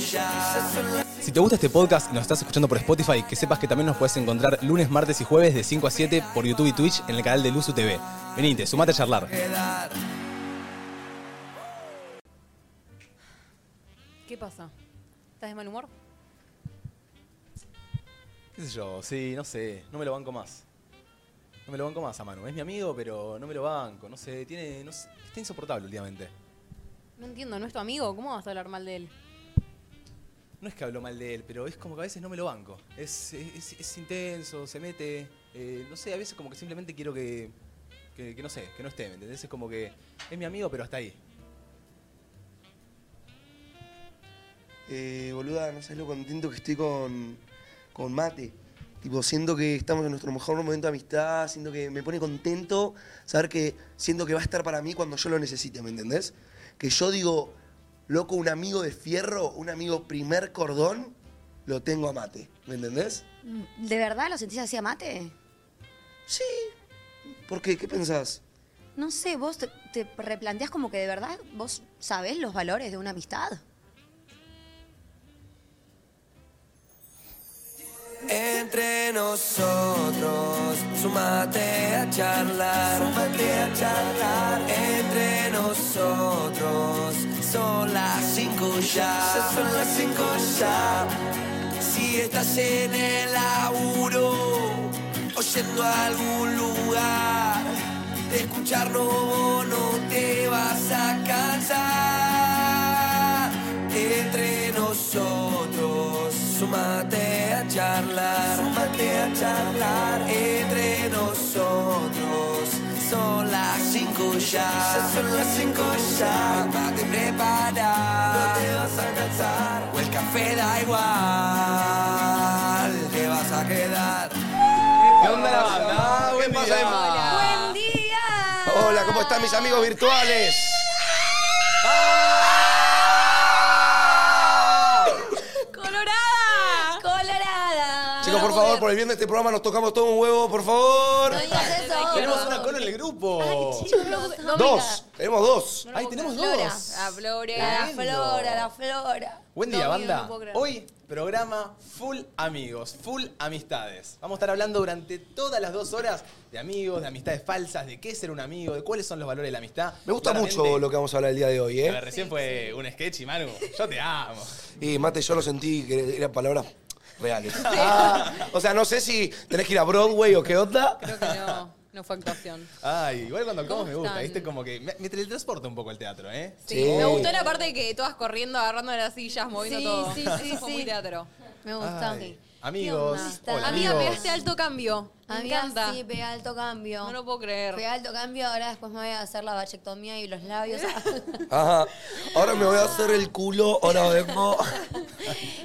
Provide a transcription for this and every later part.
Si te gusta este podcast y nos estás escuchando por Spotify, que sepas que también nos puedes encontrar lunes, martes y jueves de 5 a 7 por YouTube y Twitch en el canal de Luzu TV. Venite, sumate a charlar. ¿Qué pasa? ¿Estás de mal humor? ¿Qué sé yo? Sí, no sé, no me lo banco más. No me lo banco más a Manu. Es mi amigo, pero no me lo banco. No sé, tiene, no sé, está insoportable últimamente. No entiendo, ¿no es tu amigo? ¿Cómo vas a hablar mal de él? No es que hablo mal de él, pero es como que a veces no me lo banco. Es, es- es intenso, se mete. eh, no sé, a veces como que simplemente quiero que, que, que no sé, que no esté, ¿me entendés? Es como que es mi amigo, pero hasta ahí. Eh, boluda, no sabes lo contento que estoy con, con Mate. Tipo, siento que estamos en nuestro mejor momento de amistad, siento que me pone contento saber que siento que va a estar para mí cuando yo lo necesite, ¿me entendés? Que yo digo, loco, un amigo de fierro, un amigo primer cordón, lo tengo a Mate, ¿me entendés? ¿De verdad lo sentís así a mate? Sí. ¿Por qué? ¿Qué pensás? No sé, vos te, te replanteás como que de verdad vos sabés los valores de una amistad. Entre nosotros, sumate a charlar. Súmate a charlar. Entre nosotros, son las cinco ya. Ya son las cinco ya. Si estás en el laburo, oyendo a algún lugar, de escucharlo vos no te vas a cansar. Entre nosotros, sumate a charlar, sumate a charlar. Entre nosotros, son las cinco ya, ya son las cinco ya. Mate preparar, no te vas a cansar, o el café da igual, te vas a quedar. ¿Qué onda la banda? ¿Qué pasa, ¡Buen día! Hola, ¿cómo están mis amigos virtuales? ¡Ah! ¡Colorada! ¡Colorada! Chicos, por favor, por el bien de este programa nos tocamos todo un huevo, por favor. digas eso. Tenemos una cola en el grupo. Dos, tenemos dos. Ahí tenemos Flora. dos. La Flora. La Flora, la flora. Buen día, No, amigo, banda. no puedo creer. Hoy, programa full amigos, full amistades. Vamos a estar hablando durante todas las dos horas de amigos, de amistades falsas, de qué es ser un amigo, de cuáles son los valores de la amistad. Me gusta Claramente- mucho lo que vamos a hablar el día de hoy, A ver, ¿eh? recién fue un sketch y Manu, yo te amo. Y mate, yo lo sentí que eran palabras reales. Ah, o sea, no sé si tenés que ir a Broadway o qué onda. Creo que no, no fue actuación. Ay, igual cuando actuamos ¿Cómo me gusta, están? viste como que me, me teletransporta un poco el teatro, ¿eh? Sí, Sí. me gustó la parte de que todas corriendo, agarrando las sillas, moviendo Sí, todo. Eso sí, sí, fue sí. muy teatro. Me gusta. Ay, amigos, ¿Qué onda? hola, Amiga, este amigos. pegaste alto cambio. Me Amiga, encanta. sí, pega alto cambio. No lo puedo creer. Pega alto cambio, ahora después me voy a hacer la bachectomía y los labios. Ajá. Ahora me voy a hacer el culo, ahora vengo.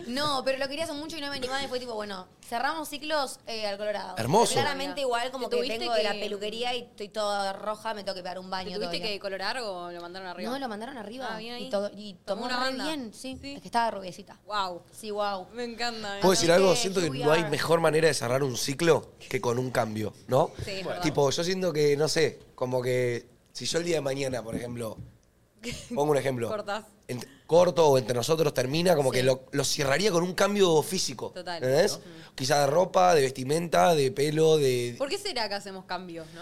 no, pero lo quería hace mucho y no me animaba y fue tipo, bueno, cerramos ciclos eh, al Colorado. Hermoso. Claramente igual como ¿Te que tuviste tengo de la que- peluquería y estoy toda roja, me tengo que pegar un ¿Te baño tuviste todavía. que colorar o lo mandaron arriba? No, lo mandaron arriba Ah, bien ahí. y, todo- y Tomó tomó una re banda. bien, sí. Sí. Es que estaba rubiecita. Wow. Sí, wow. Me encanta. ¿eh? ¿Puedo decir algo? Así que, Siento que here we no hay are. mejor manera de cerrar un ciclo que con un cambio, ¿no? Sí, es verdad. Tipo, yo siento que, no sé, como que si yo el día de mañana, por ejemplo, pongo un ejemplo. Cortás. Ent- corto o entre nosotros termina, como que lo, lo cerraría con un cambio físico. Total. ¿Entendés? Quizá de ropa, de vestimenta, de pelo, de. ¿Por qué será que hacemos cambios, no?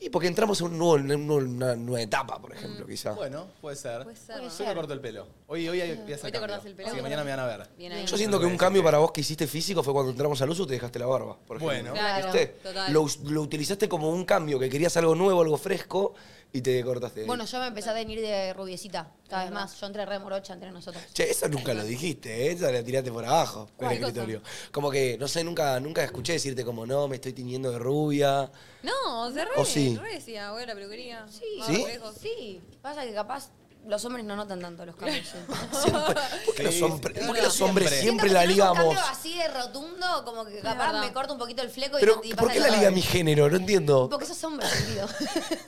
Y porque entramos en, un nuevo- en un nuevo- una nueva etapa, por ejemplo, quizá. Bueno, puede ser. Puede ser, Yo ¿no? me corto el pelo. Hoy, hoy hay- voy a hacer Hoy te cambio, cortás el pelo. Así que mañana me van a ver. Bien ahí. Yo siento que un cambio para vos que hiciste físico fue cuando entramos al uso te dejaste la barba. Por ejemplo. Bueno. Claro, ¿Viste? total. Lo, us- lo utilizaste como un cambio, que querías algo nuevo, algo fresco, y te cortaste. ahí. Bueno, yo me empecé a venir de rubiecita, cada vez más. Yo entré re morocha entre nosotros. Che, eso nunca lo dijiste, ¿eh? esa la tiraste por abajo en el escritorio. Como que, no sé, nunca, nunca escuché decirte como, no, me estoy tiñendo de rubia. No, se re, ¿O Oh, sí? re decía, voy a la peluquería. Sí. ¿Sí? Sí, pasa que capaz los hombres no notan tanto los cambios. sí. Siempre- ¿Por qué los Sí, hombres, sí, por qué sí, los hombres siempre. siempre Siento la que si no es un ligamos? cambio así de rotundo, como que capaz verdad. me corta un poquito el fleco y, Pero, no- y ¿por pasa qué la todo. liga mi género? No entiendo. Porque sos hombre, querido.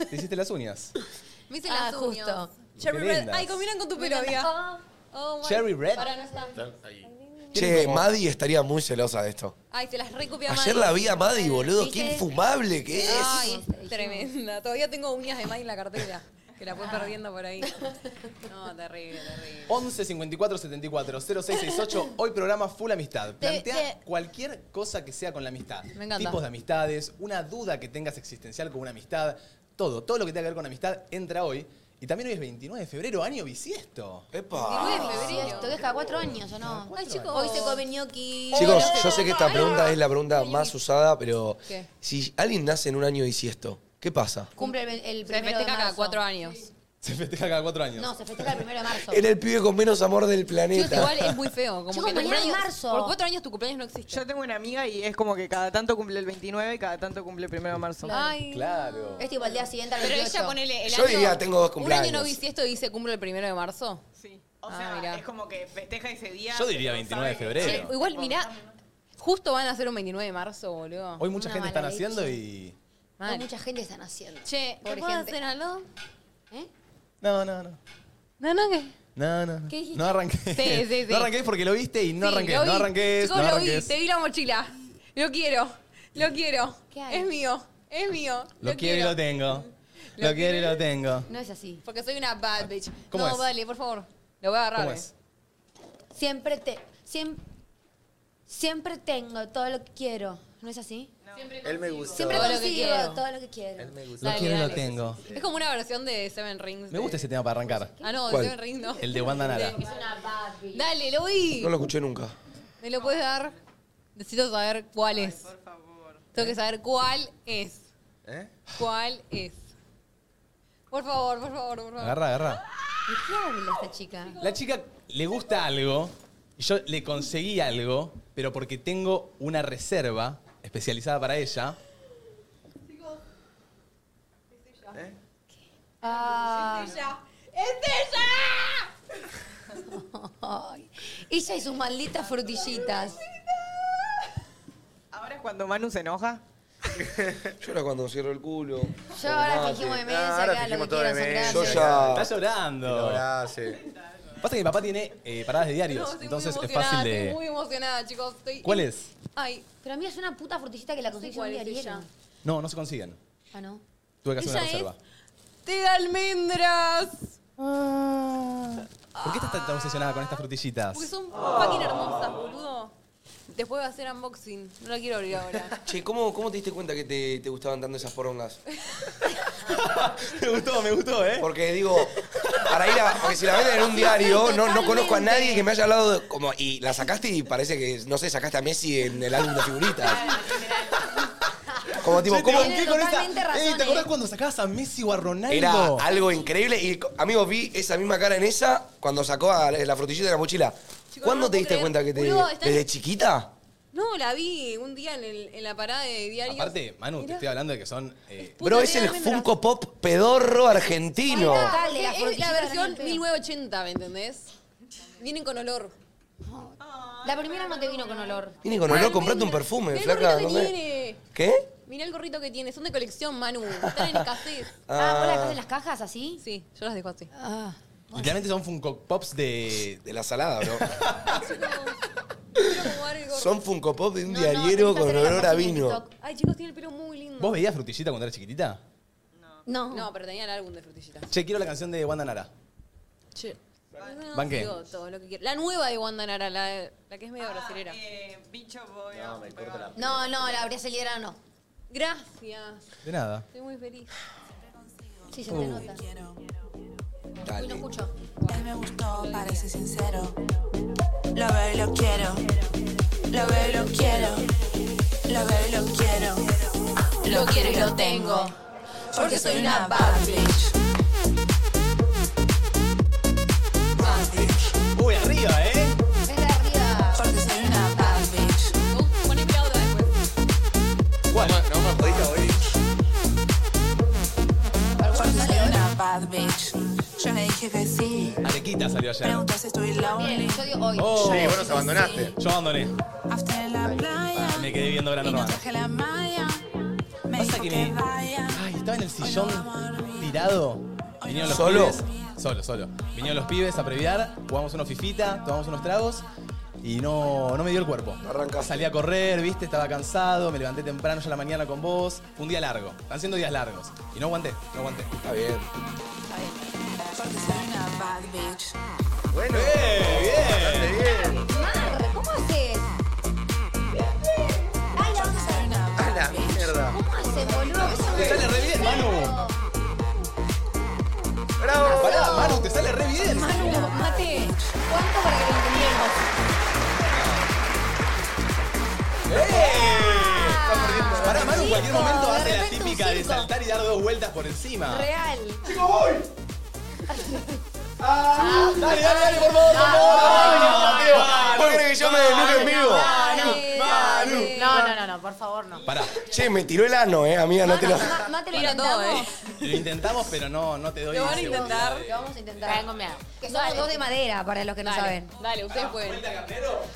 ¿Te hiciste las uñas? Me hice Ah, las uñas. justo. Cherry Qué Red. lindas. Ay, combinan con tu pelo, amiga. Oh, my- Cherry Red. Pará, no está. Che, Maddie estaría muy celosa de esto. Ay, te las recopia Ayer la vi a Maddie, boludo, qué infumable que es. Ay, es tremenda. Todavía tengo uñas de más en la cartera. Que la voy perdiendo por ahí. No, terrible, terrible. 11 54 74 0668. Hoy programa Full Amistad. Te- Plantea te- cualquier cosa que sea con la amistad. Me encanta. Tipos de amistades, una duda que tengas existencial con una amistad, todo. Todo lo que tenga que ver con amistad entra hoy. Y también hoy es 29 de febrero, año bisiesto. ¡Epa! Ah, Sí, esto que es cada cuatro años, ¿o no? Ay, chicos. Hoy se come gnocchi. Chicos, yo sé que esta pregunta es la pregunta más usada, pero ¿Qué? si alguien nace en un año bisiesto, ¿qué pasa? Cumple el, el Se primero de festeja marzo. cada cuatro años. Se festeja cada cuatro años. No, se festeja el primero de marzo. Era el pibe con menos amor del Chicos, planeta. igual es muy feo. Como Chicos, que tu mañana es cumpleaños- marzo. Por cuatro años tu cumpleaños no existe. Yo tengo una amiga y es como que cada tanto cumple el 29 y cada tanto cumple el 1 de marzo. Ay. Claro. Es tipo el día siguiente al Pero 28. ella ponele el Yo año. diría, tengo dos Un año cumpleaños. no bisiesto y dice cumplo el primero de marzo. Sí. O Ah, sea, mirá. es como que festeja ese día. Yo diría pero 29 de sabe que- Che, febrero. igual, mirá, justo van a hacer un 29 de marzo, boludo. Hoy mucha Una mala gente está naciendo y. No, Mal. mucha gente está naciendo. Che, Pobre ¿te puedo gente. hacer algo? ¿Eh? No, no, no. No, no, que... No, no. ¿Qué dijiste? No arranqué. Sí, sí, sí. No arranqué porque lo viste y no Sí, arranqué. lo vi. No arranqué. Chicos, no lo arranqué. vi, te vi la mochila. Lo quiero, lo quiero. ¿Qué hay? Es mío, es mío. Lo, quiero y lo tengo. Lo, quiero y lo tengo. No es así. Porque soy una bad bitch. Ah, ¿Cómo no, es? vale, por favor. Lo voy a agarrar. ¿Cómo eh. es? Siempre te... Siempre, siempre tengo todo lo que quiero. ¿No es así? Él me gusta. Siempre Todo lo que consigo quiero. todo lo que quiero. Lo Dale, quiero y lo dale. tengo. Es como una versión de Seven Rings. Me gusta de- ese tema para arrancar. Ah, no, de ¿Cuál? Seven Rings no. El de Wanda Nara. Dale, lo vi. No lo escuché nunca. ¿Me lo puedes dar? Necesito saber cuál es. por favor. Tengo que saber cuál es. ¿Eh? ¿Cuál es? Por favor, por favor, por favor. Agarra, agarra. ¿De qué habla esta chica? La chica le gusta algo. y Yo le conseguí algo, pero porque tengo una reserva especializada para ella. Ah, ¡Es ay. Ella y sus malditas frutillitas. Ahora es cuando Manu se enoja. Yo era cuando cierro el culo. Yo ahora fingimos demencia, Ahora acá lo que fingimos todo quieran son demencia. Yo gracias. Está ya. llorando. Pasa que mi papá tiene eh, paradas de diarios, entonces es fácil Estoy de. muy emocionada, chicos. Estoy... ¿Cuál es? Ay, Pero a mí es una puta frutillita que la conseguí cuál un es diario. ella. No, no se consiguen. Ah, no. Tuve que hacer Ella una reserva. té de almendras. ¿Por qué estás tan tan obsesionada con estas frutillitas? Porque son fucking hermosas, boludo. Después voy a hacer unboxing. No la quiero abrir ahora. Che, ¿cómo, ¿cómo te diste cuenta que te, te gustaban tanto esas porongas? me gustó, me gustó, ¿eh? Porque digo, para ir a. Porque si la venden en un diario, no, no conozco a nadie que me haya hablado de- como. Y la sacaste y parece que, no sé, sacaste a Messi en el álbum de figuritas. Como tipo, ¿cómo? Tiene totalmente razón, Ey, ¿Te acordás eh. cuando sacabas a Messi o a Ronaldo? Era algo increíble. Y, co- amigo, vi esa misma cara en esa cuando sacó a la frutillita de la mochila. Chicos, ¿Cuándo no te puedo diste creer. cuenta que te. Boludo, está- ¿Desde chiquita? No, la vi un día en, el- en la parada de diarios. Aparte, Manu, te estoy hablando de que son. eh, Puta, Bro, es te el dan almendras. Funko Pop pedorro argentino. Ay, Dale, la Es- es frutillita la de versión Daniel Peo. 1980, ¿me entendés? Vienen con olor. La primera no te vino con olor. Viene con olor, comprate un perfume, Mirá el flaca. gorrito no que me- tiene. ¿Qué? Mirá el gorrito que tiene. Son de colección, Manu. Están en escasez. Ah, ¿vos la Ah. dejaste en las cajas así? Sí, yo las dejo así. Ah. Literalmente son Funko Pops de. De la salada, bro. Quiero como dar el gorro. Son Funko Pop de un No, Ah, no, diariero tenés que con hacer el olor a unboxing en vino. TikTok. Ay, chicos, tiene el pelo muy lindo. ¿Vos veías frutillita cuando eras chiquitita? No. No, pero tenía el álbum de frutillitas. Che, quiero la canción de Wanda Nara. Che. Banqué. Digo todo lo que quiero. La nueva de Wanda Nara, la, de- la que es medio brasilera. Eh, bicho, voy a- No, ah, no, la brasileña no. Gracias. De nada. Estoy muy feliz. Sí, se Mm. te nota. Uy, no Dale. escucho. Él me gustó, parece sincero. Lo veo y lo quiero. Lo veo y lo quiero. Lo veo y lo quiero. Lo quiero y lo tengo. Porque soy una bad bitch. Bad bitch. Uy, arriba, ¿eh? Es de arriba. Porque soy una bad bitch. Uh, Poneme el audio después. ¿Cuál? No me jodiste hoy. Porque soy una bad bitch. Yo le dije que sí. Arequita salió ayer. Preguntó si estoy Bien, lonely. yo digo hoy. Oh, Sí, vos nos abandonaste. yo abandoné. After la playa. Me quedé viendo Gran Y no Hermano. traje la malla. Me Pasa dijo que que me- vaya. Ay, estaba en el sillón tirado. Vinieron los ¿Solo? pibes. Solo, solo. Vinieron los pibes a previar, jugamos unos fifita, tomamos unos tragos. y no, no me dio el cuerpo. Salí a correr, viste, estaba cansado, me levanté temprano ya a la mañana con vos. Fue un día largo, están siendo días largos. Y no aguanté, no aguanté. Está bien. Porque soy una bad bitch. Bueno, bien, bien. Mar, ¿cómo haces? Ay, la vamos a A la mierda. ¿Cómo haces, boludo? Eso Te sale re bien, Manu. ¡Bravo! Pará, Manu, te sale re bien. Manu, mate. ¿Cuánto para que lo entendamos? ¡Eh! Pará, Manu, en cualquier Chico, momento de hace la repente un típica de circo. saltar y dar dos vueltas por encima. Real. Ah, Dale, dale, dale, por favor, por favor. ¿Vos crees que yo me desnude en vivo? No, no, no, no, por favor, no. Pará, Che, me tiró el ano, eh, amiga, no te lo. Ma- Mate lo Tira todo, intentamos. eh. lo intentamos, pero no, no te doy Lo van a ese gusto intentar. de- Lo vamos a intentar. Tengo miedo. Que somos dos de madera, para los que no Dale, saben. dale, Ah, ustedes pueden.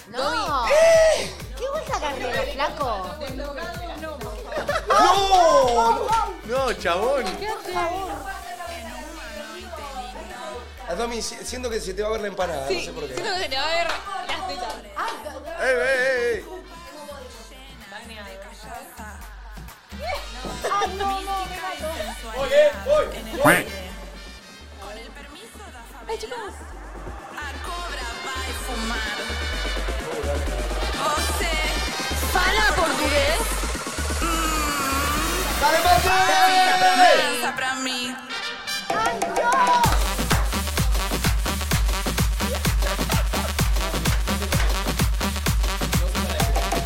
No. ¡Eh! ¿Qué vuelta carnero, flaco? ¡No! No, chabón. A Domi, si- siento que se te va a ver la Ah, empanada, no Sí, sé por qué. siento que se te va a ver las tetas. ¡Ey, ey, ey! eh, ¿Fala portugués? ¡Dale, Mate! Danza pra mim.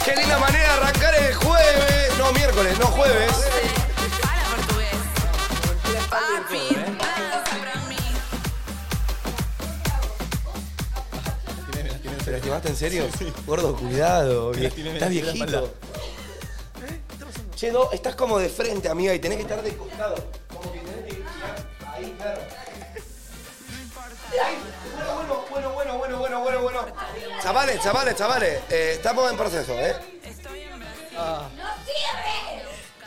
¡Qué linda manera de arrancar el jueves! No, miércoles, no jueves. Fala portugués. Ah, Papi, eh. danza pra mí. ¿Te lastimaste en serio? Gordo, cuidado. vie- lastimé, me Estás lastimé la viejito. Che, Do, estás como de frente, amiga, y tenés que estar de costado. Como que tenés que girar ahí, claro. Ahí. Bueno, bueno, bueno, bueno, bueno, bueno, bueno. Chavales, chavales, chavales. eh, estamos en proceso, ¿eh?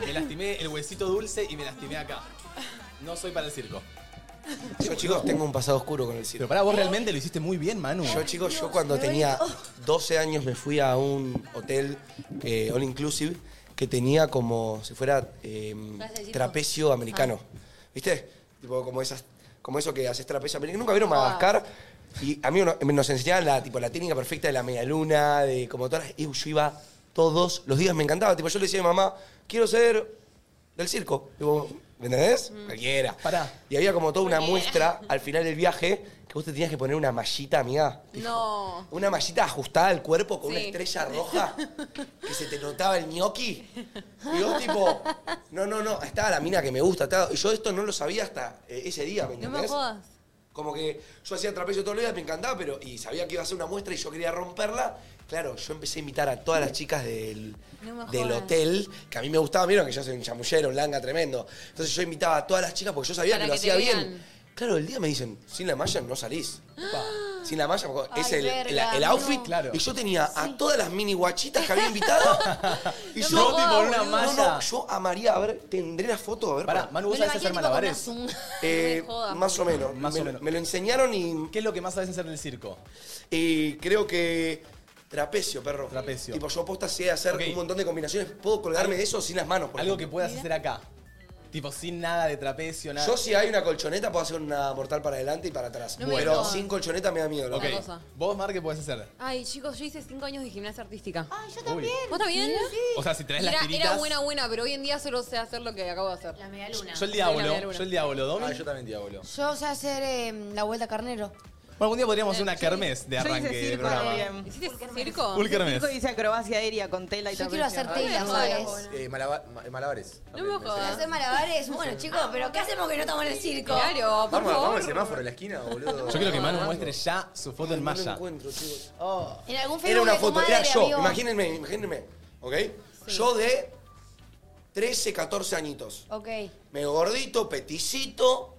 Me lastimé el huesito dulce y me lastimé acá. No soy para el circo. Yo, chicos, tengo un pasado oscuro con el circo. Pero pará, vos realmente lo hiciste muy bien, Manu. Yo, chicos, yo cuando tenía 12 años me fui a un hotel eh, all inclusive que tenía como si fuera eh, trapecio americano. ¿Viste? Tipo como esas, como eso que haces trapecio americano. Nunca vieron Madagascar. Y a mí uno- nos enseñaban la, tipo, la técnica perfecta de la medialuna, de como todas las- y yo iba todos los días, me encantaba. Tipo, yo le decía a mi mamá, quiero ser del circo. Tipo, ¿Me entendés? Mm. Cualquiera. Pará. Y había como toda una muestra al final del viaje que vos te tenías que poner una mallita, amiga. No. Una mallita ajustada al cuerpo con una Sí. estrella roja que se te notaba el gnocchi. Y vos tipo, no, no, no, estaba la mina que me gusta. estaba- Y yo esto no lo sabía hasta eh, ese día, ¿me No entendés? me jodas. Como que yo hacía trapecio todos los días, me encantaba, pero y sabía que iba a hacer una muestra y yo quería romperla. Claro, yo empecé a invitar a todas las chicas del, No me del jodas. hotel, que a mí me gustaba, vieron que yo soy un chamullero, un langa tremendo. Entonces yo invitaba a todas las chicas porque yo sabía Para que lo que te hacía bien. vean. Claro, el día me dicen, sin la malla no salís. Sin la malla, porque es Ay, el, el- verga, el outfit. no. Claro. Y yo tenía a todas las mini guachitas que había invitado. y No yo, me jodas, Tipo en una no, no, malla. yo amaría, a ver, tendré la foto, a ver. Pará, para- Manu, vos sabés hacer malabares. Eh, No me jodas. más o menos. Más me, o menos. me lo enseñaron y, ¿Qué es lo que más sabes hacer en el circo? y creo que trapecio, perro. Trapecio. Tipo, yo aposta sé hacer Ok. un montón de combinaciones. Puedo colgarme de eso sin las manos. por Algo que ejemplo. puedas hacer acá. Tipo, sin nada de trapecio, nada. Yo si hay una colchoneta puedo hacer una mortal para adelante y para atrás. No me pero jodas. sin colchoneta me da miedo. loco. Ok. Otra cosa. Vos, Mar, ¿qué podés hacer? Ay, chicos, yo hice cinco años de gimnasia artística. Ay, yo Uy. también. ¿Vos también? O sea, si traes Era, las tiritas. era buena, buena, pero hoy en día solo sé hacer lo que acabo de hacer. La media luna. Yo el Sí, la diablo, media yo el diablo, Domi. Ah, yo también diablo. Yo sé hacer eh, em, la vuelta carnero. Bueno, algún día podríamos hacer una kermés de Yo hice arranque de circo programa. de- ¿Hiciste circo? Full kermés. Chico dice acrobacia aérea con tela y Yo quiero trapecio. hacer tela, no, ¿sabes? Eh, malabares. No me jodas. Hacer malabares, bueno chicos, pero ¿qué hacemos que no estamos en el circo? Claro, Vamos, por favor. vamos al semáforo en la esquina, boludo. Yo quiero que Ah. Manu muestre ya su foto en No lo malla. encuentro, chicos. Oh. En algún Facebook Era una de tu foto, madre, era yo. amigo. Imagínenme, imagínenme. ¿Ok? Yo de 13, 14 añitos. Ok. Me gordito, peticito,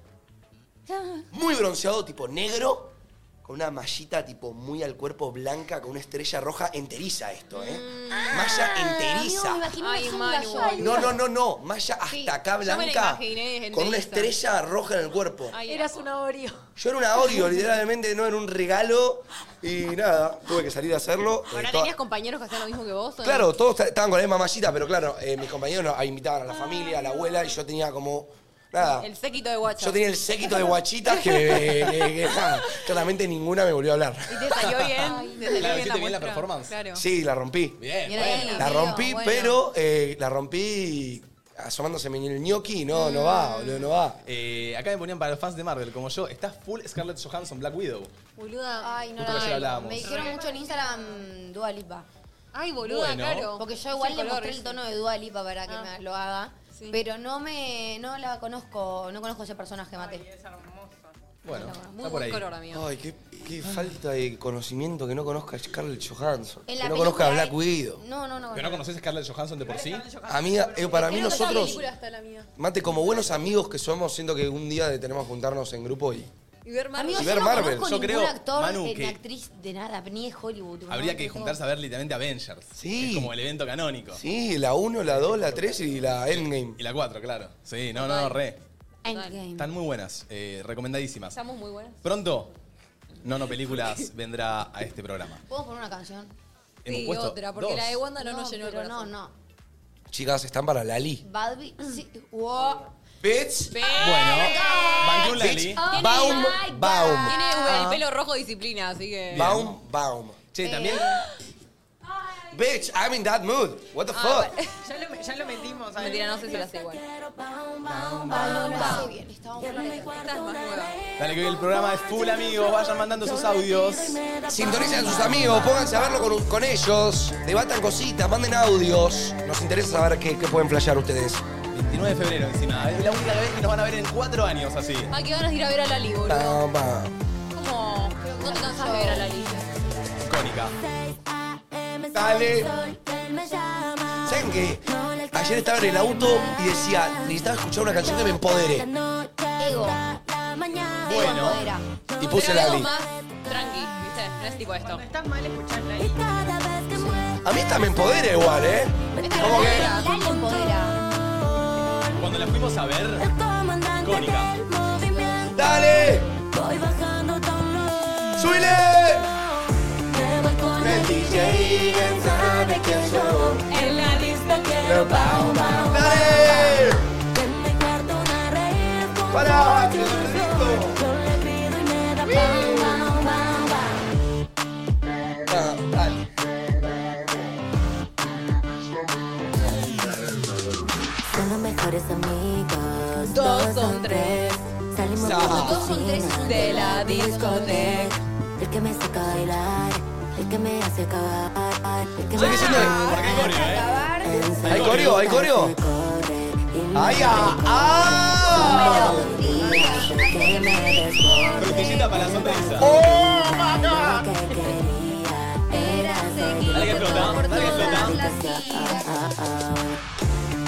muy bronceado, tipo negro, con una mallita tipo muy al cuerpo blanca con una estrella roja enteriza esto, ¿eh? Mm. Ah, Malla enteriza. Ah, me imagino una Ay, jungla Manu, yo. ay, No, no, no, no. Malla hasta acá yo me la blanca. imaginé, con una enteriza. estrella roja en el cuerpo. Eras una Oreo. Yo era una Oreo, literalmente, no era un regalo. Y nada, tuve que salir a hacerlo. Eh, ¿Ahora toda- tenías compañeros que hacían lo mismo que vos? o no? Claro, todos ta- estaban con la misma mallita, pero claro, eh, mis compañeros no- invitaban a la familia, a la abuela, y yo tenía como. Nada. El séquito de WhatsApp. Yo tenía el séquito de guachitas que, que- que, nada, claramente ninguna me volvió a hablar. ¿Y te salió bien? ¿Te salió Claro, bien hiciste la bien la muestra? performance. Claro. Sí, la rompí. Bien, Bien, bueno. bien. La rompí, Bueno. pero eh, la rompí asomándose en el ñoqui. No, no va, boludo, no va. Eh, acá me ponían para los fans de Marvel, como yo, estás full Scarlett Johansson, Black Widow. Ah, Boluda, ay, no Justo la ayer veo. hablábamos. Me dijeron mucho en Instagram Dua Lipa. Ay, boluda, Bueno. claro. Porque yo igual Sin le color mostré el ese. tono de Dua Lipa para que Ah. me lo haga. Sí. Pero no me no la conozco, no conozco ese personaje, Mate. Bueno, Muy está por buen ahí. color, amigo. Ay, qué, qué falta de conocimiento que no conozca a Scarlett Johansson. En Que la no conozca a película Black Widow. No, no, no. ¿Pero no conoces a Scarlett Johansson de por sí? Amiga, eh, para mí Creo que esa nosotros, película está la mía. mate, como buenos amigos que somos, siento que un día tenemos que juntarnos en grupo y... Y ver Marvel. Amigo, Y yo ver no Marvel. conozco Yo ningún creo, actor, Manu, eh, ni que- actriz de nada, ni de Hollywood. tipo, Habría no, que no, juntarse a ver literalmente Avengers. Sí. Es como el evento canónico. Sí, la 1, la 2, la 3 y la Endgame. Y la 4, claro. Sí, no, no, re. Endgame. Están muy buenas, eh, recomendadísimas. Estamos muy buenas. Pronto, Nono Películas vendrá a este programa. ¿Puedo poner una canción? Hemos Sí, puesto otra, porque dos. la de Wanda no, nos llenó el pero no, corazón. no. Chicas, están para Lali. Bad Bi- sí, wow. Bitch. Bueno, banqué un Lali. Bitch. Baum, my God. Baum. Ah. Tiene bueno, el pelo rojo disciplina, así que... Baum, Baum. Che, también Bitch, I'm in that mood. What the fuck? Ya lo, ya lo metimos. a Ah, Mentira, no sé si la sé igual. No sé bien, estaba muy mal. Esta es más nueva. Dale que hoy el programa es full amigos, vayan mandando sus audios. Sintonicen a sus amigos, pónganse a verlo con, con ellos, debatan cositas, manden audios. Nos interesa saber qué, qué pueden flashear ustedes. 29 de febrero encima, es la única vez que nos van a ver en 4 años así. Ay, qué Ah, ganas de ir a ver a Lali, boludo. Baum, baum. Como... No te cansas de ver a Lali. Icónica. Dale. ¿Saben qué? Ayer estaba en el auto y decía, necesitaba escuchar una canción que me empodere. Ego. Ego Bueno. empodera. Y puse Pero algo Lali. más tranqui, ¿viste? No es tipo esto. Estás mal escuchando ahí. A mí esta me empodera igual, ¿eh? Como que... Lali empodera. Cuando la fuimos a ver, icónica. ¡Dale! ¡Súbile! El DJ bien sabe quién soy. En la lista Pero baum, baum. ¡Dale! ¡Para! que lo necesito. Ah, dale. Son los mejores amigos. Dos son tres. Salimos Sa- por la Dos son tres cocina. de la discoteca. El que me saca a bailar. El que me hace acabar. El que ¿Sabes qué siento? Porque icónica, ¿eh? ¿Hay coreo? ¿Hay coreo? ¡Ay, ah! ah. Frutillita para la sonrisa. Oh, Dale que explota, dale que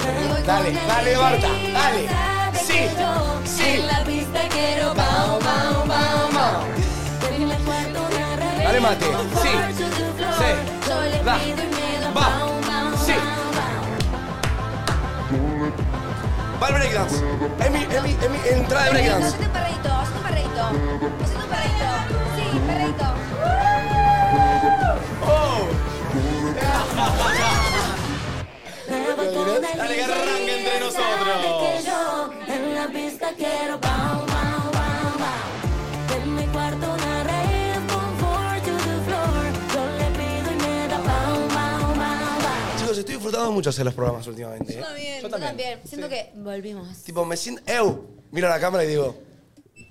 explota. Dale, dale, Barta, dale. Sí, sí. Dale, mate. Sí, sí. Va, va, sí. Va el breakdance. Es mi, es mi, es mi entrada Perreíto, de breakdance. hacete un perreíto, hacete un perreíto. Hacete un perreíto. Sí, perreíto. Dale que arranque entre nosotros. Chicos, estoy disfrutando mucho hacer los programas últimamente. ¿eh? También. Yo también. Siento que volvimos. Tipo, me siento... Eu, miro a la cámara y digo...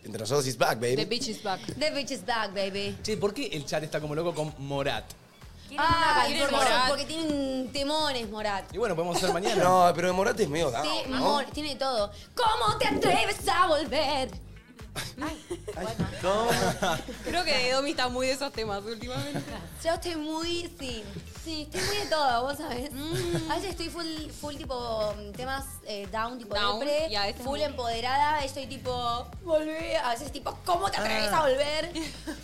Entre nosotros is back, The baby. bitch is back. The bitch is back, baby. Che, ¿por qué el chat está como loco con Morat? Ah, ¿Quién es porque, Morat? porque tienen temones, Morat. Y bueno, podemos hacer mañana. ah, No, pero de Morate es medio down, Sí, ¿no? amor, tiene todo. ¿Cómo te atreves a volver? Creo que Domi está muy de esos temas últimamente. Yo estoy muy, sí, sí, estoy muy de todo, vos sabés. Mm. A veces estoy full, full tipo temas eh, down, tipo Down, depre, y a veces full muy- empoderada, estoy tipo, volví, a veces tipo, ¿cómo te atreves Ah. a volver?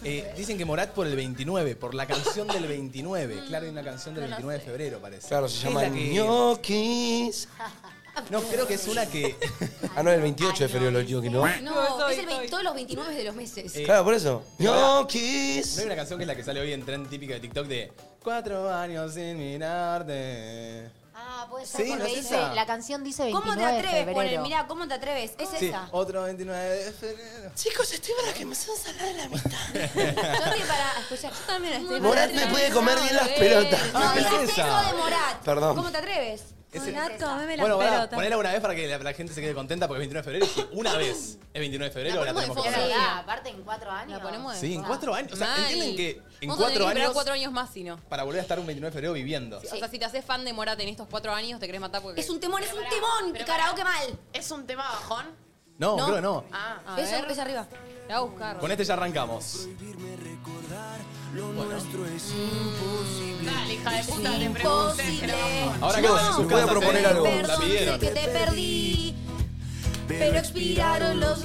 Eh, dicen que Morat por el 29, por la canción del 29. Claro, hay una canción del No la 29 de febrero, parece. Claro, se Es llama la que- ñoquis. No, creo que es una que. Ah, no, el 28 de febrero los ñoquis, ¿no? No, es el vein- todos los 29 de los meses. Eh, Claro, por eso. No hay una canción que es la que sale hoy en tren típica de TikTok de Cuatro años sin mirarte. Ah, Pues puede ser Sí, porque ¿no es dice, esa? la canción dice 29 ¿Cómo te atreves, de poner? febrero. Mirá, ¿cómo te atreves? Es Sí, esa. otro 29 de febrero. Chicos, estoy para que me hagas hablar de la mitad. Yo estoy para escuchar. Yo también estoy Morat para- me puede comer bien las No, pelotas. No, Ah, es digas esa. eso de Morat. Perdón. ¿Cómo te atreves? Es Morat, comeme las Bueno, pará, pelotas. ponela una vez para que la, la gente se quede contenta porque es 29 de febrero y si una vez es 29 de febrero, la, tenemos que poner. Ah, aparte en cuatro años. ponemos Sí, en cuatro años. O sea, Mal. entienden que en Vamos a tener cuatro que esperar años cuatro años más, si no. para volver a estar un 29 de febrero viviendo. O sea, si te haces fan de Morate en estos cuatro años, te querés matar porque... Es un temón, es un timón. Karaoke mal. ¿Es un tema bajón? No, creo que no. Ah, A Eso ver. es arriba. La voy a buscar. Con este ya arrancamos. Lo nuestro es imposible. Dale, hija de puta, te pregunté. Imposible. Ahora No. quedan en sus Les voy a casas, proponer ¿eh? algo. La pidieron. Que te perdí. Pero expiraron los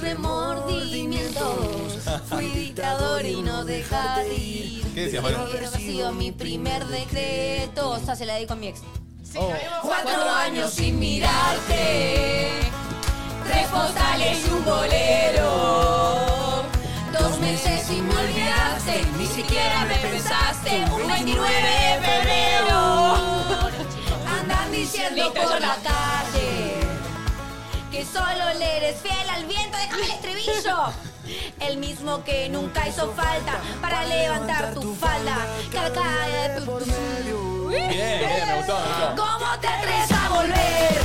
remordimientos. Fui dictador y no dejaste ir. ¿Qué decías, Maru? Pero ha sido mi primer decreto. O sea, se la dedico a mi ex. Oh. Cuatro años sin mirarte. Tres postales y un bolero. Dos meses sin me olvidaste. Ni siquiera me pensaste. Un 29 de febrero. Andan diciendo por la calle que solo le eres fiel al viento. Déjame el estribillo. El mismo que nunca hizo falta para levantar tu falda. Caca de por medio. Bien, bien, me gustó, me gustó. ¿Cómo te atreves a volver?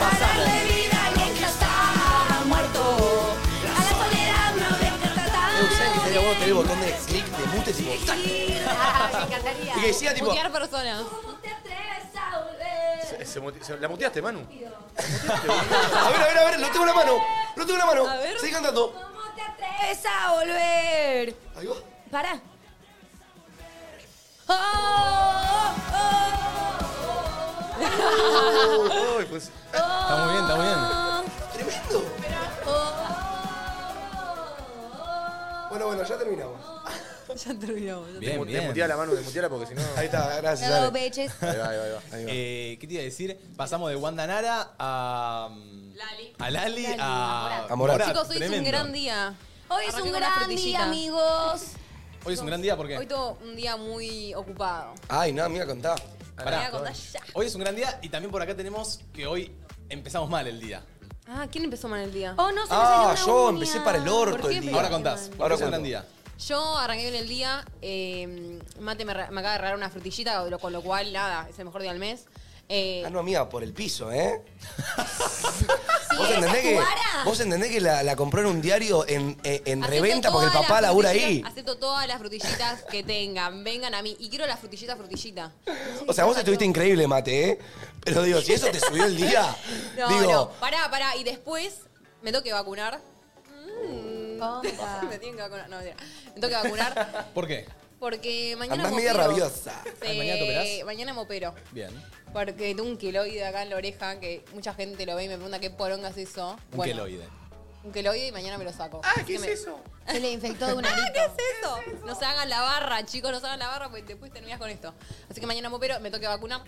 A darle vida a alguien que ya está muerto. A la soledad no deja ¿Sabes que tratar. estaría bueno tener el botón de clic de mute? Tipo, ¡tac! Ah, Me encantaría. Y que decía, tipo, Mutear personas. ¿Cómo te atreves a volver? Se- se mute- se- ¿La muteaste, Manu? a ver, a ver, a ver, lo tengo en la mano, lo tengo en la mano. A ver. Seguí cantando. ¿Cómo te atreves a volver? Ahí va. Pará. Oh, oh, oh, oh. Ay, pues. Está muy bien, está muy bien. Tremendo. Bueno, bueno, ya terminamos. Ya terminamos. Bien, Bien, bien. la mano, desmuteala porque si no. Ahí está, gracias. Hello, Ale. bitches. Ahí va, ahí va, ahí va. Eh, ¿Qué te iba a decir? Pasamos de Wanda Nara a. mm, A Lali, a. A Morat. Chicos, hoy es un Tremendo. gran día. Hoy es Arranqué un con la gran frutillita. día, amigos. Hoy es un gran día Hoy porque. tuvo un día muy ocupado. Ay, no, mira, contá. Me Pará. voy a contar ya. Hoy es un gran día y también por acá tenemos que hoy empezamos mal el día. Ah, ¿quién empezó mal el día? Oh, no se me salió Ah, una yo uña. empecé para el ¿Por orto qué el día. Ahora contás. mal? Ahora Ahora es un gran cuento. día. Yo arranqué bien el día. eh, Mate me, re- me acaba de regalar una frutillita, lo- con lo cual, nada, es el mejor día del mes. Eh, Ah, no, amiga, por el piso, ¿eh? Sí, ¿Vos esa entendés es tu que, vara. vos entendés que la, la compró en un diario en, en- en acepto reventa porque el todas papá las labura ahí? frutillitas- Acepto todas las frutillitas que tengan. Vengan a mí. Y quiero la frutillita, frutillita. O sea, vos estuviste increíble, mate, ¿eh? Pero digo, si eso te subió el día, No, digo, no, pará, pará. Y después me tengo que vacunar. Mm. me tienen que vacunar. No, mentira. Me tengo que vacunar ¿Por qué? porque mañana. andás me media opero. rabiosa. Sí, Ay, ¿mañana te operás? mañana me opero. Bien. Porque tengo un queloide acá en la oreja que mucha gente lo ve y me pregunta qué poronga es eso. Un Bueno, queloide. Un queloide y mañana me lo saco. Ah, ¿qué Que es me- eso? Se le infectó de una Ah, gripe. ¿qué es eso? No se hagan la barra, chicos, no se hagan la barra porque después terminas con esto. Así que mañana me opero, me toque vacunar.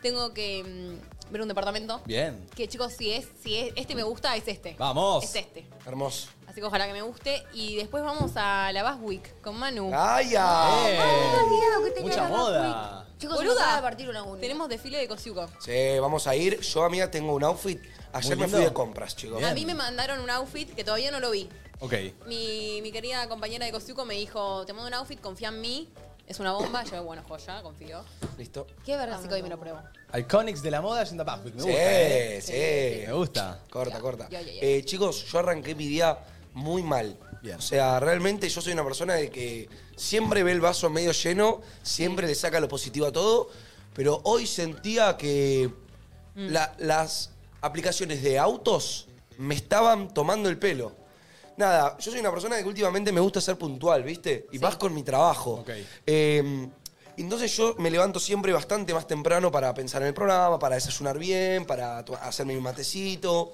Tengo que mm, ver un departamento. Bien. Que chicos, si es, si es, este me gusta, es este. Vamos. Es este. Hermoso. Así que ojalá que me guste. Y después vamos a la Bass Week con Manu. ¡Ay, ay! Eh, Mucha moda. Chicos, se me Boluda. acaba de partir una uña. Tenemos desfile de Cosiuco. Sí, vamos a ir. Yo, amiga, tengo un outfit. Ayer Muy me lindo. fui de compras, chicos. Bien. A mí me mandaron un outfit que todavía no lo vi. Ok. Mi, mi querida compañera de Cosiuco me dijo, te mando un outfit, confía en mí. Es una bomba. Yo, bueno, joya, confío. Listo. Qué verdad. Así que hoy me lo pruebo. Iconics de la moda yendo a Public. Me Sí, gusta. eh. sí. Me gusta. Corta, corta. ya, ya, ya. Eh, chicos, yo arranqué mi día muy mal. Bien. O sea, realmente yo soy una persona de que siempre ve el vaso medio lleno, siempre le saca lo positivo a todo, pero hoy sentía que Mm. la- las aplicaciones de autos me estaban tomando el pelo. nada, yo soy una persona que últimamente me gusta ser puntual, ¿viste? Y vas con mi trabajo. Eh, entonces yo me levanto siempre bastante más temprano para pensar en el programa, para desayunar bien, para to- hacerme mi matecito.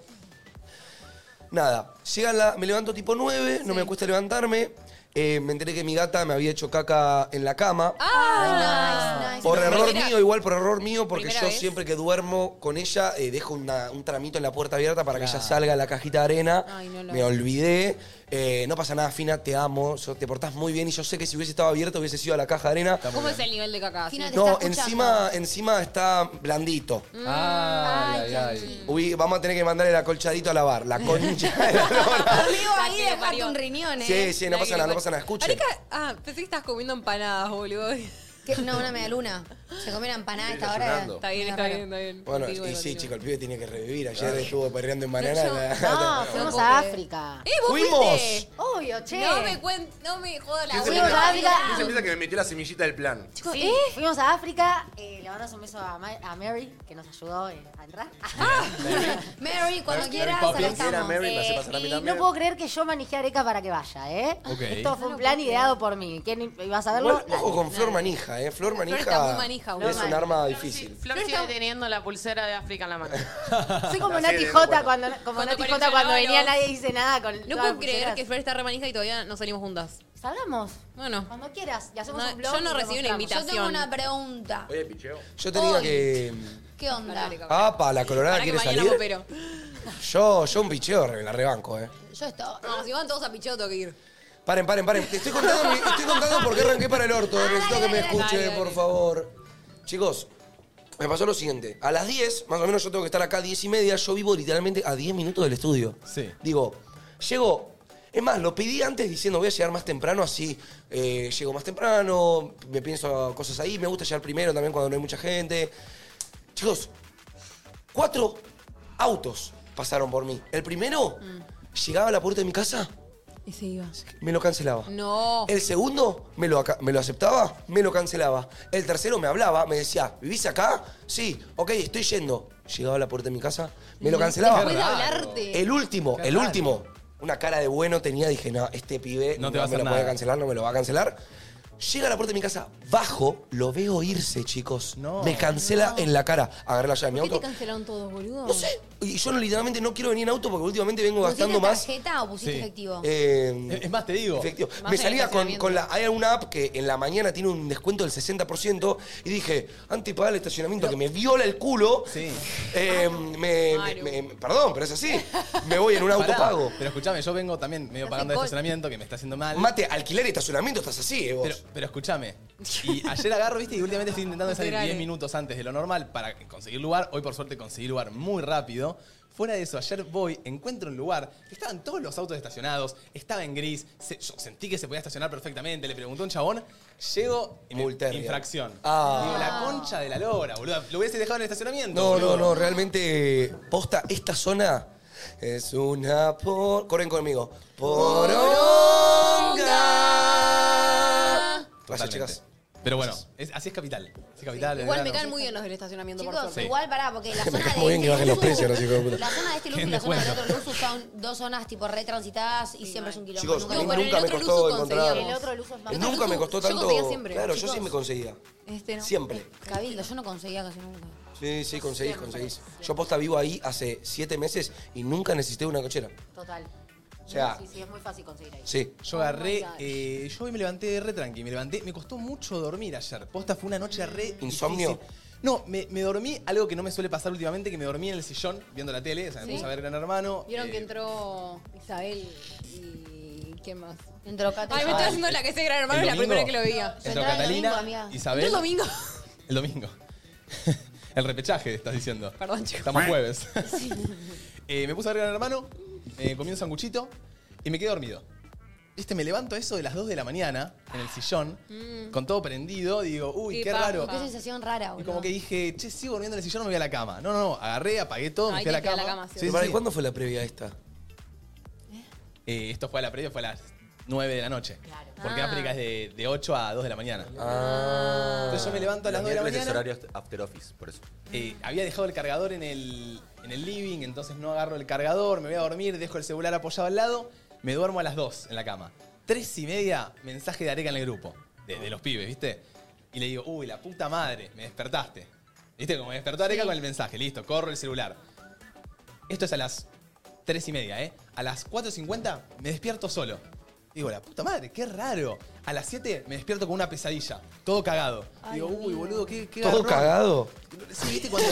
Nada, llega la, me levanto tipo 9, no me cuesta levantarme. Eh, me enteré que mi gata me había hecho caca en la cama. Ah, Por error mío, igual por error mío, porque ¿Primera yo vez? siempre que duermo con ella eh, dejo una- un tramito en la puerta abierta para que ella salga a la cajita de arena. Ay, no lo Me olvidé. Eh, no pasa nada, Fina, te amo. yo- te portás muy bien y yo sé que si hubiese estado abierto hubiese sido a la caja de arena. ¿Cómo es el nivel de caca? Fina, No, encima, encima está blandito. Mm, Ay, ay, ay. Uy, vamos a tener que mandarle el acolchadito a lavar. La concha. Amigo, ahí dejaste un riñón, ¿eh? sí, sí, no pasa nada, no pasa nada. Escuchen. Ah, pensé que estabas comiendo empanadas, boludo. ¿Qué? No, una media luna. Se comió una empanada a esta hora. Desayunando. Está bien, está bien, está bien. Bueno, Contigo, y contigo. sí, chico, el pibe tiene que revivir. Ayer estuvo perreando en banana. yo- No, fuimos a África. ¡Eh, vos Fuimos. fuiste! Obvio, che. No me cuen... no me joda la ¿Quién se abuela. piensa- Gabriela. quién se piensa que me metió la semillita del plan? Chicos, Sí. ¿eh? fuimos a África, eh, le mandamos un beso a, Ma- a Mary, que nos ayudó eh, a entrar. Ah. Mary, cuando Mary quieras, Poppins. acá estamos. Era Mary, la se Eh, pasará a mí y también. no puedo creer que yo manejé a Areca para que vaya, ¿eh? Ok. Esto fue un plan ideado por mí. ¿Quién ibas a verlo? Igual, ojo con Flor Manija, ¿eh? Flor Manija, está muy manija, boludo. es un Flor arma difícil. Flor sigue teniendo la pulsera de África en la mano. Soy como Así Nati de- Jota cuando, como Cuando Nati coleccionaba Jota cuando venía los- nadie dice nada con No puedo creer que Fer está remanija y todavía no salimos juntas. Salgamos. Bueno. Cuando quieras, y hacemos No, un blog. yo no y lo recibí una mostramos. invitación. Yo tengo una pregunta. Oye, picheo. Yo tenía Hoy. que. ¿Qué onda? Ah, pa, la colorada Para que quiere mañana salir. opero. Yo, yo un picheo, re- la rebanco, ¿eh? Yo esto. No, si van todos a picheo tengo que ir. Paren, paren, paren. Te estoy contando, mi- estoy contando por qué arranqué para el orto. Necesito que me escuche, por favor. Chicos, me pasó lo siguiente. A las 10, más o menos yo tengo que estar acá a 10 y media. Yo vivo literalmente a 10 minutos del estudio. Sí. Digo, llego. Es más, lo pedí antes diciendo voy a llegar más temprano, así eh, llego más temprano, me pienso cosas ahí, me gusta llegar primero también cuando no hay mucha gente. Chicos, cuatro autos pasaron por mí. El primero llegaba a la puerta de mi casa, Y se iba. me lo cancelaba. No. El segundo me lo, aca- me lo aceptaba, me lo cancelaba. El tercero me hablaba, me decía, ¿vivís acá? Sí, ok, estoy yendo. Llegaba a la puerta de mi casa, me Mm, lo cancelaba. Después de hablarte. El último, el último. Una cara de bueno tenía, dije, no, este pibe No no, te va a me hacer lo nada. puede cancelar, no me lo va a cancelar. Llega a la puerta de mi casa, bajo, lo veo irse, chicos. No. me cancela en la cara. Agarré la llave de mi ¿Por qué te auto. cancelaron todos, boludo? No sé. Y yo literalmente no quiero venir en auto porque últimamente vengo ¿Pusiste gastando más. tarjeta o pusiste Sí. efectivo? Eh, Es más, te digo. Efectivo. Más Me en el salía con, estacionamiento. con la. Hay una app que en la mañana tiene un descuento del 60% y dije, antes de pagar el estacionamiento que me viola el culo. eh, me- me- me- perdón, pero es así. Me voy en un auto Pará, pago. Pero escúchame, yo vengo también medio pagando de gol. estacionamiento, que me está haciendo mal. Mate, alquiler y estacionamiento estás así, eh, vos. Pero, pero escúchame. Y ayer agarro, viste, y últimamente estoy intentando salir Literal, 10 eh. minutos antes de lo normal para conseguir lugar. Hoy, por suerte, conseguí lugar muy rápido. Fuera de eso, ayer voy, encuentro un lugar, estaban todos los autos estacionados, estaba en gris, se- yo sentí que se podía estacionar perfectamente, le pregunté a un chabón, llego y me- Multerio. infracción. Ah. Digo, la concha de la lora, boludo. Lo hubiese dejado en el estacionamiento. No, no, boludo. no, realmente. Posta, esta zona es una por. Corren conmigo. Poronga. Gracias, Totalmente. chicas. Pero bueno, es- así es capital. Así es capital. es Igual me verano. caen muy bien los del estacionamiento, por Chicos, suerte. Sí. igual pará, porque la zona Me de cae muy bien este que bajen los Luzu- precios, los hijos de puta. La zona de este Luzu y ¿Quién la zona del descuento? otro Luzu son dos zonas tipo re transitadas y siempre es un kilómetro. Chicos, nunca- nunca pero en el me otro costó Luzu encontrar. El otro Luzu es más El otro Nunca me Luzu, costó yo tanto. conseguía siempre. Claro, yo Chicos. sí me conseguía. Este no. Siempre. Cabildo, yo no conseguía casi nunca. Sí, sí, conseguís, conseguís. Yo posta vivo ahí hace siete meses y nunca necesité una cochera. Total. O sea- Sí, sí, es muy fácil conseguir ahí. Sí. Yo agarré, Oh eh, yo hoy me levanté re tranqui, me levanté, me costó mucho dormir ayer. Posta fue una noche re ¿Insomnio? difícil. No, me, me dormí, algo que no me suele pasar últimamente, que me dormí en el sillón viendo la tele, o sea, me ¿Sí? puse a ver Gran Hermano. Vieron eh, que entró Isabel y. ¿Quién más? Entró Cata. Ay, me estoy haciendo la que sé gran hermano, ¿El es la domingo? primera que lo veía. Entró entraba el Catalina, domingo, amiga. Isabel. El domingo. El domingo. el repechaje, estás diciendo. Perdón, chicos. Estamos jueves. Eh, me puse a ver Gran Hermano, eh, comí un sanguchito y me quedé dormido. Este, me levanto a eso de las 2 de la mañana en el sillón, Mm. con todo prendido, digo, uy, Qué qué raro. paja. Qué sensación rara, Y boludo. como que dije, che, sigo durmiendo en el sillón, me voy a la cama. No, no, no, agarré, apagué todo, me Ahí fui a la te fui cama. a la cama, sí. Sí, Pero para, sí. ¿Cuándo fue la previa esta? Eh, esto fue a la previa, fue a las 9 de la noche. Porque Ah. África es de, de 8 a 2 de la mañana. Ah. Entonces yo me levanto a las 2 Los de la miércoles es mañana. horario after office, por eso. Eh, había dejado el cargador en el, en el living, entonces no agarro el cargador, me voy a dormir, dejo el celular apoyado al lado. me duermo a las 2 en la cama. Tres y media, mensaje de Areca en el grupo, de, de los pibes, ¿viste? Y le digo, uy, la puta madre, me despertaste. ¿Viste? Como me despertó Areca con el mensaje, listo, corro el celular. Esto es a las tres y media, ¿eh? A las 4.50 me despierto solo. Digo, la puta madre, qué raro. A las 7 me despierto con una pesadilla, todo cagado. Digo, uy, boludo, qué, qué ¿Todo garrón". cagado? Sí, ¿viste? Cuando...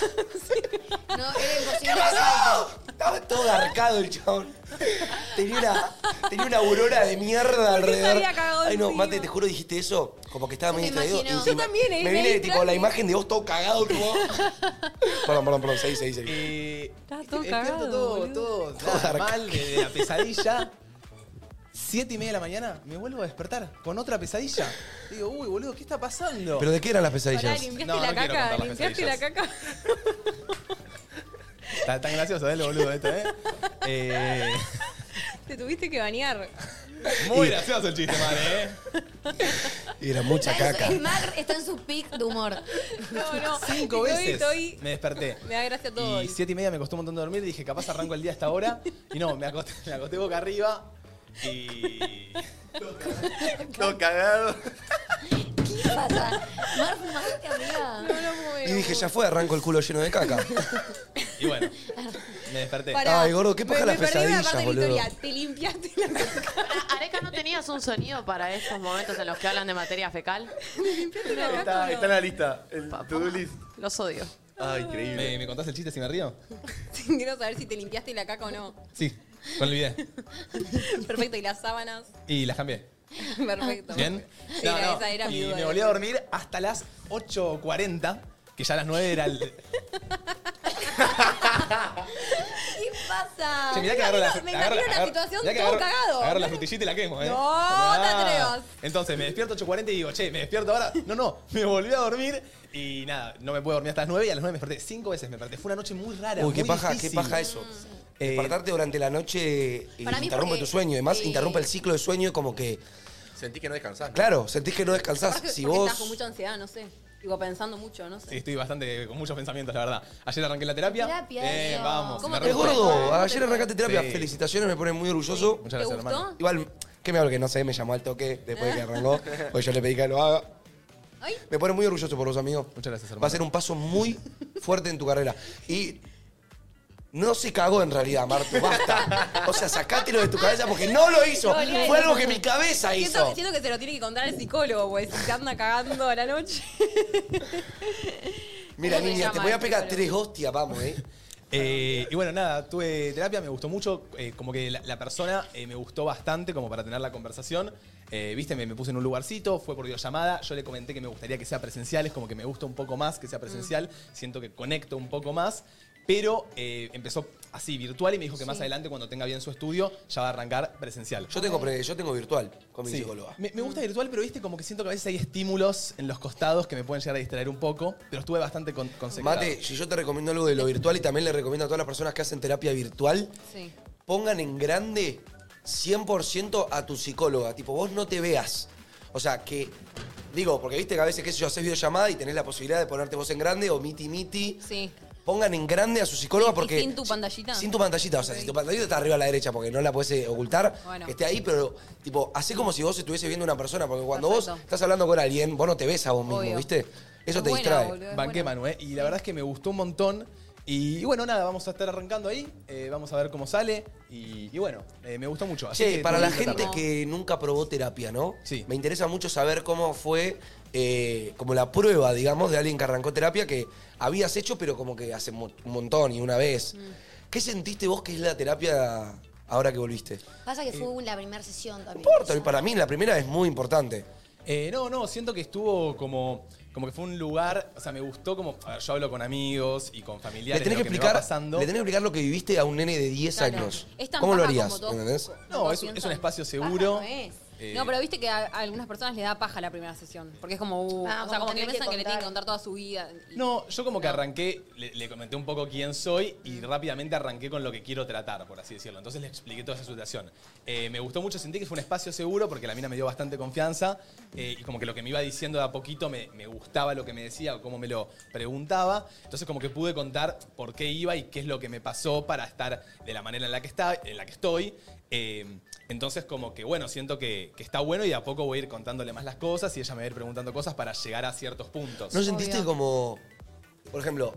No, era imposible. Estaba todo arcado el chabón. Tenía una, tenía una aurora de mierda alrededor. había cagado Ay, no, encima. mate, te juro, dijiste eso. Como que estaba muy Te distraído. imagino. y Yo también, eh, Me me viene tipo distraje. la imagen de vos todo cagado. Tipo... perdón, perdón, perdón. Seguí, seguí, seguí. Estás todo Despierto cagado, todo, boludo. todo, Todo nada, arcado. mal de, de la pesadilla. Siete y media de la mañana me vuelvo a despertar con otra pesadilla. Digo, uy, boludo, ¿qué está pasando? ¿Pero de qué eran las Pará, pesadillas? limpiaste No, la no quiero caca, contar las limpiaste la pesadillas. Está tan gracioso, ¿eh, lo boludo esto, eh? Eh, Te tuviste que bañar. Muy gracioso el chiste, madre, ¿eh? Y era mucha caca. Es Mar está en su pic de humor. No, no. Cinco Estoy- veces estoy- me desperté. Me da gracia todo. Y hoy. siete y media me costó un montón de dormir. Dije, capaz arranco el día hasta ahora. Y no, me acosté, me acosté boca arriba. Y. Todo cagado. ¿Qué pasa? Mar, fumaste, amiga. No, no puedo. Y dije, ya fue, arranco el culo lleno de caca. Y bueno, me desperté. Ay, gordo, qué paja las pesadillas, boludo. Te limpiaste la Areca, ¿no tenías un sonido para estos momentos en los que hablan de materia fecal? Está, Ah, está en la lista, el to-do list. Los odio. Ah, increíble. ¿Me, me contás el chiste si me río? Quiero saber si te limpiaste la caca o no. Sí, con el video. Perfecto, y las sábanas. Y las cambié. Perfecto. ¿Bien? Sí, era- esa era mi y duda. me volví a dormir hasta las 8.40, que ya a las 9 era el. Che, ¿Qué pasa? mirá que Ah, Me agarro la. imagino- Me agarro- imagino una agarro- situación mirá que todo agarro- cagado. Agarro la frutillita y la quemo, ¿eh? No, Ah. te atrevas. Entonces me despierto 8.40 y digo, che, me despierto ahora. No, no, me volví a dormir y nada, no me pude dormir hasta las 9 y a las 9 me desperté. Cinco veces me desperté. Fue una noche muy rara. Uy, qué muy paja, qué difícil. paja eso. Eh, Despertarte durante la noche y Para mí interrumpe porque, tu sueño. Además, eh, interrumpe el ciclo de sueño y como que. Sentí que no descansás. ¿no? Claro, sentís que no descansás. Capaz que- si porque vos. Estás con mucha ansiedad, no sé. Digo, pensando mucho, no sé. Sí, estoy bastante con muchos pensamientos, la verdad. Ayer arranqué la terapia. Terapia, Eh, eso. vamos. ¿Cómo me te re- Es gordo, ayer arrancaste terapia. Sí. Felicitaciones, me pone muy orgulloso. Muchas gracias, gustó? hermano. Igual, que me hablo que no sé, me llamó al toque después de que arrancó. Pues yo le pedí que lo haga. Ay. Me pone muy orgulloso por vos, amigo. Muchas gracias, hermano. Va a ser un paso muy fuerte en tu carrera. Y no se cagó en realidad, Martu, basta. O sea, sacátelo de tu cabeza porque no lo hizo. No, no, Fue no. algo que mi cabeza Siento, hizo. siento que se lo tiene que contar el psicólogo, pues, si te anda cagando a la noche. Mira, ¿Cómo se niña, te llama voy a el pegar psicólogo? tres hostias, vamos, eh. Eh, y bueno, nada, tuve terapia, me gustó mucho. eh, como que la, la persona eh, me gustó bastante como para tener la conversación. Eh, Viste, me, me puse en un lugarcito, fue por videollamada. Yo le comenté que me gustaría que sea presencial, es como que me gusta un poco más que Mm. sea presencial. Siento que conecto un poco más. Pero eh, empezó así, virtual, y me dijo que más adelante, cuando tenga bien su estudio, ya va a arrancar presencial. Yo tengo, pre- yo tengo virtual con mi Sí. psicóloga. Me, me gusta Mm. virtual, pero viste como que siento que a veces hay estímulos en los costados que me pueden llegar a distraer un poco, pero estuve bastante con, concentrado. Mate, si yo te recomiendo algo de lo virtual y también le recomiendo a todas las personas que hacen terapia virtual, Sí. pongan en grande 100% a tu psicóloga. Tipo, vos no te veas. O sea, que. Digo, porque viste que a veces, qué sé yo, haces videollamada y tenés la posibilidad de ponerte vos en grande o miti miti. Sí. Pongan en grande a su psicóloga porque. ¿Y sin tu pantallita? Sin tu pantallita, o sea, si tu pantallita está arriba a la derecha porque no la puedes eh, ocultar, Bueno. que esté ahí, pero tipo, así como si vos estuviese viendo a una persona, porque cuando vos Perfecto. estás hablando con alguien, vos no te ves a vos mismo, Obvio. ¿viste? Eso Es te buena, distrae. boludo, es Banqué buena. Manu, ¿eh? Y la verdad es que me gustó un montón. Y, y bueno, nada, vamos a estar arrancando ahí. eh, vamos a ver cómo sale. Y, y bueno, eh, me gustó mucho. así Che, que para muy la linda gente tarde. que nunca probó terapia, ¿no? Sí. Me interesa mucho saber cómo fue, eh, como la prueba, digamos, de alguien que arrancó terapia que habías hecho, pero como que hace mo- un montón y una Mm. vez. ¿Qué sentiste vos que es la terapia ahora que volviste? No Pasa que fue la primera sesión también. importa, y para mí la primera es muy importante. Eh, no, no, siento que estuvo como, como que fue un lugar. O sea, me gustó como. A ver, yo hablo con amigos y con Le familiares. de tenés, que lo me va explicar, pasando. le tenés que explicar lo que viviste a un nene de 10 Claro. años. Es tan ¿Cómo lo paja harías? como todo. ¿Entendés? No, es, un- es un espacio seguro. Paja no es. Eh, No, pero viste que a, a algunas personas les da paja la primera sesión. Porque es como, uh, Ah, o como sea, como que tenés que piensan que le tienen que contar. contar toda su vida. No, yo como que arranqué, le, le comenté un poco quién soy y rápidamente arranqué con lo que quiero tratar, por así decirlo. Entonces le expliqué toda esa situación. Eh, me gustó mucho, sentí que fue un espacio seguro porque la mina me dio bastante confianza eh, y como que lo que me iba diciendo de a poquito me, me gustaba lo que me decía o cómo me lo preguntaba. Entonces como que pude contar por qué iba y qué es lo que me pasó para estar de la manera en la que, está, en la que estoy. Eh, entonces como que bueno, siento que, que está bueno y de a poco voy a ir contándole más las cosas y ella me va a ir preguntando cosas para llegar a ciertos puntos. ¿No sentiste como, por ejemplo,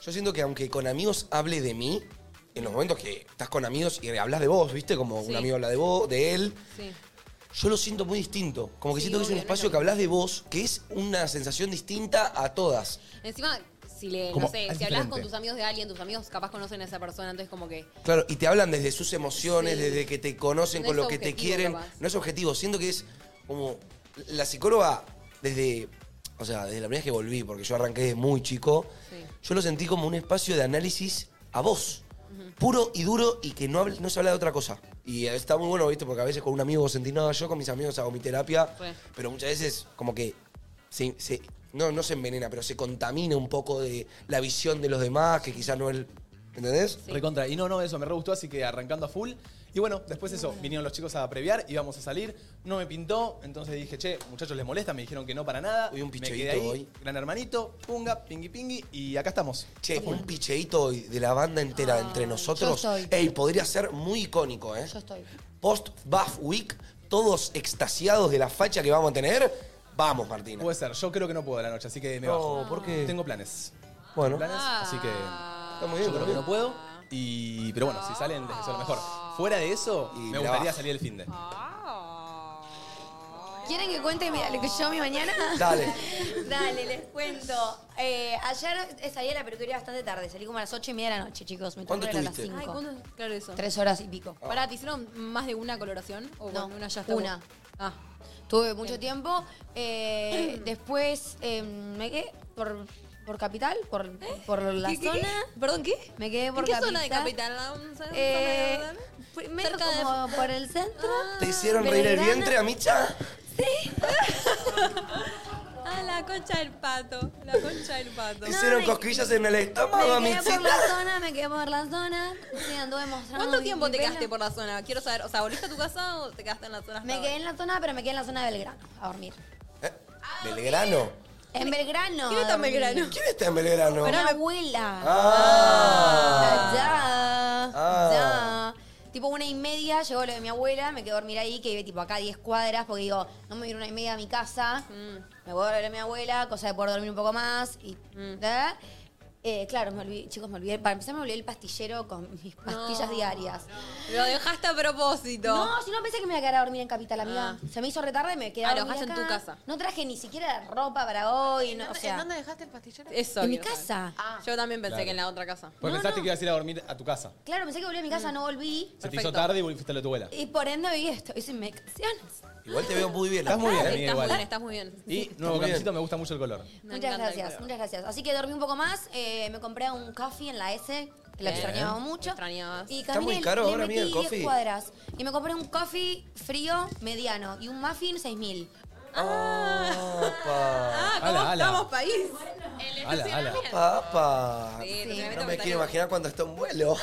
yo siento que aunque con amigos hable de mí, en los momentos que estás con amigos y hablas de vos, ¿viste? Como un Sí. amigo habla de vos, de él, Sí. yo lo siento muy distinto. Como que Sí, siento que es un obvio, no es espacio lo que hablas de vos, que es una sensación distinta a todas. Encima, si le, Como, no sé, es si hablas con diferente. tus amigos de alguien, tus amigos capaz conocen a esa persona, entonces como que. Claro, y te hablan desde sus emociones, Sí. desde que te conocen, No con es lo que te objetivo, quieren. capaz. No es objetivo, siento que es como la psicóloga desde, o sea, desde la primera vez que volví, porque yo arranqué desde muy chico, yo lo sentí como un espacio de análisis a vos. Puro y duro y que no, habl- no se habla de otra cosa. Y está muy bueno, ¿viste? Porque a veces con un amigo vos sentís, no, yo con mis amigos hago mi terapia, Re. pero muchas veces como que se, se- no, no se envenena, pero se contamina un poco de la visión de los demás, que quizás no es... ¿Entendés? Recontra. Y no, no, eso me re gustó, así que arrancando a full. Y bueno, después eso, vinieron los chicos a previar, íbamos a salir, no me pintó, entonces dije, che, muchachos, ¿les molesta? Me dijeron que no para nada. Uy, un me picheíto quedé ahí, hoy. gran hermanito, punga, pingui pingui, y acá estamos. Che, un picheíto hoy de la banda entera entre nosotros. yo estoy. Ey, podría ser muy icónico, ¿eh? Yo estoy. Post Buff Week, todos extasiados de la facha que vamos a tener. Vamos, Martina. Puede ser, yo creo que no puedo la noche, así que me No, bajo. ¿por qué? Tengo planes. Bueno. Tengo planes, así que. muy bien, yo creo está que muy no puedo. Y, pero bueno, si salen, les deseo lo mejor. Fuera de eso, me la gustaría baja. salir el fin de. ¿Quieren que cuente mi- lo que yo mi mañana? Dale. Dale, les cuento. Eh, ayer salí a la peluquería bastante tarde. Salí como a las 8 y media de la noche, chicos. Me ¿Cuánto tocó a las estuviste? Ah. 5. Ay, ¿cuándo? Claro, eso. Tres horas y pico. Pará, ¿te hicieron más de una coloración? ¿O No, con una ya está? una. Ah. Tuve mucho tiempo. Eh, después eh, me quedé por, por Capital, por, por la ¿Qué, qué, zona. qué? ¿Perdón, qué? Me quedé por ¿En qué Capital. zona de Capital? ¿Zona de Eh, Capital? primero Cerca de- como por el centro. ¿Te hicieron reír el Belgrano. vientre, Amicha? Ah, la concha del pato. La concha del pato. ¿Te hicieron cosquillas en el estómago, Me quedé por la Amichita? zona, Ah, me quedé por la zona. Sí, anduve mostrando ¿Cuánto mi- tiempo mi te pelo. quedaste por la zona? Quiero saber, o sea, ¿volviste a tu casa o te quedaste en la zona? Me quedé en la zona, pero me quedé en la zona de Belgrano, a dormir. Ah, Belgrano. En Belgrano. ¿Quién está en a dormir. Belgrano? ¿Quién está en Belgrano? Una abuela. Ah. Allá. Ah. Allá. Tipo una y media llegó lo de mi abuela, me quedé a dormir ahí, que vive tipo acá a 10 cuadras, porque digo, no me voy a ir una y media a mi casa, Mm. me voy a dormir a mi abuela, cosa de poder dormir un poco más y... Mm. ¿da? Eh, claro, me olvidé, chicos, me olvidé, para empezar me olvidé el pastillero con mis pastillas diarias. Lo dejaste a propósito. No, si no pensé que me iba a quedar a dormir en Capital, amiga. Se me hizo retarde y me quedé a Ah, lo dormir dejaste Ah. en acá. tu casa. No traje ni siquiera ropa para hoy. No, o sea, ¿En dónde dejaste el pastillero? Eso. en mi casa. Ah. Yo también pensé Claro. que en la otra casa. Pues pensaste que ibas a ir a dormir a tu casa. Claro, pensé que volví a mi casa, no volví. Se te hizo tarde y volviste a la de tu abuela. Y por ende viví esto. Hice mis vacaciones. Igual te veo muy bien. Estás muy bien, Estás muy amiga, igual. bien, estás muy bien. Y nuevo muy bien. camisito, me gusta mucho el color. Me muchas encanta el gracias, color. muchas gracias. Así que dormí un poco más. eh, me compré un coffee en la S. que Lo Bien. extrañaba mucho. Y Está caminé, muy caro le ahora, metí amiga, el 10 coffee. cuadras. Y me compré un coffee frío mediano y un muffin 6000. Ah. Ah, Opa. país? Ala, ala. Opa. Sí, Sí. No me quiero imaginar cuando está un vuelo.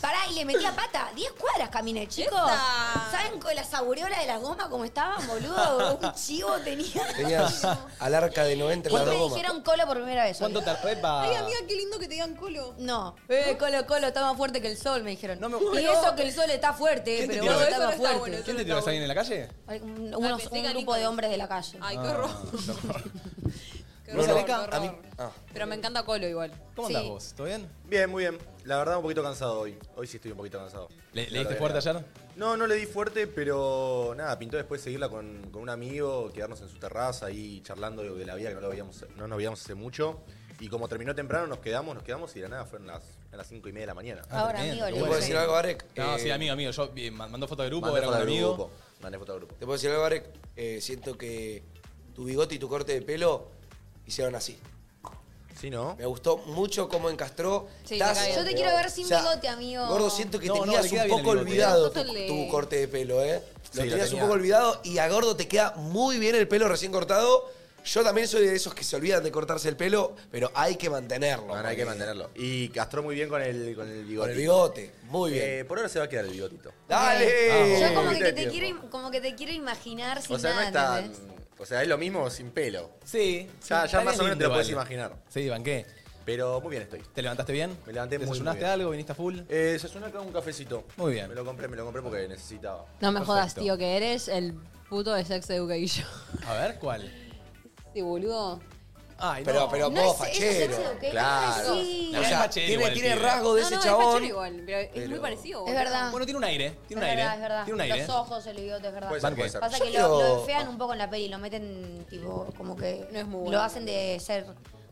Pará, y le metí la pata. 10 cuadras caminé, chicos. Esa. ¿Saben con las aureolas de las gomas como estaban, boludo? Un chivo tenía. Tenías al arca de 90 en la Hoy me goma. dijeron colo por primera vez. ¿Cuánto tardó? Epa. Ay, amiga, qué lindo que te digan culo. No, eh, Colo Colo está más fuerte que el sol, me dijeron. gusta. y eso que el sol está fuerte, eh, ¿Quién te pero tiró bueno, eso? está más No está fuerte. bueno, ¿Quién te tiró? ¿Es alguien en la calle? Hay un- unos- pensé un que grupo de hombres de la calle. Ay, qué horror. Qué ¿Vos, horror, Aleca? qué Ah. A mí- horror. Ah. Pero me encanta Colo igual. ¿Cómo andás vos? ¿Todo bien? Bien, muy bien. La verdad, un poquito cansado hoy. Hoy sí estoy un poquito cansado. ¿Le- le La diste verdad fuerte que ayer? No, no le di fuerte, pero nada, pintó después seguirla con, con un amigo, quedarnos en su terraza ahí charlando de la vida que no, lo veíamos, no nos veíamos hace mucho. Y como terminó temprano, nos quedamos, nos quedamos y de la nada fueron las, a las 5 y media de la mañana. Ahora, amigo, ¿Te puedo decir algo, Arek? Ah, No, Eh, sí, amigo, amigo. Yo eh, man- mandó foto de grupo, Mandé era foto un de amigo. grupo, Mandé foto de grupo. ¿Te puedo decir algo, Arek? Eh, siento que tu bigote y tu corte de pelo hicieron así. Sí, ¿no? Me gustó mucho cómo encastró. Estás- Yo te quiero ver sin O sea, bigote, amigo. Gordo, siento que No, no, tenías le queda un bien poco el bigote. olvidado tu, Nosotros le- tu corte de pelo, ¿eh? Lo Sí, lo tenías tenía. un poco olvidado y a gordo te queda muy bien el pelo recién cortado. Yo también soy de esos que se olvidan de cortarse el pelo, pero hay que mantenerlo. Bueno, hay que porque- mantenerlo. Y castró muy bien con el, con el bigote. Con el bigote, muy bien. Eh, por ahora se va a quedar el bigotito. ¡Dale! Yo como que, te Tiempo. quiero, im- como que te quiero imaginar sin O sea, no nada, es tan. ¿entendés? O sea, es lo mismo sin pelo. Sí. Ya, sí, ya más estaría o menos te lo lindo, puedes vale. imaginar. Sí, banqué. Pero muy bien estoy. ¿Te levantaste bien? Me levanté muy, muy ¿Desayunaste bien. algo? ¿Viniste a full? Eh, desayuné acá un cafecito. Muy bien. Me lo compré, me lo compré porque necesitaba. No me jodas, Perfecto. tío, que eres el puto de Sex Education. A ver, ¿cuál? Sí, boludo. Ay, Pero, Eh, no. pero No vos, es- es fachero. sexy, ¿ok? Claro. Sí. O Es sea, fachero tiene, igual el tiene pibe. rasgo de ese no, Es chabón. fachero igual, pero es muy parecido. Es verdad. Bueno, tiene un aire. Tiene un es aire. verdad, es verdad. Tiene un aire. Los ojos, el bigote, es verdad. Puede ser, puede ser. Pasa Yo que lo, quiero- lo enfean un poco en la peli, lo meten tipo como que No es muy lo bueno. hacen de ser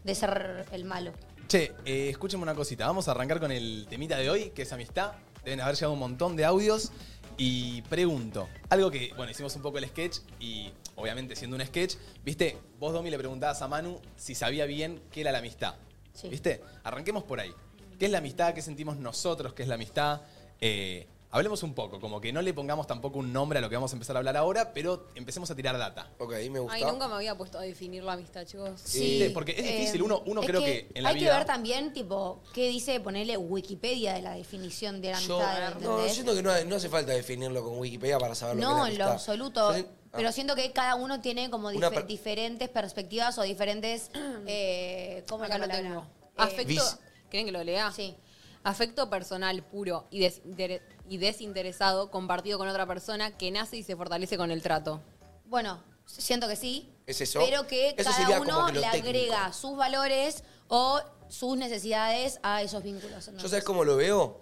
de ser el malo. Che, eh, escúcheme una cosita. Vamos a arrancar con el temita de hoy, que es amistad. Deben haber llegado un montón de audios. Y pregunto, algo que, bueno, hicimos un poco el sketch y obviamente siendo un sketch, viste, vos Domi le preguntabas a Manu si sabía bien qué era la amistad. Sí. ¿Viste? Arranquemos por ahí. ¿Qué es la amistad? ¿Qué sentimos nosotros? ¿Qué es la amistad? Eh, hablemos un poco, como que no le pongamos tampoco un nombre a lo que vamos a empezar a hablar ahora, pero empecemos a tirar data. Ok, me Ay, nunca me había puesto a definir la amistad, chicos. Sí, porque es difícil. Eh, uno uno es creo que, en la hay vida. que ver también tipo qué dice ponerle Wikipedia de la definición de la Yo, eh, amistad, no, ¿entendés? siento que no, no hace falta definirlo con Wikipedia para saber lo que es No, la en lo amistad. absoluto. Yo- ah. Pero siento que cada uno tiene como Una dife- per- diferentes perspectivas o diferentes. Eh, ¿Cómo es Acá la lo palabra? tengo. Eh, Afecto. Vis- ¿Quieren que lo lea? Sí. Afecto personal puro y, desinter- y desinteresado compartido con otra persona que nace y se fortalece con el trato. Bueno, siento que sí. ¿Es eso? Pero que Eso sería cada como uno que lo le técnico. agrega sus valores o sus necesidades a esos vínculos. ¿no? ¿Yo sabes cómo lo veo?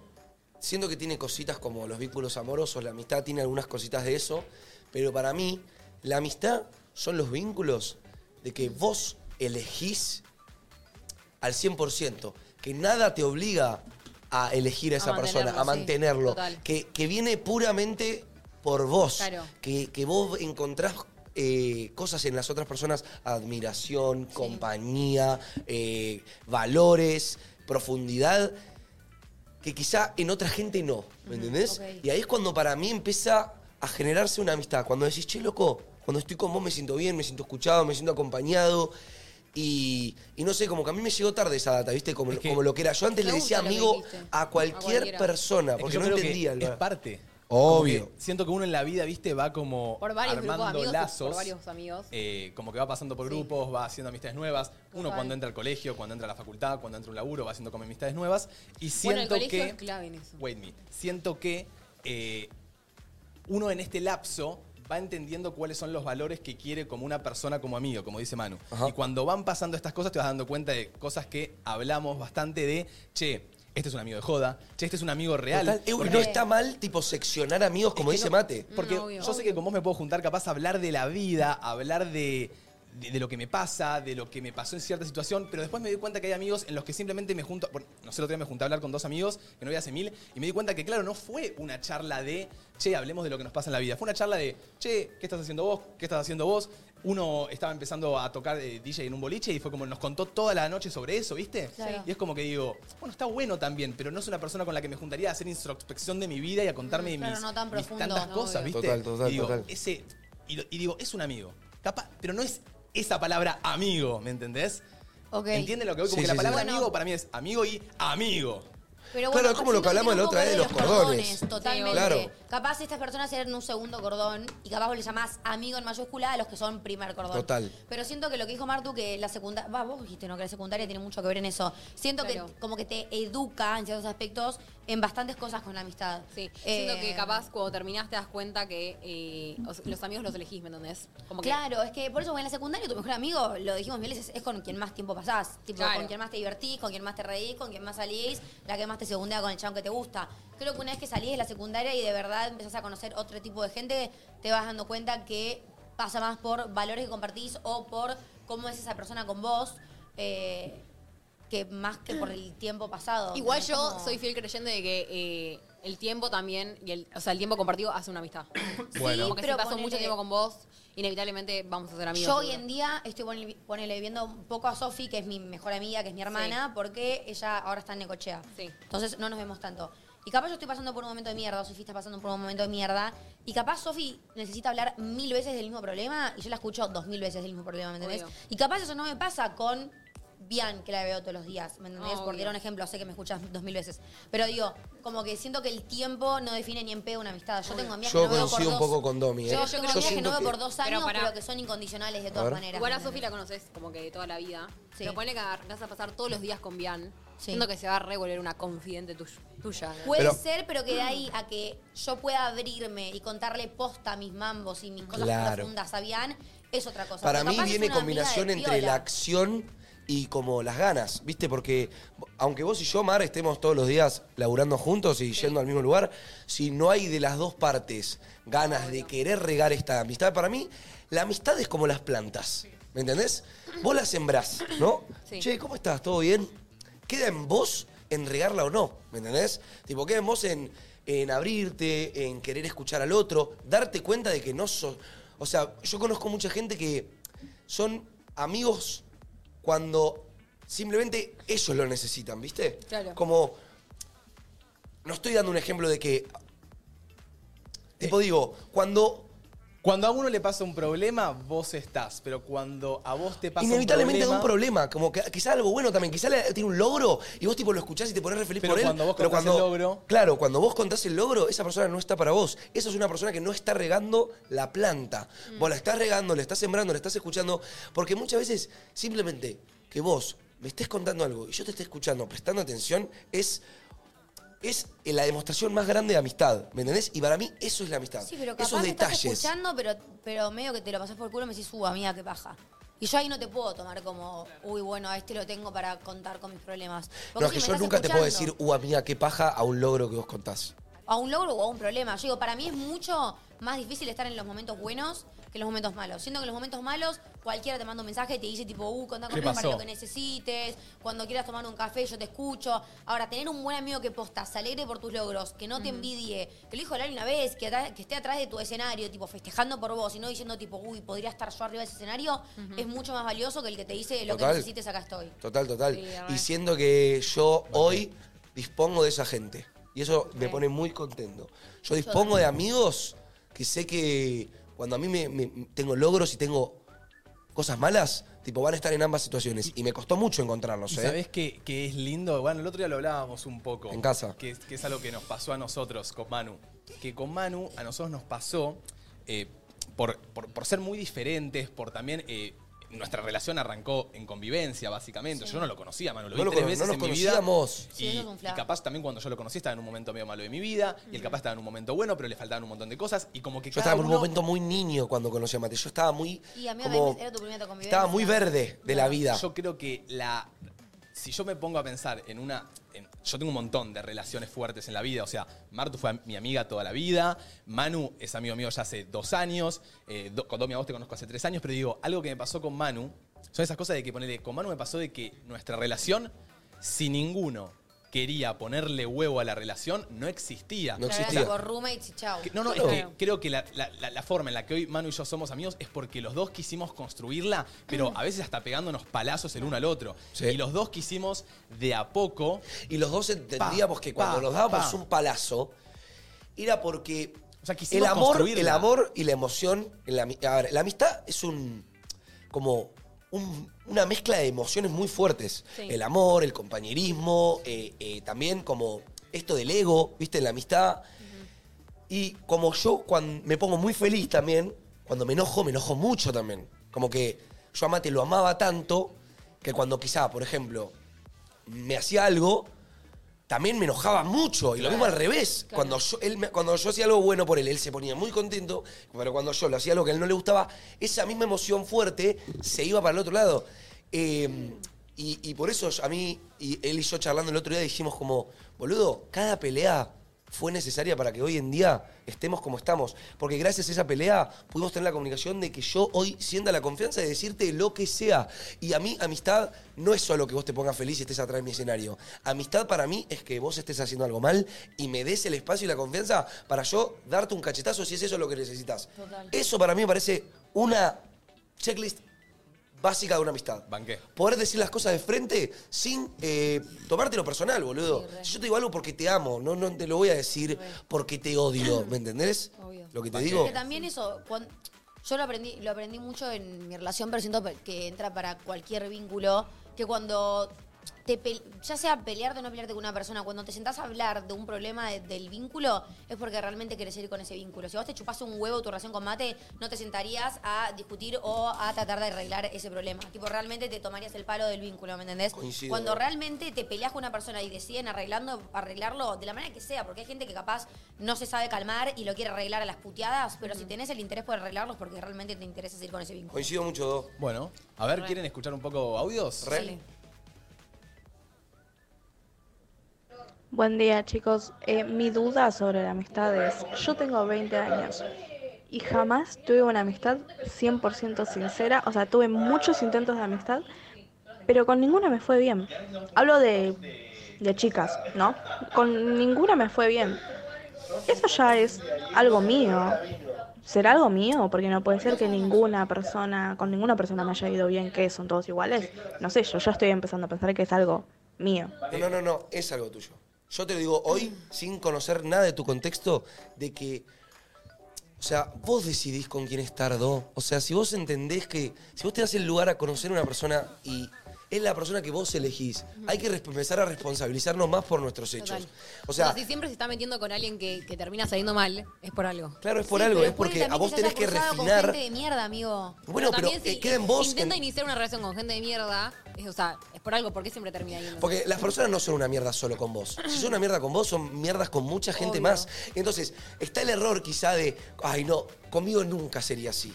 Siento que tiene cositas como los vínculos amorosos, la amistad tiene algunas cositas de eso, pero para mí la amistad son los vínculos de que vos elegís al 100%, que nada te obliga a elegir a A esa persona, a mantenerlo, sí, mantenerlo, total. que, que viene puramente por vos, Claro. que, que vos encontrás... eh, cosas en las otras personas, admiración, compañía, eh, valores, profundidad, que quizá en otra gente no, ¿me entendés? ok. Y ahí es cuando para mí empieza a generarse una amistad, cuando decís, che, loco, cuando estoy con vos me siento bien, me siento escuchado, me siento acompañado. Y, y no sé, como que a mí me llegó tarde esa data, ¿viste? Como, como lo que era. Yo antes Me le decía gusta lo que amigo dijiste. a cualquier A cualquiera. persona, Es que porque yo no creo que entendía. es parte. Obvio. Como que siento que uno en la vida, viste, va como Por varios armando grupos de amigos. lazos. Por varios amigos. eh, como que va pasando por grupos, va haciendo amistades nuevas. Uno Total. cuando entra al colegio, cuando entra a la facultad, cuando entra a un laburo, va haciendo como amistades nuevas. Y bueno, siento el colegio que. es clave en eso. Wait me. Siento que eh, uno en este lapso va entendiendo cuáles son los valores que quiere como una persona, como amigo, como dice Manu. Y cuando van pasando estas cosas, te vas dando cuenta de cosas que hablamos bastante de, che, este es un amigo de joda, che, este es un amigo real. Total, eh, Porque- no está mal, tipo, seccionar amigos, como que dice no- Mate. Porque yo sé que con vos me puedo juntar capaz a hablar de la vida, a hablar de, de- de lo que me pasa, de lo que me pasó en cierta situación, pero después me doy cuenta que hay amigos en los que simplemente me junto, bueno, no sé, el otro día me junté a hablar con dos amigos, que no vi hace mil, y me di cuenta que, claro, no fue una charla de, che, hablemos de lo que nos pasa en la vida, fue una charla de, che, ¿qué estás haciendo vos? ¿Qué estás haciendo vos? Uno estaba empezando a tocar eh, DJ en un boliche y fue como nos contó toda la noche sobre eso, ¿viste? Claro. Y es como que digo, bueno, está bueno también, pero no es una persona con la que me juntaría a hacer introspección de mi vida y a contarme Mm, claro, mis, no tan mis profundo. tantas No, cosas, obvio. ¿viste? Total, total, y digo, total. Ese, y, lo- y digo, es un amigo. Capaz, pero no es esa palabra amigo, ¿me entendés? Ok. ¿Entienden lo que voy? Como Sí, que la sí, palabra sí. amigo para mí es amigo y amigo. Pero Claro, es como lo que siento hablamos tiene la un otra poco vez de los cordones. Totalmente. Sí, obvio. Claro. Capaz estas personas eran un segundo cordón y capaz vos le llamás amigo en mayúscula a los que son primer cordón. Total. Pero siento que lo que dijo Martu, que la secundaria. Va, vos dijiste, ¿no? Que la secundaria tiene mucho que ver en eso. Siento Claro. que como que te educa en ciertos aspectos en bastantes cosas con la amistad. Sí, Eh, siento que capaz cuando terminás te das cuenta que eh, o sea, los amigos los elegís, ¿me entendés? Como que Claro, es que por eso en la secundaria tu mejor amigo, lo dijimos mil veces, es con quien más tiempo pasás. Tipo, Claro. con quien más te divertís, con quien más te reís, con quien más salís, la que más te segundea con el chabón que te gusta. Creo que una vez que salís de la secundaria y de verdad empezás a conocer otro tipo de gente, te vas dando cuenta que pasa más por valores que compartís o por cómo es esa persona con vos, eh, que más que por el tiempo pasado. Igual ¿entendés? yo Como- soy fiel creyente de que eh, el tiempo también, y el, o sea, el tiempo compartido hace una amistad. Bueno. Como que pero si paso ponele- mucho tiempo con vos, inevitablemente vamos a ser amigos. Yo hoy seguro. en día estoy ponele, ponele viendo un poco a Sofi, que es mi mejor amiga, que es mi hermana, porque ella ahora está en Necochea. Sí. Entonces no nos vemos tanto. Y capaz yo estoy pasando por un momento de mierda, o Sofía está pasando por un momento de mierda. Y capaz Sofi necesita hablar mil veces del mismo problema y yo la escucho dos mil veces del mismo problema, ¿me entendés? Obvio. Y capaz eso no me pasa con Bian, que la veo todos los días, ¿me entendés? Obvio. Por dar un ejemplo, sé que me escuchas dos mil veces. Pero digo, como que siento que el tiempo no define ni en pedo una amistad. Yo tengo amigas que Yo no veo por coincido un dos poco con Domi. ¿eh? yo, yo creo que no veo siento por dos años, Pero pero, pará. que son incondicionales de A todas ver. maneras. Igual a Sofi la conoces como que de toda la vida. Pero pone que vas a pasar todos los días con Bian. Siento que se va a revolver una confidente tuya. tuya. Puede Pero- ser, pero que de ahí a que yo pueda abrirme y contarle posta mis mambos y mis cosas Claro. profundas a Bian, es otra cosa. Para Pero mí capaz es viene una amiga combinación de entre piola. la acción y como las ganas, ¿viste? Porque aunque vos y yo, Mar, estemos todos los días laburando juntos y yendo al mismo lugar, si no hay de las dos partes ganas de querer regar esta amistad, para mí la amistad es como las plantas, ¿me entendés? Vos las sembrás, ¿no? Sí. Che, ¿cómo estás? ¿Todo bien? Queda en vos en regarla o no, ¿me entendés? Tipo, queda en vos en, en abrirte, en querer escuchar al otro, darte cuenta de que no sos... O sea, yo conozco mucha gente que son amigos cuando simplemente ellos lo necesitan, ¿viste? Claro. Como. No estoy dando un ejemplo de que. Tipo, digo, cuando. Cuando a uno le pasa un problema, vos estás. Pero cuando a vos te pasa inevitablemente un de un problema. problema, como que quizá algo bueno también, quizá le- tiene un logro y vos tipo lo escuchás y te pones re feliz Pero por él. cuando vos contás el logro- Claro, cuando vos contás el logro, esa persona no está para vos. Esa es una persona que no está regando la planta. Mm. Vos la estás regando, la estás sembrando, la estás escuchando, porque muchas veces simplemente que vos me estés contando algo y yo te esté escuchando, prestando atención, es es la demostración más grande de amistad, ¿me entendés? Y para mí eso es la amistad. Sí, pero capaz Esos me detalles. estás escuchando, pero, pero medio que te lo pasás por el culo y me decís, uh, amiga, qué paja. Y yo ahí no te puedo tomar como, uy, bueno, a este lo tengo para contar con mis problemas. Porque no, es si que me yo estás nunca te puedo escuchando- decir, uh, amiga, qué paja a un logro que vos contás. a un logro o a un problema. Yo digo, para mí es mucho más difícil estar en los momentos buenos que en los momentos malos. Siento que en los momentos malos cualquiera te manda un mensaje y te dice tipo, uh, contá ¿Qué conmigo para pasó? lo que necesites, cuando quieras tomar un café yo te escucho. Ahora, tener un buen amigo que posta, se alegre por tus logros, que no te envidie, que lo dijo Lari una vez, que, atrás- que esté atrás de tu escenario, tipo festejando por vos y no diciendo tipo, uy, podría estar yo arriba de ese escenario, es mucho más valioso que el que te dice lo Total. que necesites, acá estoy. Total, total. Sí, a ver. y siento que yo hoy dispongo de esa gente. Y eso me Ok. pone muy contento. Yo Yo dispongo de también. amigos que sé que cuando a mí me, me- tengo logros y tengo cosas malas, tipo van a estar en ambas situaciones. Y me costó mucho encontrarlos, ¿Y ¿eh? sabés qué, qué es lindo? Bueno, el otro día lo hablábamos un poco. En casa. Que, es- que es algo que nos pasó a nosotros con Manu. Que con Manu a nosotros nos pasó eh, por, por- por ser muy diferentes, por también... eh, nuestra relación arrancó en convivencia, básicamente. Yo no lo conocía, Manu. Lo No vi lo tres cono- veces no nos en mi vida. conocíamos. Y, Sí, eso es un y fla. capaz también cuando yo lo conocí estaba en un momento medio malo de mi vida. Y el capaz estaba en un momento bueno, pero le faltaban un montón de cosas. Y como que Yo cada estaba en un uno- momento muy niño cuando conocí a Mate. Yo estaba muy. Y amigo, como- era tu primera convivencia. estaba muy verde de la vida. Yo creo que la. Si yo me pongo a pensar en una. en- yo tengo un montón de relaciones fuertes en la vida. O sea, Martu fue am- mi amiga toda la vida. Manu es amigo mío ya hace dos años. eh, do- con Domi a vos te conozco hace tres años. Pero digo, algo que me pasó con Manu. Son esas cosas de que ponerle. Con Manu me pasó de que nuestra relación, si ninguno quería ponerle huevo a la relación, no existía. Claro, era tipo roommates y chau. Que- No, no, es que creo que la, la- la- la forma en la que hoy Manu y yo somos amigos es porque los dos quisimos construirla, pero a veces hasta pegándonos palazos el uno al otro. Y los dos quisimos de a poco. Y los dos entendíamos que cuando nos dábamos un palazo, era porque el amor, el amor y la emoción. en la ami- a ver, la amistad es un. como. un- una mezcla de emociones muy fuertes. Sí. El amor, el compañerismo, eh, eh, también como esto del ego, ¿viste? En la amistad. Y como yo cuando me pongo muy feliz también, cuando me enojo, me enojo mucho también. Como que yo a Mate lo amaba tanto que cuando quizá, por ejemplo, me hacía algo, también me enojaba mucho. Y lo mismo al revés. Cuando, yo, él me- cuando yo hacía algo bueno por él, él se ponía muy contento. Pero cuando yo lo hacía algo que a él no le gustaba, esa misma emoción fuerte se iba para el otro lado. Eh, y, y por eso yo- a mí, y él y yo charlando el otro día, dijimos como, boludo, cada pelea fue necesaria para que hoy en día estemos como estamos. Porque gracias a esa pelea pudimos tener la comunicación de que yo hoy sienta la confianza de decirte lo que sea. Y a mí, amistad no es solo que vos te pongas feliz y estés atrás de mi escenario. Amistad para mí es que vos estés haciendo algo mal y me des el espacio y la confianza para yo darte un cachetazo si es eso lo que necesitas. Total. Eso para mí me parece una checklist básica de una amistad. Banqué. Poder decir las cosas de frente sin eh, tomártelo personal, boludo. si yo te digo algo porque te amo, no, no te lo voy a decir porque te odio, ¿me entendés? Lo que te digo. Que también eso, cuan- yo lo aprendí, lo aprendí mucho en mi relación, pero siento que entra para cualquier vínculo, que cuando te pe- ya sea pelearte o no pelearte con una persona, cuando te sentás a hablar de un problema de- del vínculo, es porque realmente querés ir con ese vínculo. Si vos te chupás un huevo tu relación con mate, no te sentarías a discutir o a tratar de arreglar ese problema. Tipo, realmente te tomarías el palo del vínculo, ¿me entendés? Coincido. Cuando realmente te peleas con una persona y deciden arreglando, arreglarlo de la manera que sea, porque hay gente que capaz no se sabe calmar y lo quiere arreglar a las puteadas, pero si tenés el interés por arreglarlos porque realmente te interesa ir con ese vínculo. Coincido mucho, dos. Bueno, a ver, Re. ¿quieren escuchar un poco audios? Re. Sí. Buen día chicos, Eh, mi duda sobre la amistad es, yo tengo 20 años y jamás tuve una amistad 100% sincera, o sea, tuve muchos intentos de amistad, pero con ninguna me fue bien. Hablo de, de chicas, ¿no? Con ninguna me fue bien. Eso ya es algo mío. ¿Será algo mío? Porque no puede ser que ninguna persona, con ninguna persona me haya ido bien, que son todos iguales. No sé, yo ya estoy empezando a pensar que es algo mío. No, no, no, no, es algo tuyo. Yo te lo digo hoy, sin conocer nada de tu contexto, de que. O sea, vos decidís con quién estar, Do. O sea, si vos entendés que. Si vos te das el lugar a conocer a una persona y es la persona que vos elegís, hay que resp- empezar a responsabilizarnos más por nuestros hechos. Total. O sea, si siempre se está metiendo con alguien que, que termina saliendo mal, es por algo. Claro, es por algo, es porque a vos tenés que refinar. de mierda, amigo. Bueno, pero, eh, queda en vos Intenta en- iniciar una relación con gente de mierda, es, o sea, es por algo, porque siempre termina yendo. Porque las personas no son una mierda solo con vos. Si son una mierda con vos, son mierdas con mucha gente Obvio. más. Entonces, está el error quizá de, ay no, conmigo nunca sería así.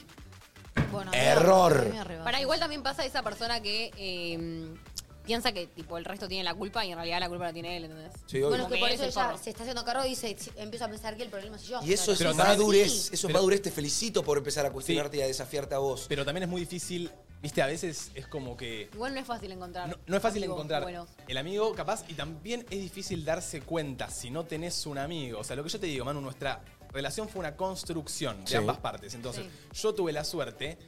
Bueno, Error. Para igual también pasa esa persona que eh, piensa que tipo el resto tiene la culpa y en realidad la culpa la tiene él, ¿entendés? Sí, obvio. Bueno, es Como que por él es eso el ya forro. se está haciendo cargo y dice, "Sí, empiezo a pensar que el problema soy yo. Ah, Y eso Pero es también- madurez, Sí. eso es Pero- madurez. Te felicito por empezar a cuestionarte y a desafiarte a vos. Pero también es muy difícil, viste, a veces es como que Igual no es fácil encontrar. no es fácil amigos encontrar buenos. el amigo capaz y también es difícil darse cuenta si no tenés un amigo. O sea, lo que yo te digo, Manu, nuestra relación fue una construcción de Sí. ambas partes. Entonces, yo tuve la suerte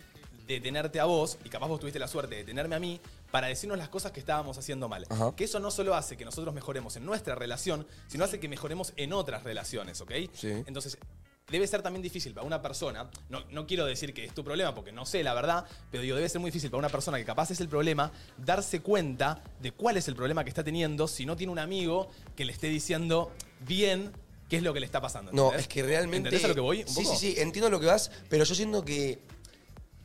de tenerte a vos y capaz vos tuviste la suerte de tenerme a mí para decirnos las cosas que estábamos haciendo mal. Ajá. Que eso no solo hace que nosotros mejoremos en nuestra relación, sino hace que mejoremos en otras relaciones, ¿ok? Sí. Entonces, debe ser también difícil para una persona, no, no quiero decir que es tu problema porque no sé la verdad, pero digo, debe ser muy difícil para una persona que capaz es el problema darse cuenta de cuál es el problema que está teniendo si no tiene un amigo que le esté diciendo bien qué es lo que le está pasando. No, ¿entendés? es que realmente. ¿Entendés a lo que voy? un Sí, poco? sí, sí, entiendo lo que vas, pero yo siento que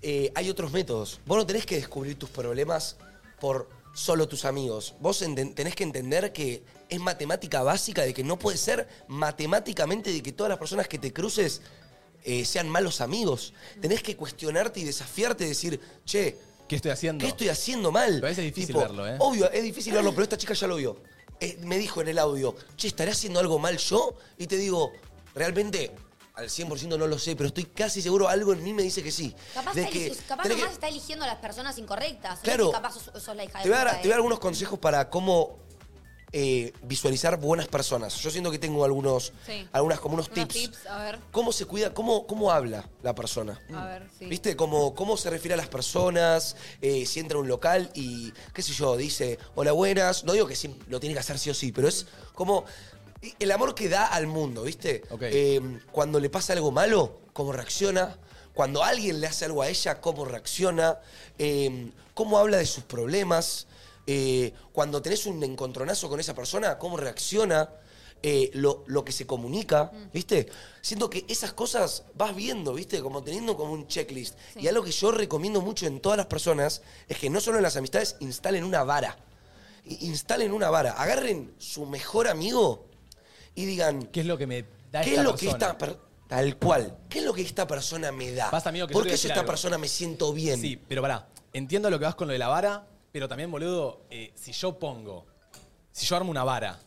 eh, hay otros métodos. Vos no tenés que descubrir tus problemas por solo tus amigos. Vos enten- tenés que entender que es matemática básica de que no puede ser matemáticamente de que todas las personas que te cruces eh, sean malos amigos. Tenés que cuestionarte y desafiarte y decir, che, ¿qué estoy haciendo? ¿Qué estoy haciendo mal? A veces es difícil Tipo, verlo, ¿eh? Obvio, es difícil verlo, pero esta chica ya lo vio. Eh, me dijo en el audio, che, ¿estaré haciendo algo mal yo? Y te digo, realmente, al 100% no lo sé, pero estoy casi seguro algo en mí me dice que sí. Capaz, De está, que eli- capaz tenés nomás que- está eligiendo a las personas incorrectas. Claro. Claro. Capaz sos, sos la hija de te, voy a dar, puta, te eh. voy a dar algunos consejos para cómo eh, visualizar buenas personas. Yo siento que tengo algunos, Sí. algunas, como unos Unos tips. tips, Ah. a ver. ¿Cómo se cuida? ¿Cómo, cómo habla la persona? A ver, sí. ¿Viste? Como, cómo se refiere a las personas, eh, si entra a un local y, qué sé yo, dice, hola, buenas. No digo que sí, lo tiene que hacer sí o sí, pero es como el amor que da al mundo, ¿viste? Eh, cuando le pasa algo malo, cómo reacciona. Cuando alguien le hace algo a ella, cómo reacciona. Eh, cómo habla de sus problemas. Eh, cuando tenés un encontronazo con esa persona, cómo reacciona. Eh, lo, lo que se comunica, ¿viste? Siento que esas cosas vas viendo, ¿viste? Como teniendo como un checklist. Y algo que yo recomiendo mucho en todas las personas es que no solo en las amistades instalen una vara. I- Instalen una vara. Agarren su mejor amigo y digan. ¿Qué es lo que me da ¿Qué esta es lo que persona? esta per- Tal cual. ¿Qué es lo que esta persona me da? Pasa, amigo, que yo ¿Por te qué voy a yo decir esta algo. persona me siento bien? Sí, pero pará, entiendo lo que vas con lo de la vara, pero también, boludo, eh, si yo pongo, si yo armo una vara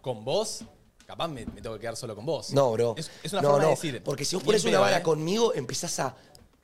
con vos, capaz me, me tengo que quedar solo con vos. No, bro. Es, es una no, forma no. de decir. Porque si vos Bien eh". pones una pedo, vara ¿eh? conmigo, empezás a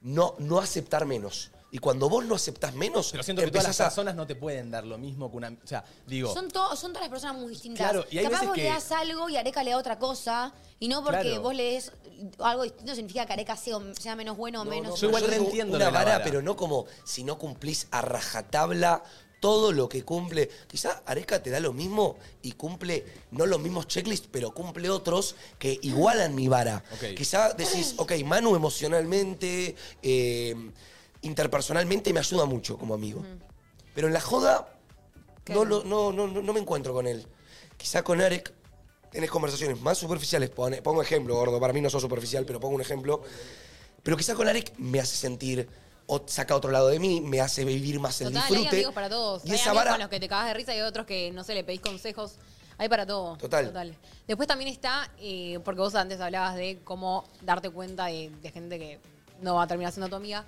no, no aceptar menos. Y Y cuando vos lo aceptás menos, Pero siento que todas las personas no te pueden dar lo mismo que una. O sea, digo. Son, to- son todas las personas muy distintas. Claro, y hay Capaz veces vos que- le das algo y Areca le da otra cosa. Y no porque Claro. vos le des algo distinto significa que Areca sea, sea menos bueno o menos. No, yo digo Una vara, pero no como si no cumplís a rajatabla todo lo que cumple. Quizá Areca te da lo mismo y cumple, no los mismos checklists, pero cumple otros que igualan mi vara. Ok. Quizá decís, ok, Manu emocionalmente, eh, interpersonalmente me ayuda mucho como amigo. Pero en la joda no, lo- no, no, no, no me encuentro con él. Quizá con Arek tenés conversaciones más superficiales. Pone- Pongo ejemplo, gordo. Para mí no sos superficial, pero pongo un ejemplo. Pero quizá con Arek me hace sentir, o- saca otro lado de mí, me hace vivir más el Total, hay disfrute. amigos para todos. Y hay esa amigos vara- con los que te cagas de risa y hay otros que, no sé, le pedís consejos. Hay para todo. Total. Después también está, eh, porque vos antes hablabas de cómo darte cuenta de, de gente que no va a terminar siendo tu amiga.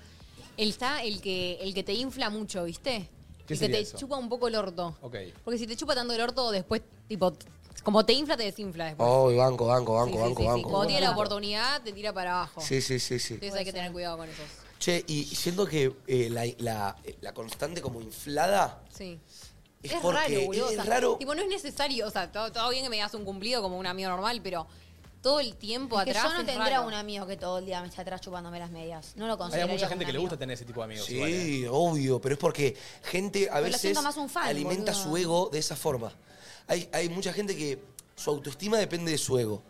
El está el que, el que te infla mucho, ¿viste? ¿Qué el que sería te eso? chupa un poco el orto. Ok. Porque si te chupa tanto el orto, después, tipo, t- como te infla, te desinfla después. Oh, banco, banco, Sí, banco, sí, banco, sí, sí. banco. Cuando tiene la oportunidad, te tira para abajo. Oh, Sí, sí, sí, sí. Entonces hay que tener cuidado con eso. Che, y siento que eh, la, la- la constante como inflada Sí. es, Es, porque raro, boludo. es o sea, raro. Tipo, no es necesario. O sea, todo, todo bien que me das un cumplido como un amigo normal, pero todo el tiempo Es que atrás. yo no es tendría raro. un amigo que todo el día me está atrás chupándome las medias. No lo Hay consideraría. mucha gente como que un le amigo. gusta tener ese tipo de amigos. igual, ¿eh? Sí, obvio, pero es porque gente a Pero lo veces siento más un fan, alimenta boludo. su ego de esa forma. Hay, hay mucha gente que su autoestima depende de su ego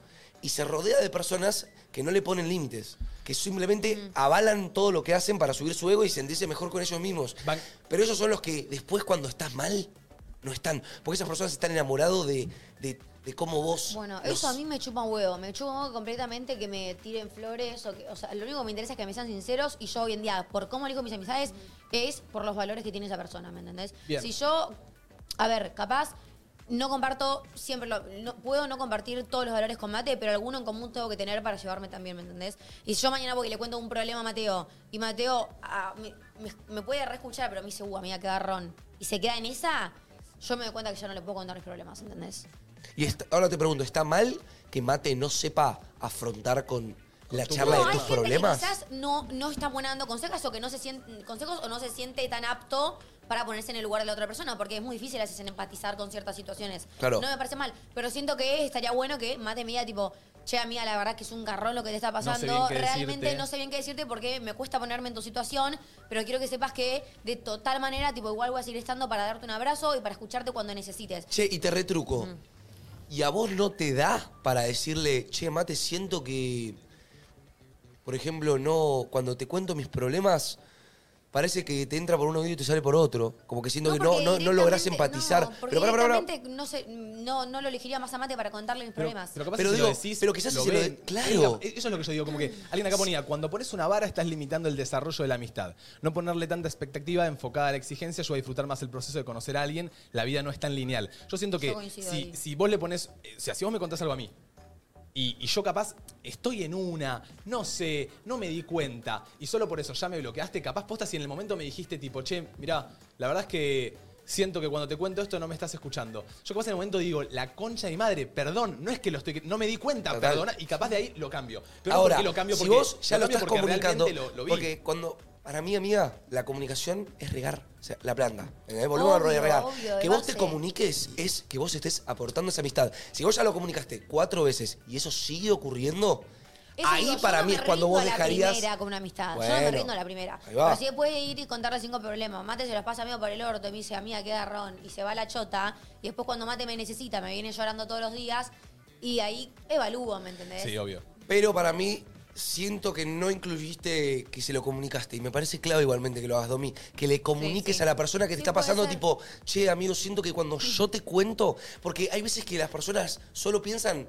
y se rodea de personas que no le ponen límites, que simplemente avalan todo lo que hacen para subir su ego y sentirse mejor con ellos mismos. Pero ellos son los que después cuando estás mal, no están, porque esas personas están enamorados de, de, de cómo vos... Bueno, los- eso a mí me chupa un huevo, me chupa un huevo completamente que me tiren flores. O, que- o sea, lo único que me interesa es que me sean sinceros y yo hoy en día, por cómo elijo mis amistades, es por los valores que tiene esa persona, ¿me entendés? Bien. Si yo, a ver, capaz no comparto siempre, lo, no, puedo no compartir todos los valores con Mate, pero alguno en común tengo que tener para llevarme también, ¿me entendés? Y si yo mañana voy y le cuento un problema a Mateo y Mateo ah, me, me- me puede reescuchar, pero me dice, uh, amiga, qué garrón, y se queda en esa, yo me doy cuenta que yo no le puedo contar mis problemas, ¿entendés? Y está- ahora te pregunto, ¿está mal que Mate no sepa afrontar con, la tu charla no, de hay tus gente problemas? Que quizás no, no está buena dando consejos o que no se siente, consejos o no se siente tan apto para ponerse en el lugar de la otra persona, porque es muy difícil a veces en empatizar con ciertas situaciones. Claro. No me parece mal, pero siento que estaría bueno que mate media tipo, che amiga, la verdad que es un garrón lo que te está No sé pasando. bien qué Realmente decirte". no sé bien qué decirte porque me cuesta ponerme en tu situación, pero quiero que sepas que de total manera, tipo, igual voy a seguir estando para darte un abrazo y para escucharte cuando necesites. Che, y te retruco. ¿Y a vos no te da para decirle, che, mate, siento que, por ejemplo, no, cuando te cuento mis problemas, parece que te entra por un oído y te sale por otro? Como que siento que no, porque no, no lográs directamente- empatizar. Porque pero pará, pará, pará. directamente no, sé, no, no lo elegiría más a mate para contarle mis problemas. Pero, capaz Pero si se digo, lo decís, pero quizás si se lo de- ven. claro. Es la- eso es lo que yo digo, como que alguien acá ponía, cuando pones una vara estás limitando el desarrollo de la amistad. No ponerle tanta expectativa enfocada a la exigencia ayuda a disfrutar más el proceso de conocer a alguien, la vida no es tan lineal. Yo siento que Yo coincido si, ahí. si vos le pones, eh, o sea, si vos me contás algo a mí, y, y yo capaz estoy en una, no sé, no me di cuenta, y solo por eso ya me bloqueaste, capaz posta si en el momento me dijiste tipo, che, mirá, la verdad es que siento que cuando te cuento esto no me estás escuchando. Yo capaz en el momento digo, la concha de mi madre, perdón, no es que lo estoy, no me di cuenta, Total. perdona, y capaz de ahí lo cambio. Pero no Ahora, porque lo cambio si porque- vos ya lo, cambio estás porque comunicando, realmente lo- lo vi. porque cuando, para mí, amiga, la comunicación es regar o sea, la planta. ¿entendés? Obvio, Volvemos al rol de regar. obvio, de que vos base. te comuniques es que vos estés aportando esa amistad. Si vos ya lo comunicaste cuatro veces y eso sigue ocurriendo, Eso ahí digo, yo para no mí me es cuando rindo vos a dejarías... La primera con una amistad. yo no me Bueno, rindo a la primera. ahí va. Pero si después de ir y contarle cinco problemas, Mate se los pasa medio por el orto y me dice, amiga, qué garrón. Y se va a la chota. Y después cuando Mate me necesita, me viene llorando todos los días. Y ahí evalúo, ¿me entendés? obvio. Pero para mí, siento que no incluyiste que se lo comunicaste. Y me parece clave igualmente que lo hagas, Domi. Que le comuniques a la persona que te está pasando, tipo, che, amigo, siento que cuando yo te cuento. Porque hay veces que las personas solo piensan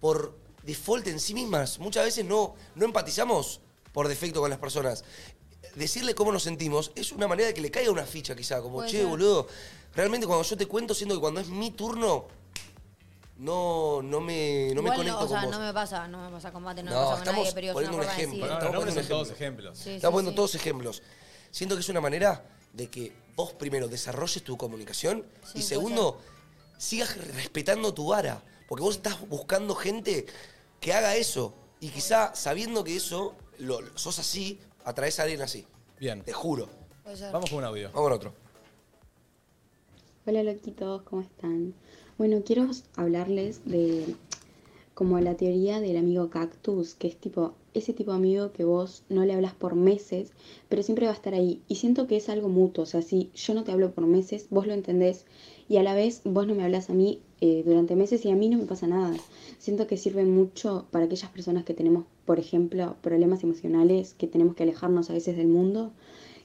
por default en sí mismas. Muchas veces no, no empatizamos por defecto con las personas. Decirle cómo nos sentimos es una manera de que le caiga una ficha, quizá. Como, Puede che, ser. boludo, realmente cuando yo te cuento, siento que cuando es mi turno. No, no me, no me Igual conecto o sea, con vos. no me pasa, no me pasa con Mate, no, No, me pasa con estamos nadie, pero yo poniendo un ejemplo. No, no, estamos no, poniendo pero un son todos ejemplo. ejemplos. Sí, estamos sí, poniendo sí. todos ejemplos. Siento que es una manera de que vos primero desarrolles tu comunicación y puede segundo, sigas respetando tu vara. Porque vos estás buscando gente que haga eso. Y quizá sabiendo que eso, lo, sos así, atraes a alguien así. Bien. Te juro. Vamos con un audio. Vamos con otro. Hola loquitos, ¿cómo están? Bueno, quiero hablarles de como la teoría del amigo cactus, que es tipo ese tipo de amigo que vos no le hablas por meses, pero siempre va a estar ahí. Y siento que es algo mutuo, o sea, si yo no te hablo por meses, vos lo entendés y a la vez vos no me hablas a mí eh, durante meses y a mí no me pasa nada. Siento que sirve mucho para aquellas personas que tenemos, por ejemplo, problemas emocionales, que tenemos que alejarnos a veces del mundo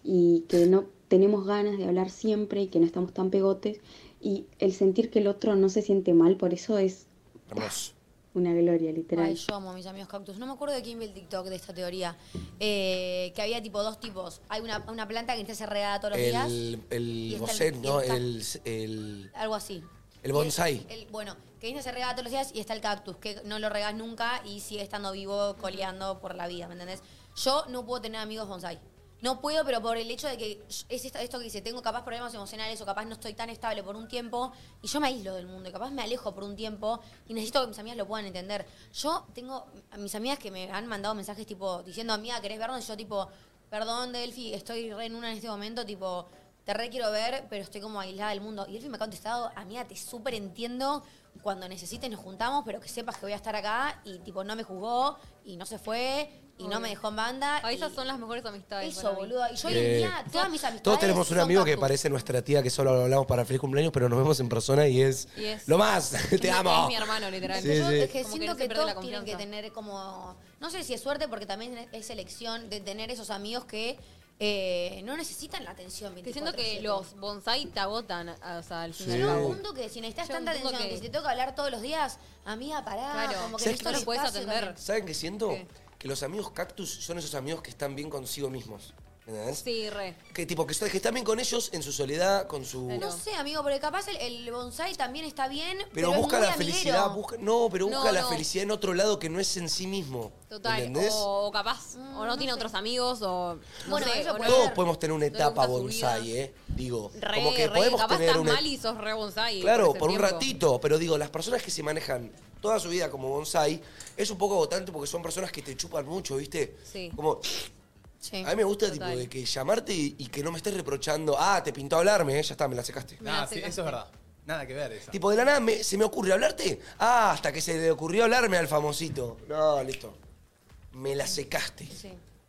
y que no tenemos ganas de hablar siempre y que no estamos tan pegotes. Y el sentir que el otro no se siente mal, por eso es Hermoso. una gloria, literal. Ay, yo amo a mis amigos cactus. No me acuerdo de quién vi el TikTok de esta teoría. Eh, que había tipo dos tipos. Hay una, una planta que está cerrada todos los días. El, Y el está bocet, el- ¿no? y está- El, el, Algo así. el bonsai. El- bueno, que Disney se rega todos los días y está el cactus, que no lo regas nunca y sigue estando vivo, coleando por la vida, ¿me entendés? Yo no puedo tener amigos bonsai. No puedo, pero por el hecho de que yo- es esta- esto que dice, tengo capaz problemas emocionales o capaz no estoy tan estable por un tiempo y yo me aíslo del mundo y capaz me alejo por un tiempo y necesito que mis amigas lo puedan entender. Yo tengo a mis amigas que me han mandado mensajes tipo diciendo, amiga, ¿querés vernos? Y yo tipo, perdón, Delphi, estoy re en una en este momento, tipo, te re quiero ver, pero estoy como aislada del mundo. Y Delphi me ha contestado, amiga, te súper entiendo, cuando necesites nos juntamos, pero que sepas que voy a estar acá. Y tipo, no me jugó, y no se fue, y no Obvio. me dejó en banda. Ah, y- esas son las mejores amistades. Eso, para mí. boludo. Y yo hoy Eh, en día, todas mis amistades. Todos tenemos un son amigo que cactus. parece nuestra tía que solo hablamos para feliz cumpleaños, pero nos vemos en persona y es Y es- lo más. Te amo. Es mi hermano, literal. Sí, Yo sí. es que Como que siento no se que, pierde la todos tienen que tener como. No sé si es suerte, porque también es elección de tener esos amigos que eh, no necesitan la atención. Que siento que 24/7. los bonsai te agotan, a- o sea, al final. Llega un punto que si necesitas Llega un tanta punto atención, que... que- si te tengo que hablar todos los días, amiga, pará, Claro. como que ¿Sabes necesito un qué? espacio también. ¿Saben qué siento? Que los amigos cactus son esos amigos que están bien consigo mismos. ¿Entendés? Sí, re. Que tipo, que, que están bien con ellos en su soledad, con su. No sé, amigo, porque capaz el, el bonsai también está bien, pero, Uh. Pero busca es muy la amiguero. felicidad, busca, no, pero busca No, la no. felicidad en otro lado que no es en sí mismo. Total, ¿Entendés? o capaz, o no, tiene otros amigos, o. No Mm, Bueno, sé, eso o no- Todos podemos tener una no le gusta etapa su bonsai, ¿eh? Digo, Re, como que re, podemos capaz tener estás una. mal y sos re bonsai. Claro, ese por un tiempo. ratito, pero digo, las personas que se manejan toda su vida como bonsai es un poco agotante porque son personas que te chupan mucho, ¿viste? Sí. Como, a mí me gusta tipo de que llamarte y, y que no me estés reprochando, ah, te pintó hablarme, eh, ya está, me la secaste. Nah, Ah, sí, eso es verdad. Nada que ver eso. Tipo, de la nada me- se me ocurre hablarte. Ah, hasta que se le ocurrió hablarme al famosito. No, listo. Me la secaste.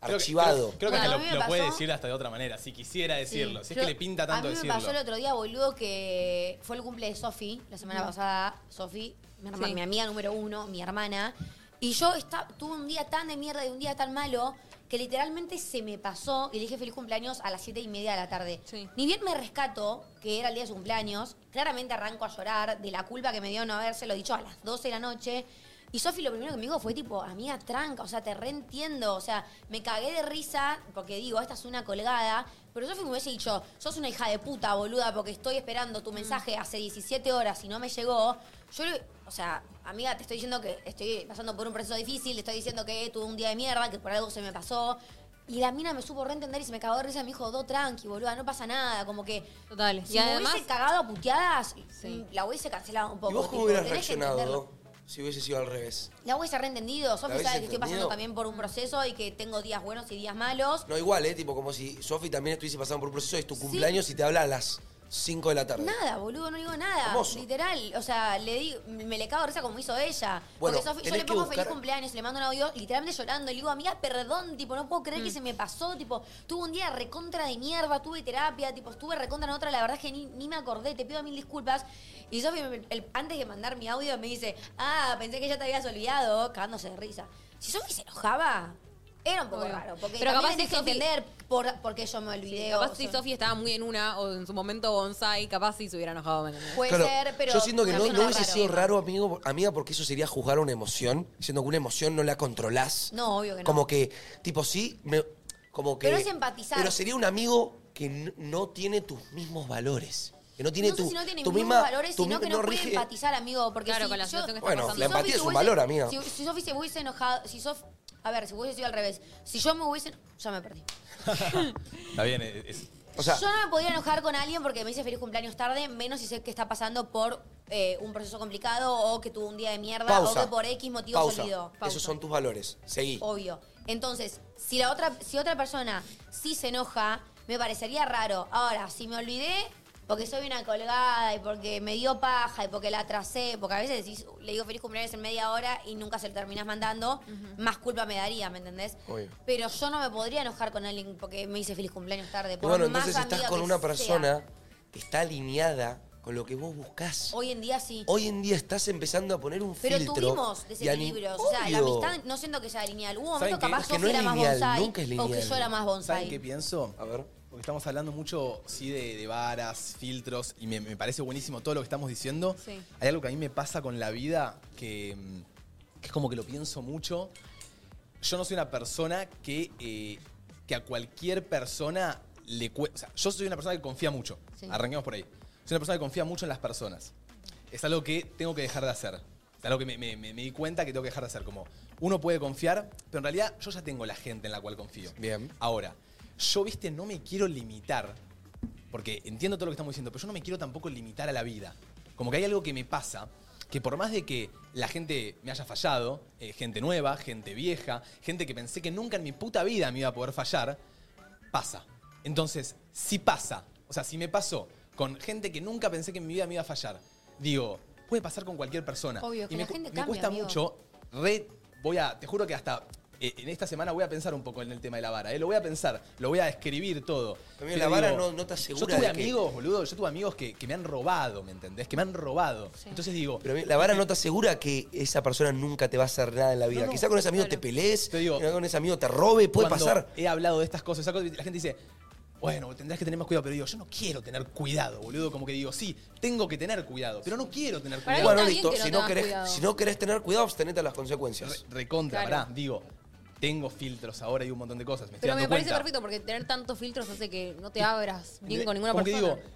Archivado. Creo, que Bueno, hasta a mí me lo, lo puede pasó- decir hasta de otra manera, si quisiera decirlo. Si es Yo- que le pinta tanto A mí me decirlo. pasó el otro día, boludo, que fue el cumple de Sofi, la semana Mm. pasada. Sofi, mi, herma- Sí. mi amiga número uno, mi hermana. Y yo esta- tuve un día tan de mierda y un día tan malo que literalmente se me pasó y le dije feliz cumpleaños a las siete y media de la tarde. Ni bien me rescato, que era el día de su cumpleaños, claramente arranco a llorar de la culpa que me dio no habérselo dicho a las 12 de la noche. Y Sofi lo primero que me dijo fue tipo, amiga, tranca, o sea, te reentiendo. O sea, me cagué de risa porque digo, esta es una colgada. Pero Sofi me hubiese dicho, sos una hija de puta, boluda, porque estoy esperando Mm. tu mensaje hace 17 horas y no me llegó. Yo, le- o sea, amiga, te estoy diciendo que estoy pasando por un proceso difícil, te estoy diciendo que tuve un día de mierda, que por algo se me pasó. Y la mina me supo reentender y se me cagó de risa y me dijo, do tranqui, boluda, no pasa nada. Como que. Total. Si y me además. hubiese cagado a puteadas, mm, la hubiese cancelado un poco. ¿Y vos tipo, cómo hubieras tenés que reaccionado entenderlo. Do, si hubiese sido al revés? La hubiese reentendido. Sofi hubiese sabe que estoy pasando entendido? también por un proceso y que tengo días buenos y días malos. No, igual, ¿eh? Tipo, como si Sofi también estuviese pasando por un proceso, es tu cumpleaños y te habla a las 5 de la tarde. Nada, boludo, no digo nada. Hermoso. Literal. O sea, le di, me le cago de risa como hizo ella. Bueno, Porque Sofi, yo tenés le que pongo buscar- feliz cumpleaños, le mando un audio literalmente llorando. Y le digo, amiga, perdón, tipo, no puedo creer Mm. que se me pasó. Tipo, tuve un día recontra de mierda, tuve terapia, tipo, estuve recontra en otra. La verdad es que ni, ni me acordé, te pido mil disculpas. Y Sofi, me- el- antes de mandar mi audio, me dice, ah, pensé que ya te habías olvidado, cagándose de risa. Si Sofi se enojaba, era un poco Obvio. raro. Porque Pero Pero capaz capaz si tenés que Sofi- entender por, por qué yo me olvidé. o Capaz si sea, Sofía estaba muy en una, o en su momento bonsai, capaz si se hubiera enojado. ¿me entendés? Puede Claro, ser, pero. yo siento que no, me no suena hubiese raro. sido raro, amigo, amiga, porque eso sería juzgar una emoción, siendo que una emoción no la controlás. No, obvio que no. Como que, tipo, sí, me- como que... Pero es empatizar. Pero sería un amigo que n- no tiene tus mismos valores. Que no tiene no sé tu, si no tiene tu mis mismos misma- valores, tu sino que mismo- no puede rige- empatizar, amigo. Porque Claro, si con la yo- situación que está Bueno, pasando. la empatía Sofi es se un hubiese- valor, amiga. Si, si Sofi se hubiese enojado, si Sofi. A ver, si hubiese sido al revés. Si yo me hubiese. Ya me perdí. Está bien, es- es- O sea, yo no me podía enojar con alguien porque me dice feliz cumpleaños tarde, menos si sé que está pasando por eh, un proceso complicado o que tuvo un día de mierda Pausa. o que por X motivo Pausa. salido. Esos son tus valores. Seguí. Obvio. Entonces, si la otra, si otra persona sí se enoja, me parecería raro. Ahora, si me olvidé, porque soy una colgada y porque me dio paja y porque la atrasé, porque a veces decís, "Uh, le digo feliz cumpleaños en media hora y nunca se lo terminás mandando, más culpa me daría, ¿me entendés? Obvio. Pero yo no me podría enojar con alguien porque me dice feliz cumpleaños tarde. Por Bueno, más entonces estás amiga con que una sea. persona que está alineada con lo que vos buscás. Hoy en día sí. Hoy en día estás empezando a poner un Pero filtro. tuvimos y ani- desequilibrios. O sea, la Obvio. amistad no siento que sea lineal. Hubo un ¿Saben momento qué? capaz Es que que yo no es era más lineal, bonsai. nunca es O que lineal. yo era más ¿Saben bonsai. qué pienso? A ver. Porque estamos hablando mucho, sí, de, de varas, filtros, y me, me parece buenísimo todo lo que estamos diciendo. Sí. Hay algo que a mí me pasa con la vida que, mm, que es como que lo pienso mucho. Yo no soy una persona que, eh, que a cualquier persona le cuesta. O sea, yo soy una persona que confía mucho. Sí. Arranquemos por ahí. Soy una persona que confía mucho en las personas. Es algo que tengo que dejar de hacer. Es algo que me, me- me- me di cuenta que tengo que dejar de hacer. Como uno puede confiar, pero en realidad yo ya tengo la gente en la cual confío. Bien. Ahora, yo, viste, no me quiero limitar, porque entiendo todo lo que estamos diciendo, pero yo no me quiero tampoco limitar a la vida. Como que hay algo que me pasa, que por más de que la gente me haya fallado, eh, gente nueva, gente vieja, gente que pensé que nunca en mi puta vida me iba a poder fallar, pasa. Entonces, si pasa, o sea, si me pasó con gente que nunca pensé que en mi vida me iba a fallar, digo, puede pasar con cualquier persona. Obvio, que y me, la gente me cambia, cuesta amigo. mucho, re, voy a, te juro que hasta eh, en esta semana voy a pensar un poco en el tema de la vara, eh, lo voy a pensar, lo voy a escribir todo. Amigo, Pero la vara digo, no- no te asegura Yo tuve de que- amigos, boludo, yo tuve amigos que, que me han robado, ¿me entendés? Que me han robado. Entonces digo, Pero la vara no te asegura que esa persona nunca te va a hacer nada en la vida. No, no, Quizá con ese amigo te pelees, quizá con ese amigo te robe, puede cuando pasar. He hablado de estas cosas, esas cosas, la gente dice, bueno, tendrás que tener más cuidado, pero digo, yo no quiero tener cuidado, boludo. Como que digo, sí, tengo que tener cuidado, pero no quiero tener cuidado. Bueno, listo, si, no querés, si no querés tener cuidado, abstenete a las consecuencias. Recontra, Claro. pará, digo, tengo filtros ahora y un montón de cosas. Me estoy Pero dando me parece cuenta. perfecto porque tener tantos filtros hace que no te abras bien con ninguna Como que persona. digo,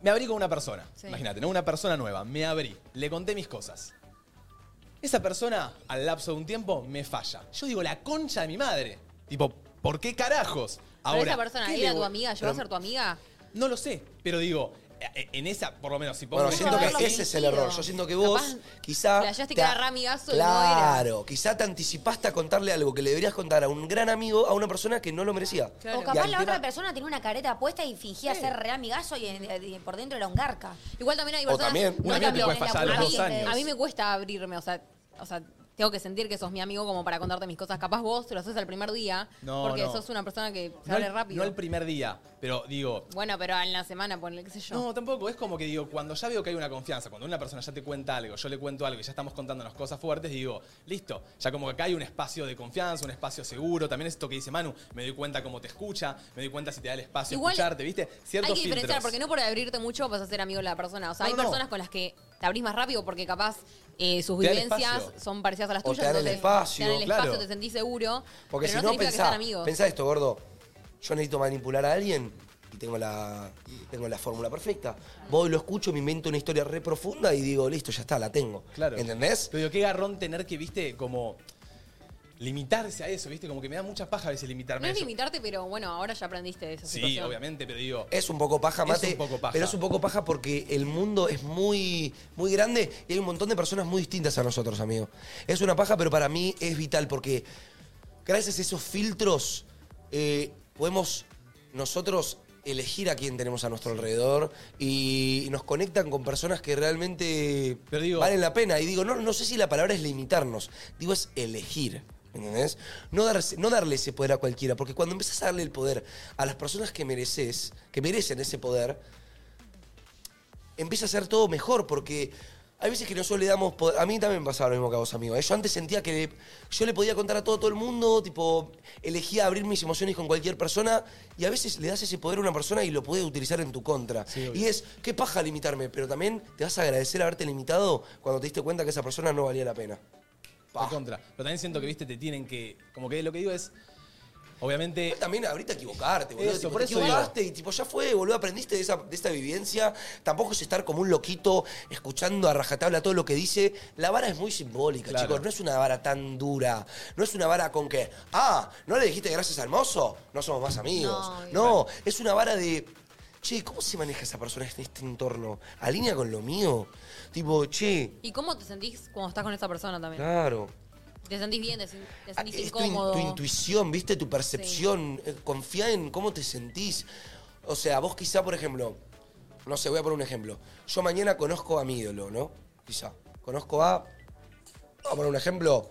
me abrí con una persona, Sí. imagínate, ¿no? Una persona nueva, me abrí, le conté mis cosas. Esa persona, al lapso de un tiempo, me falla. Yo digo, la concha de mi madre. Tipo, ¿por qué carajos? Pero Ahora, esa persona ¿qué era le tu voy- amiga, llegó Pero a ser tu amiga. No lo sé, pero digo, eh, en esa, por lo menos, si pongo Bueno, siento que ese es el error. Yo siento que vos, quizá. Flasheaste te que a- era re amigazo y no era. Claro, quizá te anticipaste a contarle algo que le deberías contar a un gran amigo, a una persona que no lo merecía. O Y capaz al la tema- otra persona tenía una careta puesta y fingía ser re amigazo y, en- y por dentro era un garca. Igual también hay O personas- también, un amigo te puede fallar a los dos años. A mí me cuesta abrirme, o sea, o sea, tengo que sentir que sos mi amigo como para contarte mis cosas. Capaz vos te lo haces al primer día, No, porque no. sos una persona que se No abre al- rápido. No el primer día, pero digo, Bueno, pero en la semana, ponle, qué sé yo. No, tampoco. Es como que digo, cuando ya veo que hay una confianza, cuando una persona ya te cuenta algo, yo le cuento algo y ya estamos contándonos cosas fuertes, digo, listo. Ya como que acá hay un espacio de confianza, un espacio seguro. También esto que dice Manu, me doy cuenta cómo te escucha, me doy cuenta si te da el espacio Igual a escucharte, ¿viste? Ciertos hay que diferenciar, filtros. porque no por abrirte mucho vas a ser amigo de la persona. O sea, No, hay no, no. personas con las que te abrís más rápido porque capaz eh, sus Te dan vivencias espacio. son parecidas a las O tuyas. te dan el entonces espacio, Te dan el claro. espacio, te sentís seguro. Porque pero si no, no, significa que sean pensá, amigos. pensá esto, gordo. Yo necesito manipular a alguien y tengo la, tengo la fórmula perfecta. Voy, lo escucho, me invento una historia re profunda y digo, listo, ya está, la tengo. Claro. ¿Entendés? Pero digo, qué garrón tener que, viste, como limitarse a eso, viste, como que me da mucha paja a veces limitarme No a es eso. limitarte, pero bueno, ahora ya aprendiste de esa Sí, situación. obviamente, pero digo. Es un poco paja, Es mate. un poco paja. Pero es un poco paja porque el mundo es muy, muy grande y hay un montón de personas muy distintas a nosotros, amigo. Es una paja, pero para mí es vital porque gracias a esos filtros eh, podemos nosotros elegir a quién tenemos a nuestro alrededor y nos conectan con personas que realmente valen la pena. Y digo, no, no sé si la palabra es limitarnos, digo es elegir. ¿Entendés? No, darse- no darle ese poder a cualquiera, porque cuando empezás a darle el poder a las personas que mereces, que merecen ese poder, empieza a ser todo mejor, porque hay veces que nosotros le damos poder. A mí también me pasaba lo mismo que a vos, amigo. ¿eh? Yo antes sentía que yo le podía contar a todo, todo el mundo, tipo, elegía abrir mis emociones con cualquier persona, y a veces le das ese poder a una persona y lo puedes utilizar en tu contra. y es, qué paja limitarme, pero también te vas a agradecer haberte limitado cuando te diste cuenta que esa persona no valía la pena. Por contra. Pero también siento que, viste, te tienen que. Como que lo que digo es. Obviamente. También ahorita equivocarte, boludo. Eso, tipo, por te eso digo. equivocaste y tipo, ya fue, boludo, aprendiste de, esa, de esta vivencia. Tampoco es estar como un loquito escuchando a rajatabla todo lo que dice. La vara es muy simbólica, Claro. chicos. No es una vara tan dura. No es una vara con que, ah, no le dijiste gracias al mozo, no somos más amigos. No, es una vara de. che, ¿cómo se maneja esa persona en este entorno? ¿Alinea con lo mío? Tipo, che, ¿Y cómo te sentís cuando estás con esa persona también? claro. ¿Te sentís bien? ¿Te, sen- te sentís Ah. Es tu, in- incómodo? tu intuición, ¿viste? Tu percepción. Eh, Confía en cómo te sentís. O sea, vos quizá, por ejemplo, no sé, voy a poner un ejemplo. Yo mañana conozco a mi ídolo, ¿no? Quizá. Conozco a. Vamos a poner un ejemplo.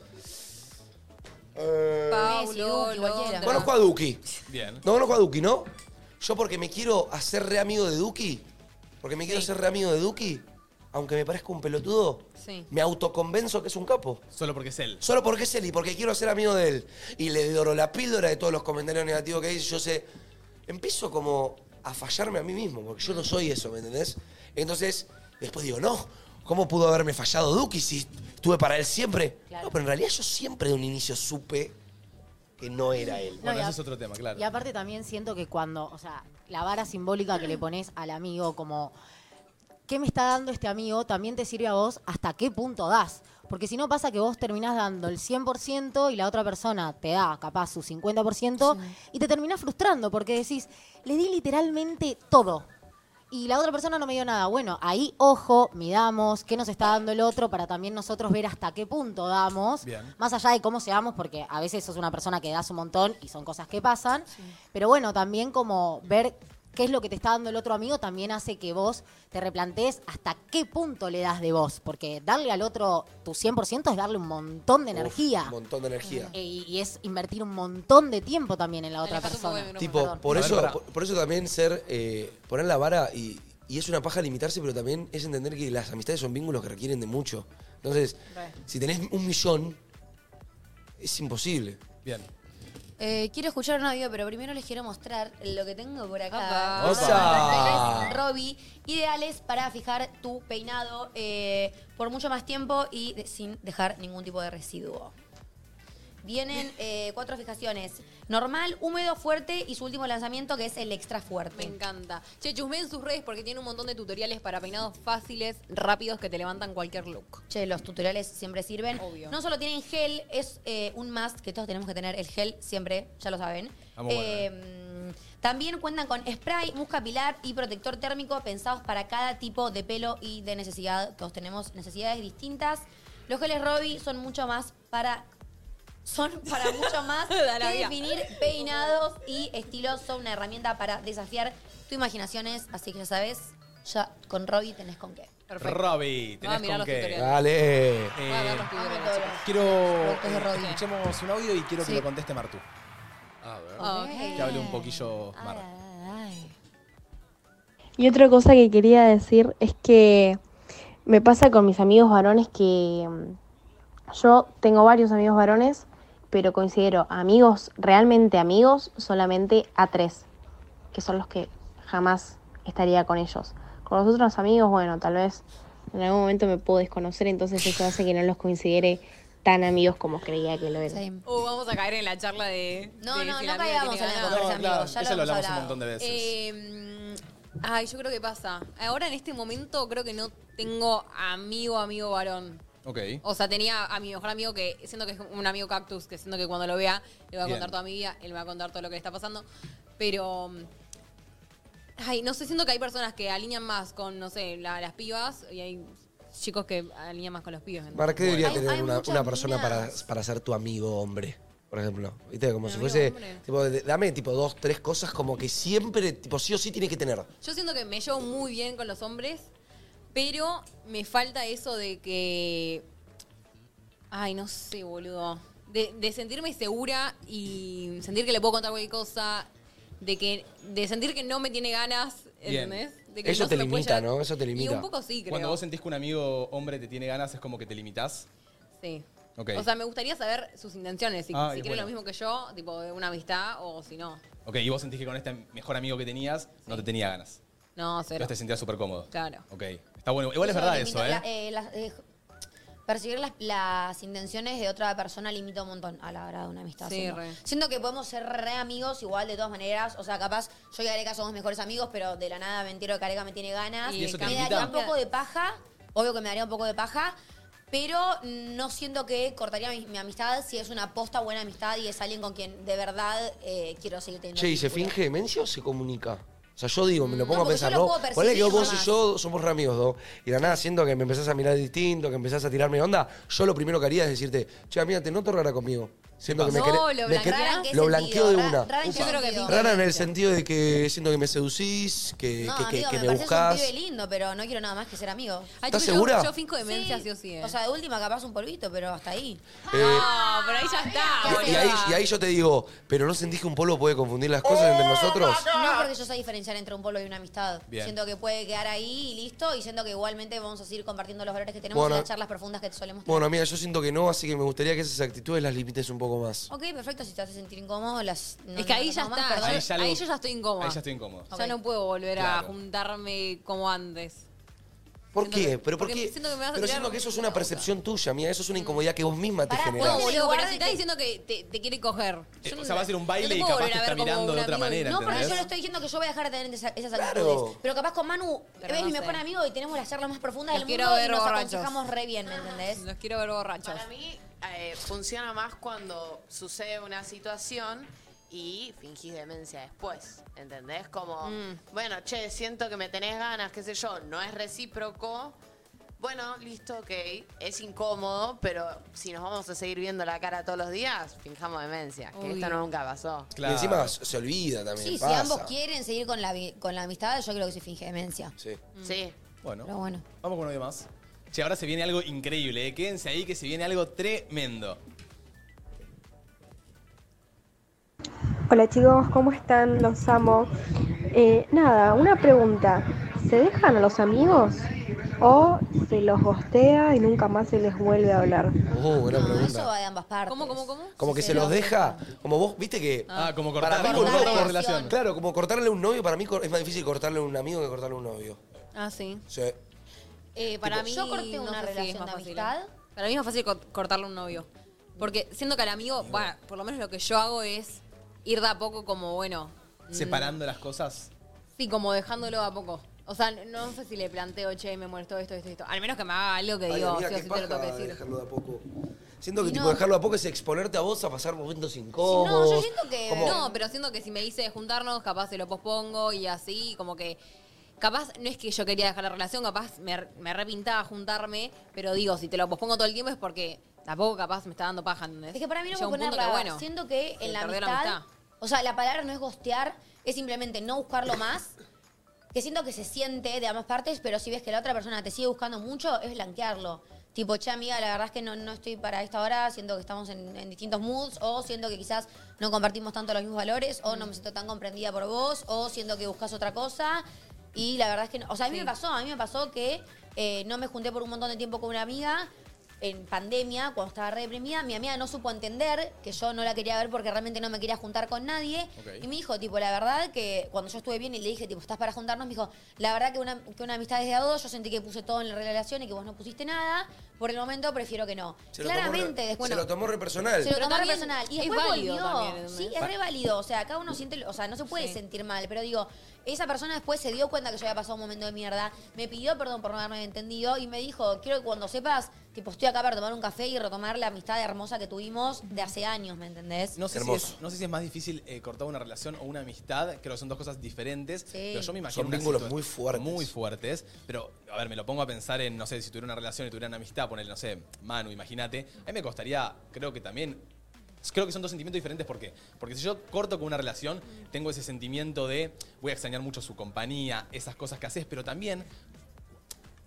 Eh, Messi, Duki, cualquiera. conozco a Duki. Bien. No conozco a Duki, ¿no? Yo porque me quiero hacer re amigo de Duki, porque me quiero hacer re amigo de Duki, aunque me parezca un pelotudo, Sí. me autoconvenzo que es un capo. Solo porque es él. Solo porque es él y porque quiero ser amigo de él. Y le doro la píldora de todos los comentarios negativos que dice. Yo sé, empiezo como a fallarme a mí mismo, porque yo no soy eso, ¿me entendés? Entonces, después digo, no, ¿cómo pudo haberme fallado Duki si estuve para él siempre? No, pero en realidad yo siempre de un inicio supe que no era él. No, Bueno, y ese a- es otro tema, claro. Y aparte también siento que cuando, o sea, la vara simbólica que le pones al amigo como, ¿qué me está dando este amigo? También te sirve a vos hasta qué punto das. Porque si no pasa que vos terminás dando el 100% y la otra persona te da capaz su 50% y te terminás frustrando porque decís, le di literalmente todo. Y la otra persona no me dio nada. Bueno, ahí, ojo, midamos qué nos está dando el otro para también nosotros ver hasta qué punto damos. Bien. Más allá de cómo seamos, porque a veces sos una persona que das un montón y son cosas que pasan. Pero bueno, también como ver qué es lo que te está dando el otro amigo también hace que vos te replantees hasta qué punto le das de vos. Porque darle al otro tu 100% es darle un montón de Uf, energía. Un montón de energía. E- Y, es invertir un montón de tiempo también en la otra persona. Tipo, Perdón. por eso, por, por eso también ser, eh, poner la vara y, y es una paja limitarse, pero también es entender que las amistades son vínculos que requieren de mucho. Entonces, si tenés un millón, es imposible. Bien. Eh, quiero escuchar un audio, pero primero les quiero mostrar lo que tengo por acá. Ah, Opa. Opa. Es Robbie, ideales para fijar tu peinado eh, por mucho más tiempo y de- sin dejar ningún tipo de residuo. Vienen eh, cuatro fijaciones. Normal, húmedo, fuerte y su último lanzamiento que es el extra Me fuerte. encanta. Che, chusme en sus redes porque tiene un montón de tutoriales para peinados fáciles, rápidos, que te levantan cualquier look. Che, eh, los tutoriales siempre sirven. No solo tienen gel, es eh, un must que todos tenemos que tener. El gel siempre, ya lo saben. Vamos, bueno, Eh, también cuentan con spray, mousse pilar y protector térmico pensados para cada tipo de pelo y de necesidad. Todos tenemos necesidades distintas. Los geles Robbie son mucho más para... Son para mucho más Dale, que amiga. definir peinados y estilos. Son una herramienta para desafiar tu imaginaciones. Así que ya sabes, ya con Robbie tenés con qué. Voy Robbie, a mirar tenés con los qué. tutoriales. Dale. quiero Productos de Robbie. escuchemos un audio y quiero Sí. que lo conteste Martu. A Oh, ver. Ok. Que hable un poquillo Mar. Y otra cosa que quería decir es que me pasa con mis amigos varones que mm, yo tengo varios amigos varones, pero considero amigos, realmente amigos, solamente a tres, que son los que jamás estaría con ellos. Con los otros amigos, bueno, tal vez en algún momento me puedo desconocer, entonces eso hace que no los considere tan amigos como creía que lo eran. Uh, vamos a caer en la charla de. No, de no, si la no mina caigamos tiene en la ganas. conversa, No, claro, amigos, ya lo eso lo hemos hablamos un hablado. montón de veces. Eh, mm, ay, yo creo que pasa. Ahora en este momento creo que no tengo amigo, amigo varón. Ok. O sea, tenía a mi mejor amigo que, siendo que es un amigo cactus, que siento que cuando lo vea, le va a Bien. contar toda mi vida, él me va a contar todo lo que le está pasando. Pero. mm, Ay, no sé, siento que hay personas que alinean más con, no sé, la- las pibas y hay chicos que alinean más con los pibes. ¿entendés? ¿Para qué debería Hay- tener hay una, muchas una persona para, minas. para ser tu amigo hombre? Por ejemplo, ¿viste? Como si fuese. Tipo, de- dame tipo dos, tres cosas como que siempre, tipo, sí o sí tiene que tener. Yo siento que me llevo muy bien con los hombres, pero me falta eso de que. Ay, no sé, boludo. De, de sentirme segura y sentir que le puedo contar cualquier cosa. De que de sentir que no me tiene ganas, Bien. ¿entendés? De que Eso no te se lo puede limita, llevar- ¿no? Eso te limita. Y un poco sí, creo. Cuando vos sentís que un amigo hombre te tiene ganas, es como que te limitás. Sí. Ok. O sea, me gustaría saber sus intenciones, si, Ah, si es quiere bueno. lo mismo que yo, tipo de una amistad o si no. ok, y vos sentís que con este mejor amigo que tenías, no te tenía ganas. No, cero. Pero te sentías súper cómodo. Claro. Ok. Está bueno. Igual es verdad eso, ¿eh? limita- la- eh, las- eh, percibir las, las intenciones de otra persona limita un montón a la hora de una amistad. Sí, siento. re. Siento que podemos ser re amigos igual de todas maneras. O sea, capaz yo y Areca somos mejores amigos, pero de la nada me entero que Areca me tiene ganas. Y eso te me limita. daría un poco de paja. Obvio que me daría un poco de paja. Pero no siento que cortaría mi, mi amistad si es una posta buena amistad y es alguien con quien de verdad eh, quiero seguir teniendo. Che, ¿y se vínculo. finge demencia o se comunica? sea, yo digo, me lo pongo a porque yo pensar, lo ¿no? puedo Ponele que percibir vos nomás. y yo somos re amigos, ¿no? Y de la nada, siento que me empezás a mirar distinto, que empezás a tirarme onda, yo lo primero que haría es decirte, che, amiga, te noto rara conmigo. Siento que me No, querés- lo me blanquea. ¿Rara querés- en qué lo sentido? blanqueo de Ra- una. rara en qué Ufa. sentido? Rara en el sentido de que siento que me seducís, que, No, que- que- amigo, que me, me pareces buscás. un pibe lindo, pero no quiero nada más que ser amigo. ¿Estás chicos, yo- segura? yo finco demencia sí o sí, eh. O sea, de última capaz un polvito, pero hasta ahí. Eh, No, pero ahí ya está. y, y ahí, y ahí yo te digo, ¿pero no sentís que un polvo puede confundir las cosas entre nosotros? Oh, No porque yo sé diferenciar entre un polvo y una amistad. Bien. Siento que puede quedar ahí y listo, y siento que igualmente vamos a seguir compartiendo los valores que tenemos Bueno. y las charlas profundas que solemos tener. Bueno, amiga, yo siento que no, así que me gustaría que esas actitudes las limites un poco más. Ok, perfecto, si te hace sentir incómodo, las. no- Es que ahí no- ya no está. más, perdón. Yo- Ahí Ahí, ya algo- yo ya estoy incómoda. ahí ya estoy incómodo. Ya no puedo volver a Claro. juntarme como antes. ¿Por qué? ¿Pero por porque qué? siento que me vas a Pero tirar siento que eso es una percepción tuya, amiga. Eso es una incomodidad que vos misma te No, generás. boludo, pero si estás diciendo que te, te quiere coger. Yo Eh, no- o sea, va a ser un no te baile y puedo capaz te volver a está ver como mirando un de otra amigo. manera, No, porque yo ¿entendés? le estoy diciendo que yo voy a dejar de tener esa- esas Claro. actitudes. Pero capaz con Manu Pero es no mi sé. mejor amigo y tenemos las charlas más profundas Los del quiero mundo y ver nos borrachos. aconsejamos re bien, ¿me entendés? Los quiero ver borrachos. Para mí eh, funciona más cuando sucede una situación y fingís demencia después, ¿entendés? Como, Mm. bueno, che, siento que me tenés ganas, qué sé yo, no es recíproco. Bueno, listo, ok, es incómodo, pero si nos vamos a seguir viendo la cara todos los días, fijamos demencia, que Uy. esto nunca pasó. Y encima se se olvida también. Sí, si pasa. ambos quieren seguir con la, vi- con la amistad, yo creo que se finge demencia. Sí. Mm. Sí. Bueno. Pero bueno. Vamos con uno más. Che, ahora se viene algo increíble, eh. Quédense ahí que se viene algo tremendo. Hola chicos, ¿cómo están? Los amo. Eh, nada, una pregunta. ¿Se dejan a los amigos o se los gostea y nunca más se les vuelve a hablar? Uh, buena Eso pregunta. va de ambas partes. ¿Cómo, cómo, cómo? Como que se los deja, como vos, viste que. Ah, como para cortar- mí como un cortar novio- la relación. Claro, como cortarle a un novio, para mí cor- es más difícil cortarle a un amigo que cortarle a un novio. Ah, sí. O sea, Eh, para Tipo, mí, yo corté no una sé si relación es más de fácil. amistad. Para mí es más fácil co- cortarle a un novio. Porque siento que al amigo, bueno, por lo menos lo que yo hago es ir de a poco como, bueno. mm, Separando las cosas. Sí, como dejándolo de a poco. O sea, no sé si le planteo, che, me molestó esto, esto, esto. Al menos que me haga algo que Ay, digo, amiga, sí o sí qué te lo tengo que paja decir. dejarlo de a poco. Siento que Y tipo, no. dejarlo de a poco es exponerte a vos a pasar momentos Sí, incómodos. No, yo siento que. como- No, pero siento que si me dice juntarnos, capaz se lo pospongo y así, como que. Capaz, no es que yo quería dejar la relación, capaz me, me repintaba juntarme, pero digo, si te lo pospongo todo el tiempo es porque tampoco capaz me está dando paja, ¿entendés? Es que para mí no Llega puedo un punto ponerla. que, bueno, Siento que se en la perdió amistad, O sea, la palabra no es gostear, es simplemente no buscarlo más. Que siento que se siente de ambas partes, pero si ves que la otra persona te sigue buscando mucho, es blanquearlo. Tipo, che, amiga, la verdad es que no, no estoy para esta hora, siento que estamos en, en distintos moods, o siento que quizás no compartimos tanto los mismos valores, o no me siento tan comprendida por vos, o siento que buscas otra cosa. Y la verdad es que, no- o sea, a mí me pasó, a mí me pasó que eh, no me junté por un montón de tiempo con una amiga, en pandemia, cuando estaba re deprimida, mi amiga no supo entender que yo no la quería ver porque realmente no me quería juntar con nadie. Ok. Y me dijo, tipo, la verdad que cuando yo estuve bien y le dije, tipo, ¿estás para juntarnos? Me dijo, la verdad que una, que una amistad desde a dos, yo sentí que puse todo en la relación y que vos no pusiste nada. Por el momento prefiero que no. Se lo tomó Claramente, re- después. se lo tomó re personal. Se lo Pero tomó re también personal. Y es después válido volvió. también, ¿entendés? sí, es re válido. O sea, cada uno siente, o sea, no se puede sentir mal, pero digo, esa persona después se dio cuenta que yo había pasado un momento de mierda, me pidió perdón por no haberme entendido y me dijo, quiero que cuando sepas, tipo, estoy acá para tomar un café y retomar la amistad hermosa que tuvimos de hace años, ¿me entendés? No sé, si Hermoso. es, no sé si es más difícil eh, cortar una relación o una amistad, creo que son dos cosas diferentes, pero yo me imagino Son una vínculos situa- muy fuertes. muy fuertes, pero a ver, me lo pongo a pensar en, no sé, si tuviera una relación y tuviera una amistad, poner, no sé, Manu, imagínate, a mí me costaría, creo que también, creo que son dos sentimientos diferentes, ¿por qué? Porque si yo corto con una relación, tengo ese sentimiento de voy a extrañar mucho su compañía, esas cosas que haces, pero también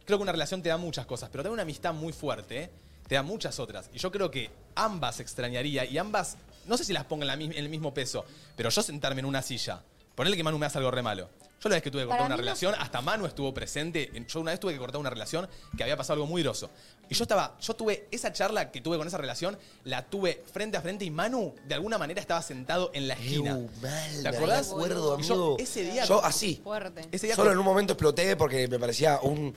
creo que una relación te da muchas cosas, pero también una amistad muy fuerte te da muchas otras. Y yo creo que ambas extrañaría y ambas, no sé si las pongo en, la mi- en el mismo peso, pero yo sentarme en una silla, ponerle que Manu me hace algo re malo. Yo la vez que tuve que cortar Para una mí no- relación, hasta Manu estuvo presente. en- Yo una vez tuve que cortar una relación que había pasado algo muy groso. Y yo estaba, yo tuve esa charla que tuve con esa relación, la tuve frente a frente y Manu de alguna manera estaba sentado en la esquina. ¿Te acordás? Me acuerdo, Y yo amigo. ese día Yo así. Fuerte. Ese día Solo en un momento exploté porque me parecía un.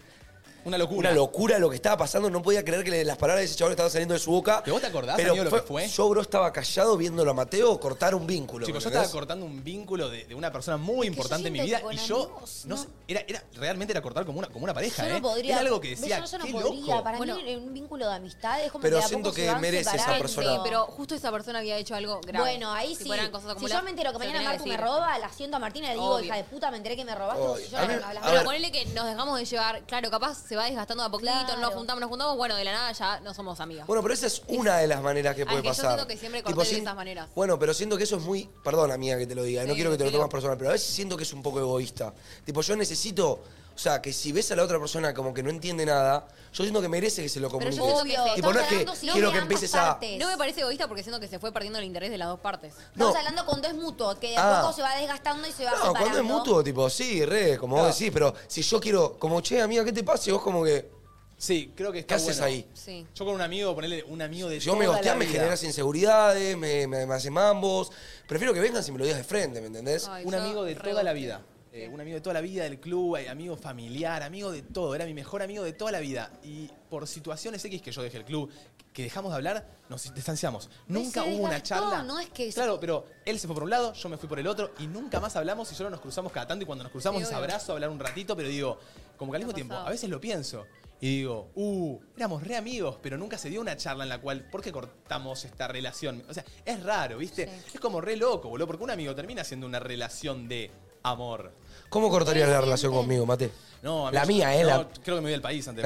Una locura. Una locura lo que estaba pasando. No podía creer que las palabras de ese chabón estaban saliendo de su boca. ¿Pero vos te acordás, amigo, lo que fue? Yo, bro, estaba callado viéndolo a Mateo cortar un vínculo. Chicos, yo ¿entendés? estaba cortando un vínculo de, de una persona muy importante en mi vida siento que y con yo amigos, no, no. sé, era, era realmente era cortar como una como una pareja, Yo ¿eh? no podría. era algo que ¿Ves? decía, Yo, no qué podría. loco. Para mí, un vínculo de amistad es como Pero que de a siento poco se que van merece esa separando. persona. Sí, pero justo esa persona había hecho algo grave. Bueno, ahí Si sí. fueran cosas si acumuladas, yo me entero que se lo mañana tenía Martu que me decir. roba, la siento a Martina y le digo, Obvio. hija de puta, me enteré que me robaste vos Obvio. y yo A ahora mí- no me hablas a Pero ver. ponele que nos dejamos de llevar. Claro, capaz se va desgastando de a poquito, nos juntamos, nos juntamos. Bueno, de la nada ya no somos amigas. Bueno, pero esa es una de las maneras que Al puede que yo pasar. siento que siempre Tipo, corté de sin- esas maneras. Bueno, pero siento que eso es muy. Perdón, amiga, que te lo diga. no Sí, quiero que te lo tranquilo. tomes personal, pero a veces siento que es un poco egoísta. Tipo, yo necesito. O sea, que si ves a la otra persona como que no entiende nada, yo siento que merece que se lo Pero comuniques. yo siento que sí. tipo, no es que hablando siempre quiero de que ambas empieces a. No me parece egoísta porque siento que se fue perdiendo el interés de las dos partes. Estamos hablando cuando es mutuo, que de a Ah. poco se va desgastando y se va No, separando. cuando es mutuo, tipo, sí, re, como Ah. vos decís, pero si yo quiero, como, che, amiga, ¿qué te pasa? Y vos como que. Sí, creo que ¿Qué está haces bueno. ahí? Yo con un amigo, ponele un amigo de Si vos me toda la gosteás, me vida. generas inseguridades, me, me, me hace mambos. Prefiero que vengan si me lo digas de frente, ¿me entendés? un amigo de toda la vida. Eh, un amigo de toda la vida del club, eh, amigo familiar, amigo de todo. Era mi mejor amigo de toda la vida. Y por situaciones X que yo dejé el club, que dejamos de hablar, nos distanciamos. Nunca se hubo una desgastó, charla. Pues no es que- Claro, pero él se fue por un lado, yo me fui por el otro y nunca más hablamos y solo nos cruzamos cada tanto. Y cuando nos cruzamos, Sí, es obvio. abrazo, hablar un ratito, pero digo, como que al mismo tiempo, pasado. a veces lo pienso. Y digo, uh, éramos re amigos, pero nunca se dio una charla en la cual, ¿por qué cortamos esta relación? O sea, es raro, ¿viste? Es como re loco, boludo, porque un amigo termina siendo una relación de amor. ¿Cómo cortarías la relación conmigo, Mate? No, La amigo, mía, yo- ¿eh? no, la- Creo que me voy del país antes.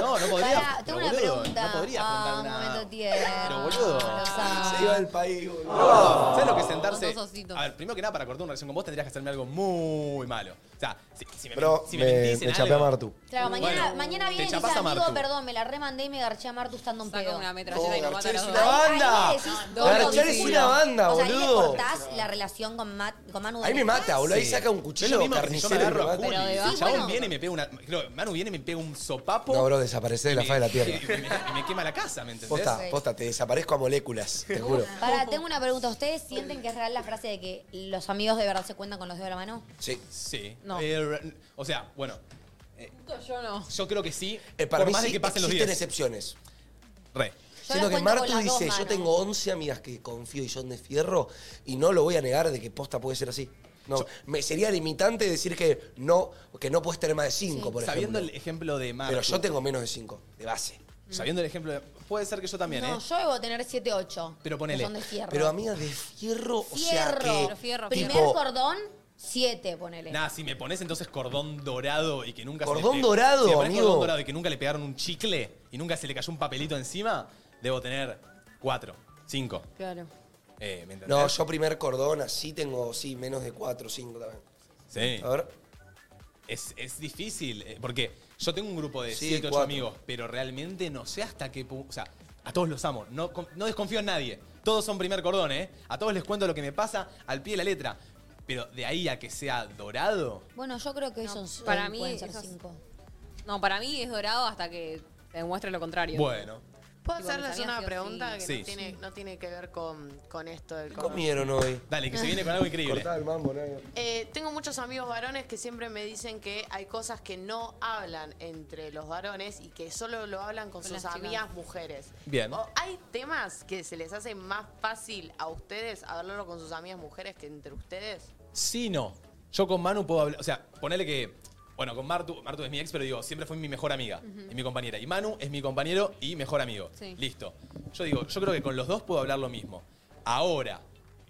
No, no podría. Ah. Pará, tengo pero, una boludo, pregunta. No podría afrontar Ah, un una. momento tierno. Pero boludo. amo. Se iba del país, Ah, boludo. ¿Sabes lo que es sentarse? A ver, primero que nada, para cortar una relación con vos tendrías que hacerme algo muy malo. O sea, si, si me, Bro, si me, me- mentís en me chapé a algo- Martu. Claro, mañana, Bueno, mañana te viene y dice, chapás a amigo, Martu. perdón, me la remandé y me garché a Martu estando un pedo. una metralleta y nos mata a los es dos. Ahí- ahí decís, dos Garchar es una banda, O sea, ahí le boludo. cortás la relación con, Mat- con Manu. de Ahí me Mendoza. mata, boludo. Ahí Sí. saca un Es cuchillo lo mismo que si yo me carnicero y me agarro a mata. Juli. Pero de Si bajo. el chabón Bueno. viene y me pega un. creo, Manu viene y me pega un sopapo. No, bro, desaparecer de la y faz de la me- tierra. Y me, y me quema la casa, ¿me entendés? Posta, posta, te desaparezco a moléculas, te juro. Pará, tengo una pregunta. ¿Ustedes sienten que es real la frase de que los amigos de verdad se cuentan con los dedos de la mano? Sí. Sí. Eh, o sea, bueno, Yo no. yo creo que sí. Eh, para por mí más sí de que pasen los existen días. excepciones. Re. Siento que cuento con Martu las dos dice, yo manos. tengo 11 amigas que confío y son de fierro, y no lo voy a negar de que posta puede ser así. No, me sería limitante decir que no, que no puedes tener más de 5, por ejemplo. Sabiendo el ejemplo de Martu. Pero yo tengo menos de 5, de base. Sabiendo el ejemplo de. Puede ser que yo también, No, ¿eh? yo debo tener 7, 8. Pero ponele. Son de fierro. Pero amigas de fierro, o sea Fierro. que... Primer tipo, cordón, 7, ponele. Nada, si me pones entonces cordón dorado y que nunca se ¿Cordón le- dorado, si me pones amigo? cordón dorado y que nunca le pegaron un chicle y nunca se le cayó un papelito encima, debo tener cuatro, cinco. Claro. Eh, ¿Me entendés? No, yo primer cordón así tengo, sí, menos de 4, 5 también. Sí. A ver. Es, es difícil, eh, porque yo tengo un grupo de Sí, 7, 8 cuatro. amigos, pero realmente no sé hasta qué punto. O sea, a todos los amo, no, con- no desconfío en nadie. Todos son primer cordón, ¿eh? A todos les cuento lo que me pasa al pie de la letra. Pero de ahí a que sea dorado. Bueno, yo creo que esos para eh, mí pueden ser esas- 5. No, para mí es dorado hasta que te demuestre lo contrario. Bueno. ¿Puedo Tipo, mis hacerles amigas una sí o pregunta que sí. Sí. no, tiene, no tiene que ver con, con esto del cordón? Comieron hoy. Dale, que se viene con algo increíble. Cortá el mambo, nada. Eh, tengo muchos amigos varones que siempre me dicen que hay cosas que no hablan entre los varones y que solo lo hablan con, Con sus las chicas. amigas mujeres. Bien. O, ¿Hay temas que se les hace más fácil a ustedes hablarlo con sus amigas mujeres que entre ustedes? Sí, no. Yo con Manu puedo hablar. O sea, ponele que. Bueno, con Martu, Martu es mi ex, pero digo, siempre fue mi mejor amiga, Ujú. es mi compañera. Y Manu es mi compañero y mejor amigo. Sí. Listo. Yo digo, yo creo que con los dos puedo hablar lo mismo. Ahora,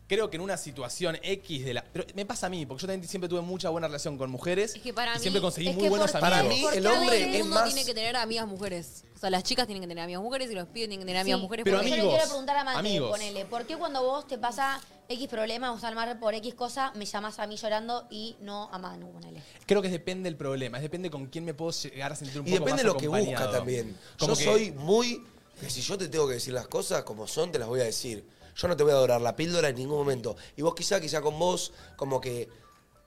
creo que en una situación X de la. Pero me pasa a mí, porque yo también siempre tuve mucha buena relación con mujeres. Es que para y mí. siempre conseguí es muy que buenos porque- amigos. porque todo el mundo tiene que tener amigas mujeres. O sea, las chicas tienen que tener amigas mujeres y los pibes tienen que tener amigas Sí, mujeres. Pero porque- Yo le amigos, quiero preguntar a Mate, amigos. ponele, ¿por qué cuando vos te pasa X problema o al mar por X cosa, me llamás a mí llorando y no a Manu, ponele? Creo que depende del problema, es depende con quién me puedo llegar a sentir un Y poco más depende de lo que acompañado. busca también. Como yo que- soy muy. Que si yo te tengo que decir las cosas como son, te las voy a decir. Yo no te voy a adorar la píldora en ningún momento. Y vos quizá, quizá con vos, como que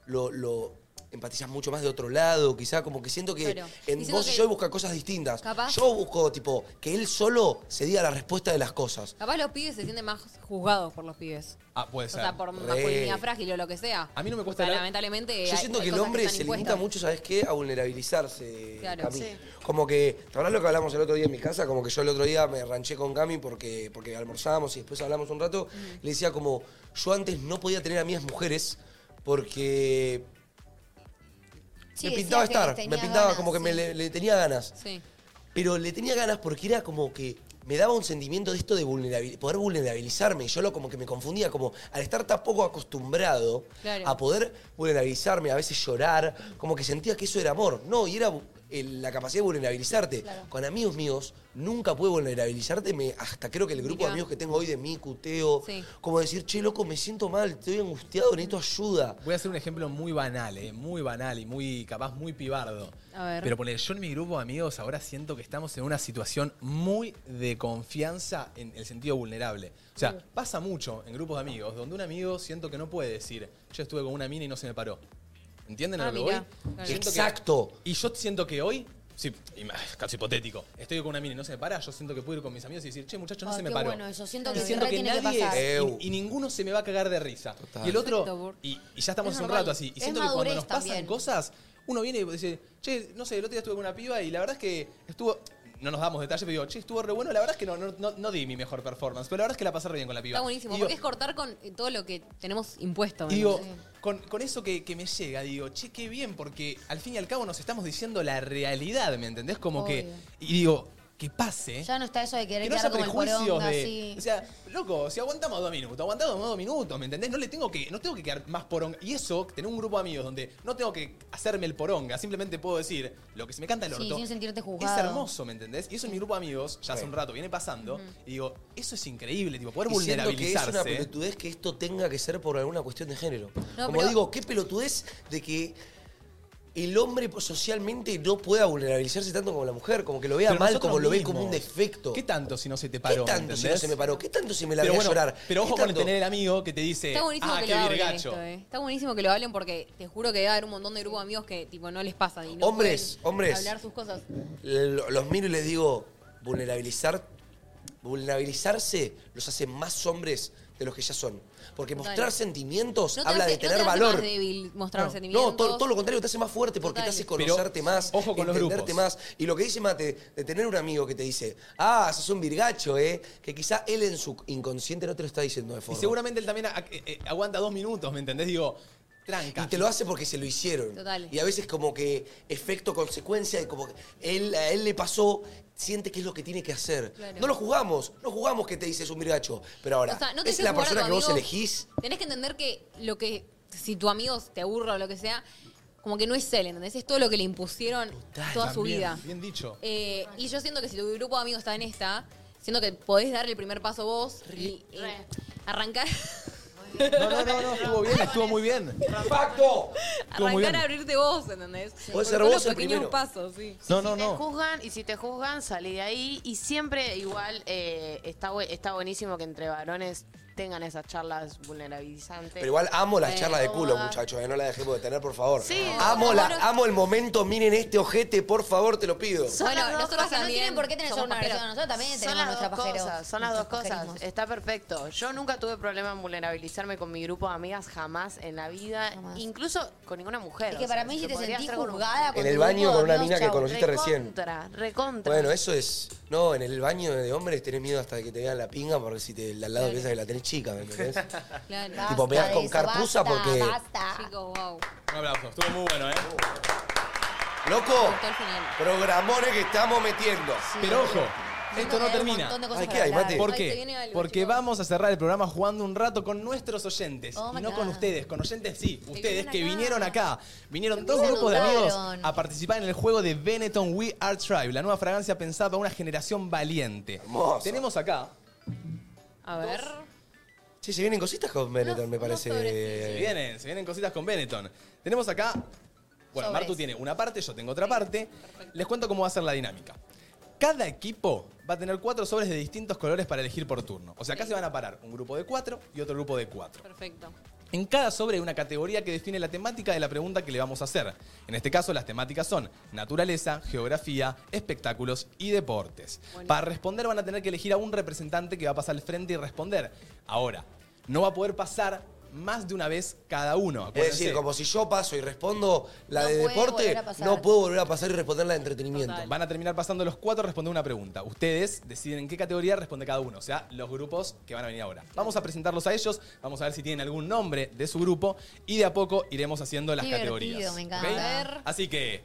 lo, lo, empatizas mucho más de otro lado, quizá como que siento que Claro. Y en siento vos y que- yo busca cosas distintas. Capaz- Yo busco, tipo, que él solo se diga la respuesta de las cosas. Capaz los pibes se sienten más juzgados por los pibes. Ah, puede O sea, por Re. masculinidad frágil o lo que sea. A mí no me cuesta O sea, nada. lamentablemente. Yo hay- siento hay que el cosas hombre están se limita impuestas. mucho, ¿sabes qué? A vulnerabilizarse. Claro. Cami. Sí. Como que, ¿te acordás lo que hablamos el otro día en mi casa? Como que yo el otro día me ranché con Gami porque, porque almorzábamos y después hablamos un rato. Le decía como, yo antes no podía tener amigas mujeres porque Sí, me decías pintaba que estar, tenías me pintaba ganas, como que me, sí. le, le tenía ganas. Sí. Pero le tenía ganas porque era como que me daba un sentimiento de esto de vulnerabil- poder vulnerabilizarme. Y Yo lo como que me confundía, como al estar tan poco acostumbrado Claro. a poder vulnerabilizarme, a veces llorar, como que sentía que eso era amor. No, y era bu- el- la capacidad de vulnerabilizarte. Con amigos míos nunca pude vulnerabilizarte, me- hasta creo que el grupo Mirá. de amigos que tengo hoy de mí, cuteo, Sí. como decir, che, loco, me siento mal, estoy angustiado, necesito ayuda. Voy a hacer un ejemplo muy banal, eh, muy banal y muy capaz muy pibardo. A ver. Pero poner yo en mi grupo de amigos ahora siento que estamos en una situación muy de confianza en el sentido vulnerable. O sea, pasa mucho en grupos de amigos donde un amigo siento que no puede decir, yo estuve con una mina y no se me paró. ¿Entienden a Ah, lo que mirá, voy? claro. Siento que- Exacto. y yo siento que hoy, sí, ima- es casi hipotético, estoy con una mina y no se me para, yo siento que puedo ir con mis amigos y decir, che, muchacho, no Ay, se me qué paró. bueno eso, siento Y que re que tiene que nadie pasar. es- Ew. y, y ninguno se me va a cagar de risa. Y el Perfecto, otro, Bur. y, y ya estamos Es un normal. rato así. Y Es siento que cuando madurez nos pasan también. cosas, uno viene y dice, che, no sé, el otro día estuve con una piba y la verdad es que estuvo. No nos damos detalles, pero digo, che, estuvo re bueno. La verdad es que no, no, no- no di mi mejor performance, pero la verdad es que la pasé re bien con la piba. Está buenísimo. Y digo, porque es cortar con eh, todo lo que tenemos impuesto. y digo, ¿entendés? con, con eso que, que me llega, digo, che, qué bien, porque al fin y al cabo nos estamos diciendo la realidad, ¿me entendés? Como que. Obvio. Y digo, que pase. Ya no está eso de querer Que no haya quedar como el prejuicios poronga, de. así. O sea, loco, si aguantamos dos minutos, aguantamos dos minutos, ¿me entendés? No le tengo que, no tengo que quedar más poronga. Y eso, tener un grupo de amigos donde no tengo que hacerme el poronga, simplemente puedo decir lo que se me canta el Sí, orto. sin sentirte Es juzgado. hermoso, ¿me entendés? Y eso en mi grupo de amigos, ya hace un rato, viene pasando, y digo, eso es increíble, tipo, poder Y siento que es vulnerabilizarse. una pelotudez que esto tenga que ser por alguna cuestión de género. No, Como pero- digo, qué pelotudez de que el hombre socialmente no pueda vulnerabilizarse tanto como la mujer, como que lo vea Pero mal, nosotros como lo ve mismos. como un defecto. ¿Qué tanto si no se te ¿Qué paró? tanto si no entendés? se me paró? ¿Qué tanto si me la pero voy a bueno, llorar? Pero ojo ¿Qué con el tanto? tener el amigo que te dice, Este, Está buenísimo ah, que qué lo hablen virgacho. esto, eh. Está buenísimo que lo hablen porque te juro que debe haber un montón de grupos de amigos que tipo no les pasa. Y no Hombres, pueden hombres. Hablar sus cosas. Lo- Los miro y les digo, vulnerabilizar, vulnerabilizarse los hace más hombres de los que ya son. Porque Total. mostrar sentimientos No te habla hace- de no tener te hace valor. más débil mostrar no, sentimientos. No, todo, todo lo contrario, te hace más fuerte porque Total. te hace Pero, conocerte más, ojo con los entenderte grupos. más. Y lo que dice Mate, de tener un amigo que te dice, ah, sos un virgacho, ¿eh? Que quizá él en su inconsciente no te lo está diciendo de Y forma. seguramente él también a- eh, eh, aguanta dos minutos, ¿me entendés? Digo, tranca. Y te lo hace porque se lo hicieron. Total. Y a veces como que efecto, consecuencia, y como que él, a él le pasó, siente que es lo que tiene que hacer. Claro. No lo jugamos, no jugamos que te dices un virgacho. Pero ahora, O sea, no te es dejes la jugar a tu persona que vos amigo. elegís. Tenés que entender que lo que, si tu amigo te aburra o lo que sea, como que no es él, ¿entendés? Es todo lo que le impusieron toda su También, vida. Bien dicho. Eh, y yo siento que si tu grupo de amigos está en esta, siento que podés dar el primer paso vos y, y arrancar. No, no, no, no, estuvo bien, estuvo muy bien. ¡Facto! Estuvo muy arrancar a bien. abrirte vos, ¿entendés? Podés ser Porque son vos los el pequeños primero. pasos, sí. No, no, Te no. juzgan y si te juzgan, salí de ahí. Y siempre igual eh, está, bu- está buenísimo que entre varones tengan esas charlas vulnerabilizantes. Pero igual amo Eh, las charlas de culo, cómodas. muchachos, eh, no la dejemos de tener, por favor. Sí, amo, no, la- no, no. amo el momento, miren este ojete, por favor, te lo pido. Son las dos cosas, no tienen por qué tener somos solo una pajeros. agresión, nosotros también Son tenemos las nuestras dos pajeros, cosas, Son las dos nuestros cosas. pajerismos. Está perfecto. Yo nunca tuve problema en vulnerabilizarme con mi grupo de amigas jamás en la vida, incluso con ninguna mujer. Es que o sea, para mí si te te podría sentís hacer con un- juzgada con En el tu baño grupo de con una amigos, mina que chau. conociste recién. Recontra, recontra. Bueno, eso es. No, en el baño de hombres tenés miedo hasta que te vean la pinga porque si te al lado piensas que la tenés chica, ¿me entendés? Claro. Tipo, me das con carpusa porque- Chicos, wow. Un aplauso, estuvo muy bueno, ¿eh? ¡Loco! Hasta el final. Programones que estamos metiendo. Pero ojo, esto que hay no un termina. montón de cosas Ay, ¿qué para hay, hablar. Mate? ¿Por Ay, se qué? viene algo, Porque chicos. vamos a cerrar el programa jugando un rato con nuestros oyentes. Oh, y my no con God. ustedes, con oyentes sí. Ustedes vienen que acá. vinieron acá. Vinieron dos se grupos de amigos anotaron. a participar en el juego de Benetton We Are Tribe, la nueva fragancia pensada para una generación valiente. Hermoso. Tenemos acá. A ver. Sí, se vienen cositas con Benetton, me parece. Se vienen, se vienen cositas con Benetton. Tenemos acá. Bueno, Sobres. Martu tiene una parte, yo tengo otra parte. Les cuento cómo va a ser la dinámica. Cada equipo va a tener cuatro sobres de distintos colores para elegir por turno. O sea, acá se van a parar un grupo de cuatro y otro grupo de cuatro. Perfecto. En cada sobre hay una categoría que define la temática de la pregunta que le vamos a hacer. En este caso, las temáticas son naturaleza, geografía, espectáculos y deportes. Para responder van a tener que elegir a un representante que va a pasar al frente y responder. Ahora, no va a poder pasar más de una vez cada uno. Es decir, como si yo paso y respondo la de deporte, no puedo volver a pasar y responderla de entretenimiento. Van a terminar pasando los cuatro a responder una pregunta. Ustedes deciden en qué categoría responde cada uno, o sea, los grupos que van a venir ahora. Vamos a presentarlos a ellos, vamos a ver si tienen algún nombre de su grupo y de a poco iremos haciendo las Divertido, categorías. me encanta. ¿ok? A ver. Así que,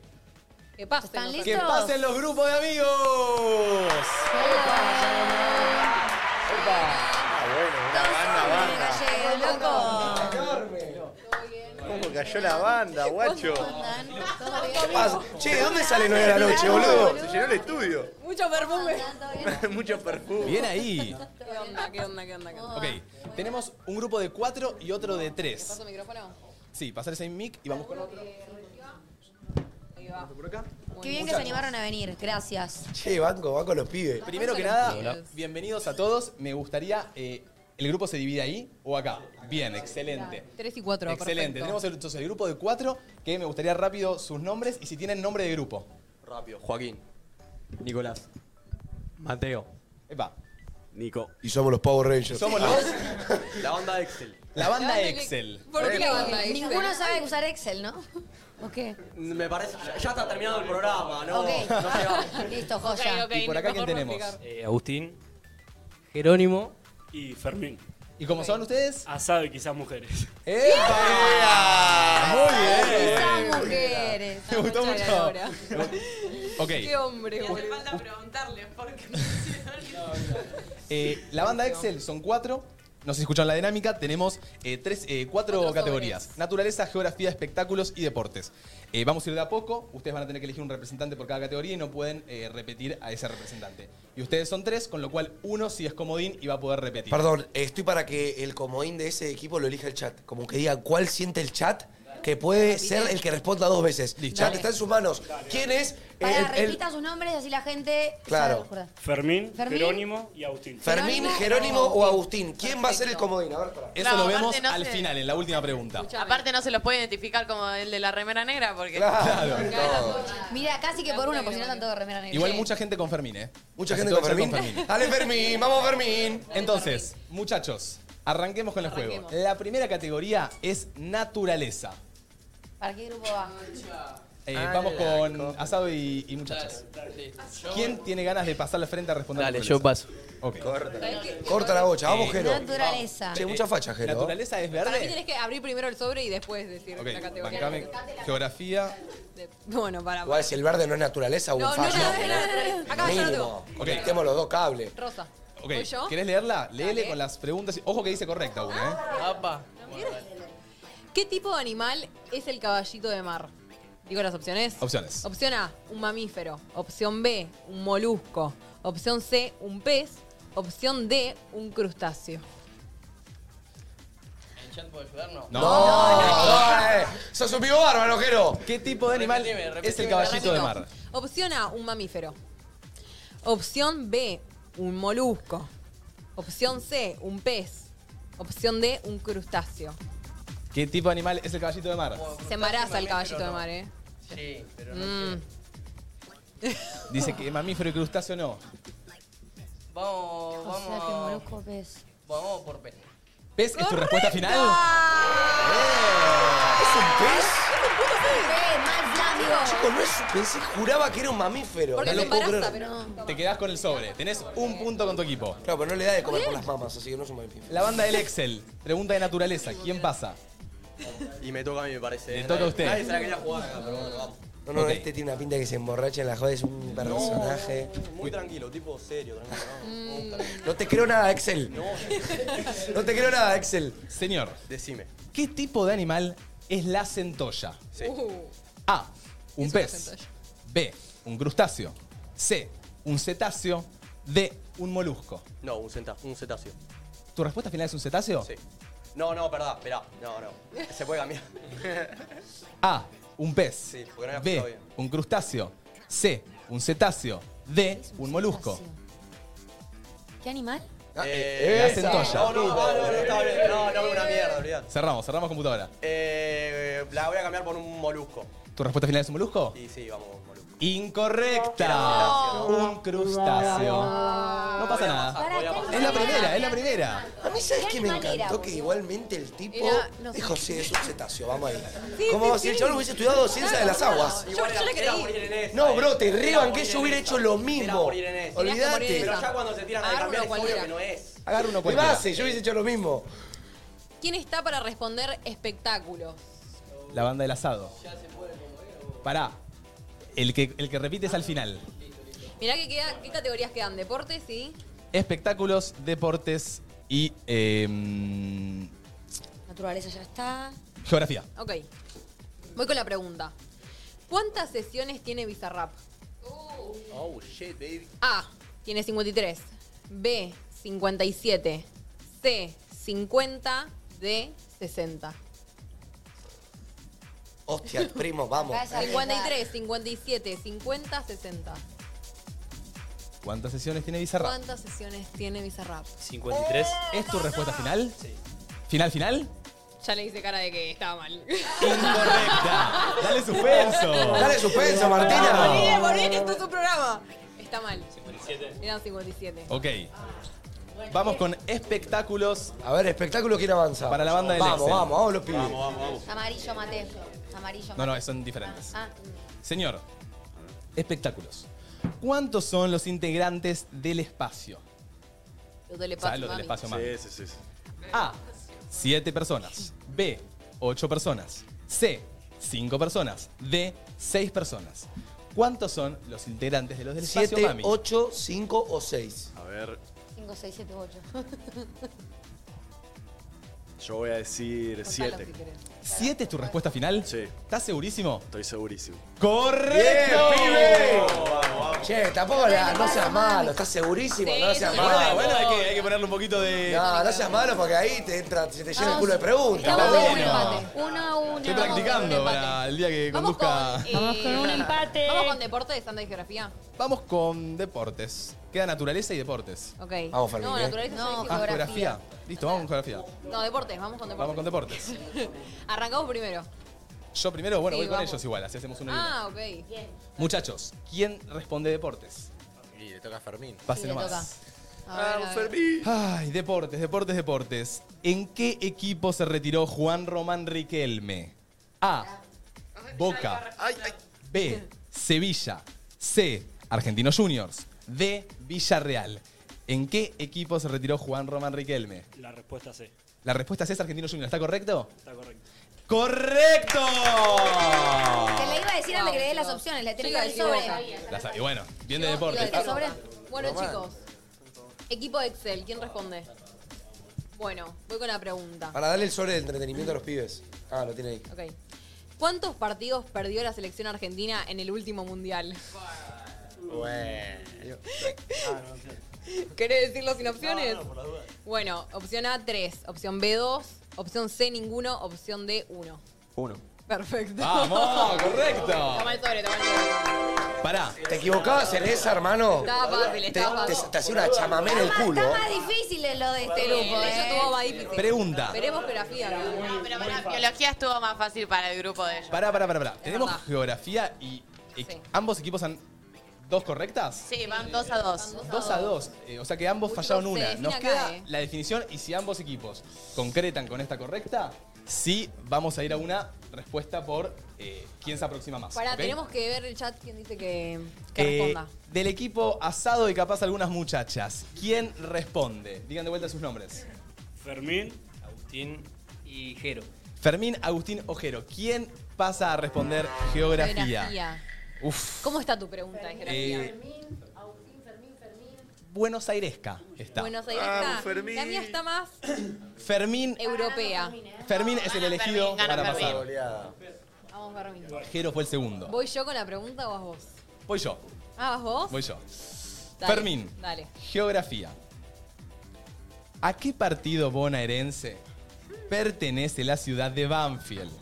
Que pasen. ¿Están que pasen los grupos de amigos. ¿Cómo cayó la banda, guacho? ¿Qué pasa? Che, ¿dónde sale 9 de la noche, boludo? Se llenó el estudio. Mucho perfume. Mucho perfume. Bien ahí. ¿Qué onda? ¿Qué onda? ¿Qué onda? ¿Qué onda? Ok, tenemos un grupo de cuatro y otro de tres. ¿Paso el micrófono? Sí, pasar ese mic y vamos con otro. Ahí va. Por acá. Qué bien que se animaron a venir, gracias. Che, banco, banco los pibes. Primero que nada, bienvenidos a todos. Me gustaría. eh, ¿El grupo se divide ahí o acá? Bien, excelente. Tres y cuatro, Excelente. perfecto. Tenemos el, entonces el grupo de cuatro que me gustaría rápido sus nombres y si tienen nombre de grupo. Rápido. Joaquín. Nicolás. Mateo. Epa. Nico. Y somos los Power Rangers. Somos los. La banda Excel. La banda Excel. ¿Por qué la banda Excel? Ninguno sabe usar Excel, ¿no? ¿O qué? Me parece. Ya, ya está terminado el programa, ¿no? Ok. No se va. Listo, joya. ¿Y por acá quién tenemos? Agustín. Jerónimo. Y Fermín. ¿Y cómo son ustedes? Asado y quizás mujeres. ¡Epa! Muy bien. mujeres. Me gustó Mucha mucho. ganadora. Ok. Qué hombre, hace boludo. falta preguntarle por qué. Eh, la banda Excel son cuatro. No sé si escuchan la dinámica. Tenemos eh, tres, eh, cuatro, categorías. Naturaleza, geografía, espectáculos y deportes. Eh, vamos a ir de a poco. Ustedes van a tener que elegir un representante por cada categoría y no pueden eh, repetir a ese representante. Y ustedes son tres, con lo cual uno si es comodín y va a poder repetir. Perdón, estoy para que el comodín de ese equipo lo elija el chat. Como que diga cuál siente el chat que puede ser el que responda dos veces. Chat Dale. está en sus manos. ¿Quién es? Eh, Para, el- el- repita sus nombres y así la gente. Claro. sabe. Fermín, Fermín. Jerónimo y Agustín. Fermín, Jerónimo o Agustín. ¿Quién va a ser el comodín? A ver, pará. Eso No, lo aparte vemos no al sé. final, en la última pregunta. Aparte no se los puede identificar como el de la remera negra porque... Claro. Mira, casi que por uno, porque si no están todos de remera negra. Igual mucha gente con Fermín, ¿eh? Mucha Casi gente todo con el chat Fermín. Dale, Fermín, vamos, Fermín. Entonces, muchachos, arranquemos con el juego. Arranquemos. La primera categoría es naturaleza. ¿Para qué grupo va? Eh, vamos con asado y, y muchachas. ¿Quién tiene ganas de pasar al frente a responder? Dale, naturaleza? yo paso. Ok. Corta la bocha, vamos, Eh, Jero. Naturaleza. Che, mucha facha, Jero. ¿Naturaleza es Eh, Para mí verde? tienes que abrir primero el sobre y después decir Ok, la categoría. bancame. Geografía. Bueno, para. Igual si el verde no es naturaleza, hubo No, un no, no, fallo. no, no, no. Acá yo no tengo. Mínimo. Conectemos los dos cables. Rosa. Ok, ¿Voy yo? ¿querés leerla? Léele con las preguntas. y- Ojo que dice correcta una, ¿eh? ¿Qué tipo de animal es el caballito de mar? Digo las opciones. Opciones. Opción A, un mamífero. Opción B, un molusco. Opción C, un pez. Opción D, un crustáceo. ¿El chat puede ayudarnos? No. eh. ¡Sos un pivo bárbaro, Jero! ¿Qué tipo de animal Repetime, repetime, es el caballito de repito. mar? Opción A, un mamífero. Opción B, un molusco. Opción C, un pez. Opción D, un crustáceo. ¿Qué tipo de animal es el caballito de mar? Se embaraza el caballito de mar, ¿eh? Sí, pero Mm. Dice que mamífero y crustáceo no. Vamos, O sea, vamos. que molusco pez. Vamos por pez. ¿Pez es tu respuesta final? ¿Es un pez? Eh, Max Lambo. Chico, no es un pez. Juraba que era un mamífero. Porque no se lo puedo embaraza, creer. pero. Te quedás con el sobre. Tenés un punto con tu equipo. Claro, pero no le da de comer por las mamas, así que no es un mamífero. La banda del Excel. Pregunta de naturaleza. ¿Quién pasa? Y me toca a mí, me parece. Le toca a usted. Nadie se la quería jugar acá, pero bueno, vamos. No, no, Ok. este tiene una pinta que se emborracha en la joda, es un personaje. Muy tranquilo, tipo serio, tranquilo. No te creo nada, Excel. No te creo nada, Excel. Señor. Decime. ¿Qué tipo de animal es la centolla? Sí. Uh. A. Un pez. B. Un crustáceo. C. Un cetáceo. D. Un molusco. No, un, centa- un cetáceo. ¿Tu respuesta final es un cetáceo? Sí. No, no, perdón, esperá. No, no. Se puede cambiar. A. Un pez. Sí, porque no la escuchaba B. bien. Un crustáceo. C. Un cetáceo. D. Un molusco. ¿Qué animal? Ah, Eh, eh, la centolla. No, no, ah, no, no, está bien. No, no, una mierda, olvidate. Cerramos, cerramos computadora. Eh, la voy a cambiar por un molusco. ¿Tu respuesta final es un molusco? Y sí, vamos, un molusco. Incorrecta. No. Un crustáceo. No pasa nada. Es la primera, ¿eh? es la primera. A mí, ¿sabes qué me encantó? Que igualmente el tipo dijo, sí, es un cetáceo, vamos ahí. Como si el chabón hubiese estudiado ciencia de las aguas. Igual era- era morir en esa, No, bro, eh. te Era rebanqué, morir yo en hubiera esa. hecho lo Era mismo. morir en esa. Olvídate. Pero ya cuando se tiran a Agarra cambiar uno es obvio cualquiera. que no es. Agarra uno cualquiera. De base, yo hubiese hecho lo mismo. ¿Quién está para responder espectáculos? La banda del asado. Pará. El que, el que repite es al final. Mirá que queda, ¿qué categorías quedan? ¿Deportes? Sí. Espectáculos, deportes y em, Naturaleza ya está. geografía. Ok. Voy con la pregunta. ¿Cuántas sesiones tiene Bizarrap? Oh, shit, baby. A. Tiene 53. B. 57. C. 50. D. 60. Hostia, primo, vamos. 53, 57, 50, 60. ¿Cuántas sesiones tiene Bizarrap? ¿Cuántas sesiones tiene Bizarrap? 53. ¿Es tu respuesta final? Sí. ¿Final, final? Ya le hice cara de que estaba mal. Dale suspenso. Dale suspenso, Martina. Morir, morir, esto es un programa. Está mal. 57. Eran 57. Ok. Vamos con espectáculos. A ver, espectáculo quién avanza. Para la banda del Vamos, Excel. vamos, vamos los pibes. Vamos, Amarillo maté. Amarillo No, maté. no, son diferentes. Ah, Señor, espectáculos. ¿Cuántos son los integrantes del espacio? Lo del ¿Sabes espacio, lo del mami. espacio mami? Sí, sí, sí. A. Siete personas. B. Ocho personas. C. Cinco personas. D. Seis personas. ¿Cuántos son los integrantes de los del espacio 7, mami? 8, 5 o 6. A ver, 5, 6, 7, 8. yo voy a decir 7. ¿Siete es tu respuesta final? Sí. ¿Estás segurísimo? Estoy segurísimo. ¡Correcto! Che, tampoco la- no seas malo, estás segurísimo, no seas Bueno, malo. bueno, hay que, hay que ponerle un poquito de. No, no seas malo porque ahí te entra, se te llena el culo de preguntas. Estamos boludo. con un empate. Uno a uno. Estoy practicando para el día que conduzca. empate. Vamos con deportes, anda y geografía. Vamos con deportes. Queda naturaleza y deportes. Ok. Vamos, Fermín, No, ¿eh? naturaleza Ah, no, geografía. geografía. Listo, vamos con geografía. No, deportes, vamos con deportes. Vamos con deportes. Arrancamos primero. Yo primero, bueno, Sí, voy con vamos. ellos igual, así hacemos uno y uno. Ah, ok. Bien. Muchachos, ¿quién responde deportes? Y le toca a Fermín. Pase le nomás. toca. A ver, a ver. Ay, deportes, deportes, deportes. ¿En qué equipo se retiró Juan Román Riquelme? A. Boca. B. Sevilla. C. Argentinos Juniors. D. Villarreal. ¿En qué equipo se retiró Juan Román Riquelme? La respuesta C. La respuesta es Argentinos Juniors. ¿Está correcto? Está correcto. ¡Correcto! Te la iba a decir antes que le dé las opciones, le tenés Yo que iba a dar decir sobre. La sabe. Bueno, bien de Iba a deportes. decir sobre. Bueno, Román. chicos. Equipo de Excel, ¿quién responde? Bueno, voy con la pregunta. Para darle el sobre de entretenimiento a los pibes. Ah, lo tiene ahí. Ok. ¿Cuántos partidos perdió la selección argentina en el último mundial? Bueno. Ah, ¿Querés decirlo sin opciones? Bueno, opción A, 3. Opción B, 2. Opción C, ninguno. Opción D, 1. Uno. Perfecto. ¡Vamos! ¡Correcto! Toma el sobre, toma el sobre. Pará. ¿Te equivocabas en esa, hermano? Estaba fácil, Te, estaba Oh. te, fácil. te hacía una chamamé en el culo. Está más difícil es lo de este grupo, Sí, eh. eso tuvo más difícil. Pregunta. Veremos geografía. No, pero para biología estuvo más fácil para el grupo de ellos. Pará, pará, pará. pará. Tenemos geografía y e- ambos equipos han. ¿Dos correctas? Sí, van dos a dos. Dos a dos. Eh, o sea que ambos fallaron chicos, se una. define Nos acá, queda eh. la definición y si ambos equipos concretan con esta correcta, sí vamos a ir a una respuesta por eh, quién se aproxima más. Pará, ¿ok? tenemos que ver el chat quién dice que, que Eh, responda. Del equipo asado y capaz algunas muchachas. ¿Quién responde? Digan de vuelta sus nombres. Fermín, Agustín y Jero. Fermín Agustín Ojero. ¿Quién pasa a responder geografía? Geografía. Uf. ¿Cómo está tu pregunta de geografía? Eh, Buenos Airesca está. Buenos Aires está. La mía está más Fermín, europea. Fermín es el elegido eh. Ah, Fermín, gana para Fermín. pasar. Vamos, Fermín. Jero fue el segundo. ¿Voy yo con la pregunta o vas vos? Voy yo, Ah, ¿vas vos? voy yo. Dale, Fermín, Dale. geografía. ¿A qué partido bonaerense pertenece la ciudad de Banfield?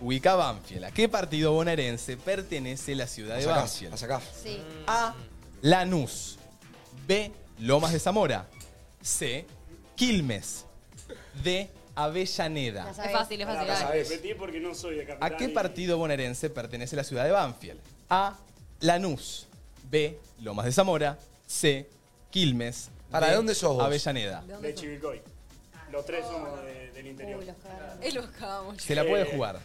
Ubica Banfield. ¿A qué partido bonaerense pertenece la La ciudad de sacás, Banfield? la sacás. Ah, Sí. A. Lanús. B. Lomas de Zamora. C. Quilmes. D. Avellaneda. Es fácil, es fácil. dale. Repetí porque no soy de Capital. ¿A qué partido bonaerense pertenece la ciudad de Banfield? A. Lanús. B. Lomas de Zamora. C. Quilmes. ¿Para D, dónde sos vos? Avellaneda. De Chivilcoy. Los tres somos de- del interior. Eh, los cagamos. Se la puede jugar.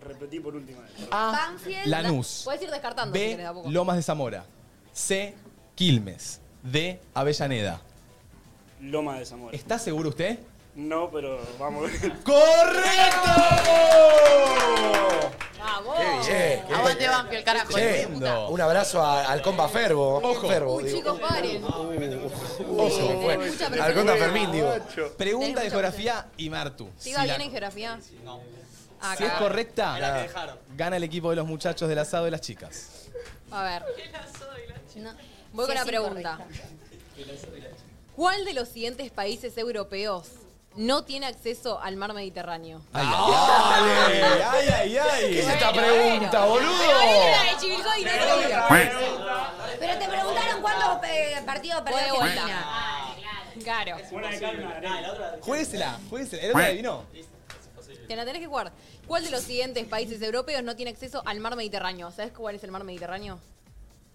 Repetí por última vez. Ah, Banfield. Ah, Lanús. Puedes ir descartando si B. querés, de a poco. Lomas de Zamora. C. Quilmes. D. Avellaneda. Loma de Zamora. ¿Está seguro usted? No, pero vamos a ver. ¡Correcto! Vamos. Che, qué- Aguante Banfield, carajo. che, un abrazo a- al compa Ferbo. Ferbo, digo. Chicos, paren. Ah, Ojo, Eh, fue. mucha Al presión. contra Fermín, digo. Pregunta de geografía y Martu. ¿Te Si, iba la- bien en geografía? No. Ah, si es cagá. correcta, Me la que dejaron. gana el equipo de los muchachos del asado y las chicas. A ver. No. Voy Sí, con la es pregunta. ¿Cuál de los siguientes países europeos no tiene acceso al mar Mediterráneo? ¡Dale! ¡Ay, ay, ay! ¿Qué es esta pregunta, Era boludo? de Chivilcoy, no era de Uruguay. Pero te preguntaron cuántos eh, partidos perdió Argentina. Claro. Juéguesela, juéguesela. ¿El hombre adivinó? Te la tenés que jugar. ¿Cuál de los siguientes países europeos no tiene acceso al mar Mediterráneo? ¿Sabes cuál es el mar Mediterráneo?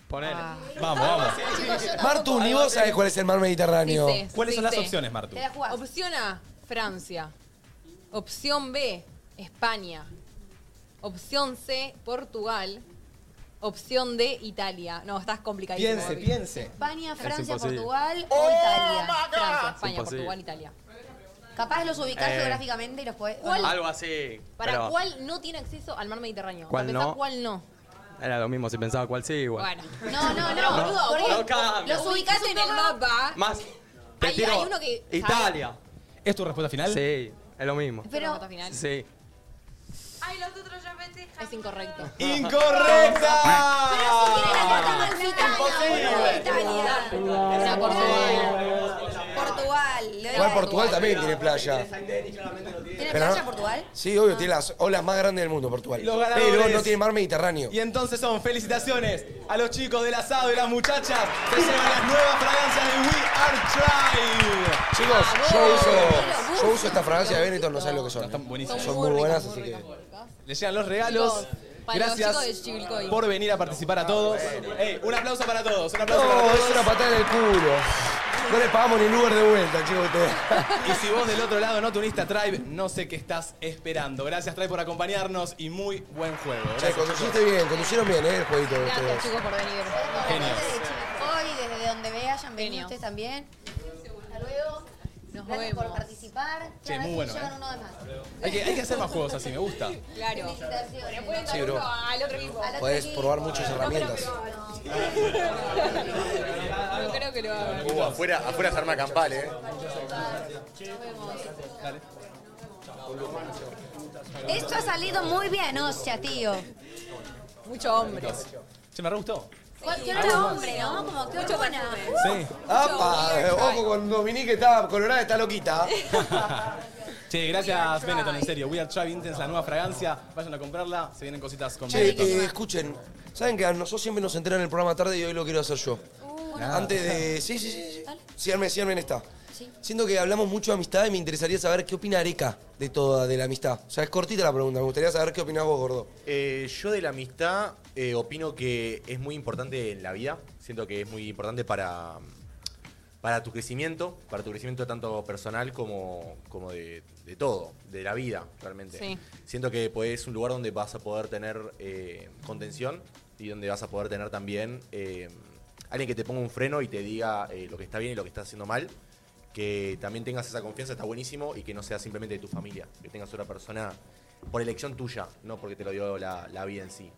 Ponele. Ah. Vamos, vamos. Chicos, yo Martu, ni vos sabés cuál es el mar Mediterráneo. Sí sé, ¿Cuáles sí son las sé. opciones, Martu? Te la jugás. Opción A, Francia. Opción B, España. Opción C, Portugal. Opción D, Italia. No, estás complicadísimo. Piense, papi. piense. ¡Oh, España, Es Francia, imposible. Portugal o Italia. Francia, España, Imposible. Portugal, Italia. Capaz los ubicás Eh. geográficamente y los podés. ¿Cuál? Algo así. ¿Para pero cuál no tiene acceso al mar Mediterráneo? ¿Cuál Pensá no? ¿Cuál no? Era lo mismo si pensaba cuál sí, igual. Bueno. No, no, no, No, boludo. no vos cambia. los ubicás en el mapa. Más. Te Hay- tiro hay uno que- Italia. ¿Es tu respuesta final? Sí, es lo mismo. Pero. Sí. Ay, los otros ya pendejan. Es incorrecto. ¡Incorrecta! Era Portugal. Portugal. le doy Igual a Portugal también tiene playa. ¿Tiene Pero playa no- Portugal? Sí, obvio, tiene las olas más grandes del mundo, Portugal. Los ganadores. Pero no tiene mar Mediterráneo. Y entonces son felicitaciones a los chicos del asado y las muchachas. Se llevan las nuevas fragancias de We Are Tribe. Chicos, Ah, yo uso, yo uso esta fragancia de Benetton, no sabes lo que son. Están buenísimas. Son muy buenas, así que. Le llegan los regalos. Chicos, para los Gracias chicos de Chivilcoy. por venir a participar a todos. Ey, un aplauso para todos. Un aplauso para No, todos. es una patada en el culo. No le pagamos ni el Uber de vuelta, chicos. Y si vos del otro lado no te uniste a Tribe, no sé qué estás esperando. Gracias, Tribe, por acompañarnos y muy buen juego. Che, Gracias, conduciste chicos. bien, conducieron bien, ¿eh? El jueguito de Gracias, ustedes. chicos, por venir. Genios. Desde Chivilcoy, desde donde me hayan venido ustedes también. Hasta luego. Nos Gracias por participar. Che, muy bueno, Llevan eh. uno de más. Hay que, hay que hacer más juegos así, me gusta. Claro. Felicitaciones. Sí, bro. Al otro equipo. Podés probar muchas herramientas. No creo que lo haga. Uh, afuera, afuera se arma campal, eh. Esto ha salido muy bien, hostia, tío. Mucho hombre. Che, me re gustó. Qué hora hombre, ¿no? Como qué buena. Sí. ¡Apa! eh, Ojo con Dominique, que está colorada, está loquita. Che, gracias Benetton, en serio. We Are Tribe Intense, la nueva fragancia. Vayan a comprarla, se vienen cositas con Che, Benetton. eh, escuchen, saben que a nosotros siempre nos enteran en el programa tarde y hoy lo quiero hacer yo. Uh, Nada. Antes de. Sí, sí, sí. sí. Síganme, síganme en esta. Siento que hablamos mucho de amistad y me interesaría saber qué opina Areca de toda de la amistad. O sea, es cortita la pregunta, me gustaría saber qué opinás vos, gordo. Eh, yo de la amistad eh, opino que es muy importante en la vida. Siento que es muy importante para, para tu crecimiento, para tu crecimiento tanto personal como, como de, de todo, de la vida realmente. Sí. Siento que pues, es un lugar donde vas a poder tener eh, contención y donde vas a poder tener también eh, alguien que te ponga un freno y te diga eh, lo que está bien y lo que está haciendo mal. Que también tengas esa confianza está buenísimo y que no sea simplemente de tu familia, que tengas otra persona por elección tuya, no porque te lo dio la, la vida en sí.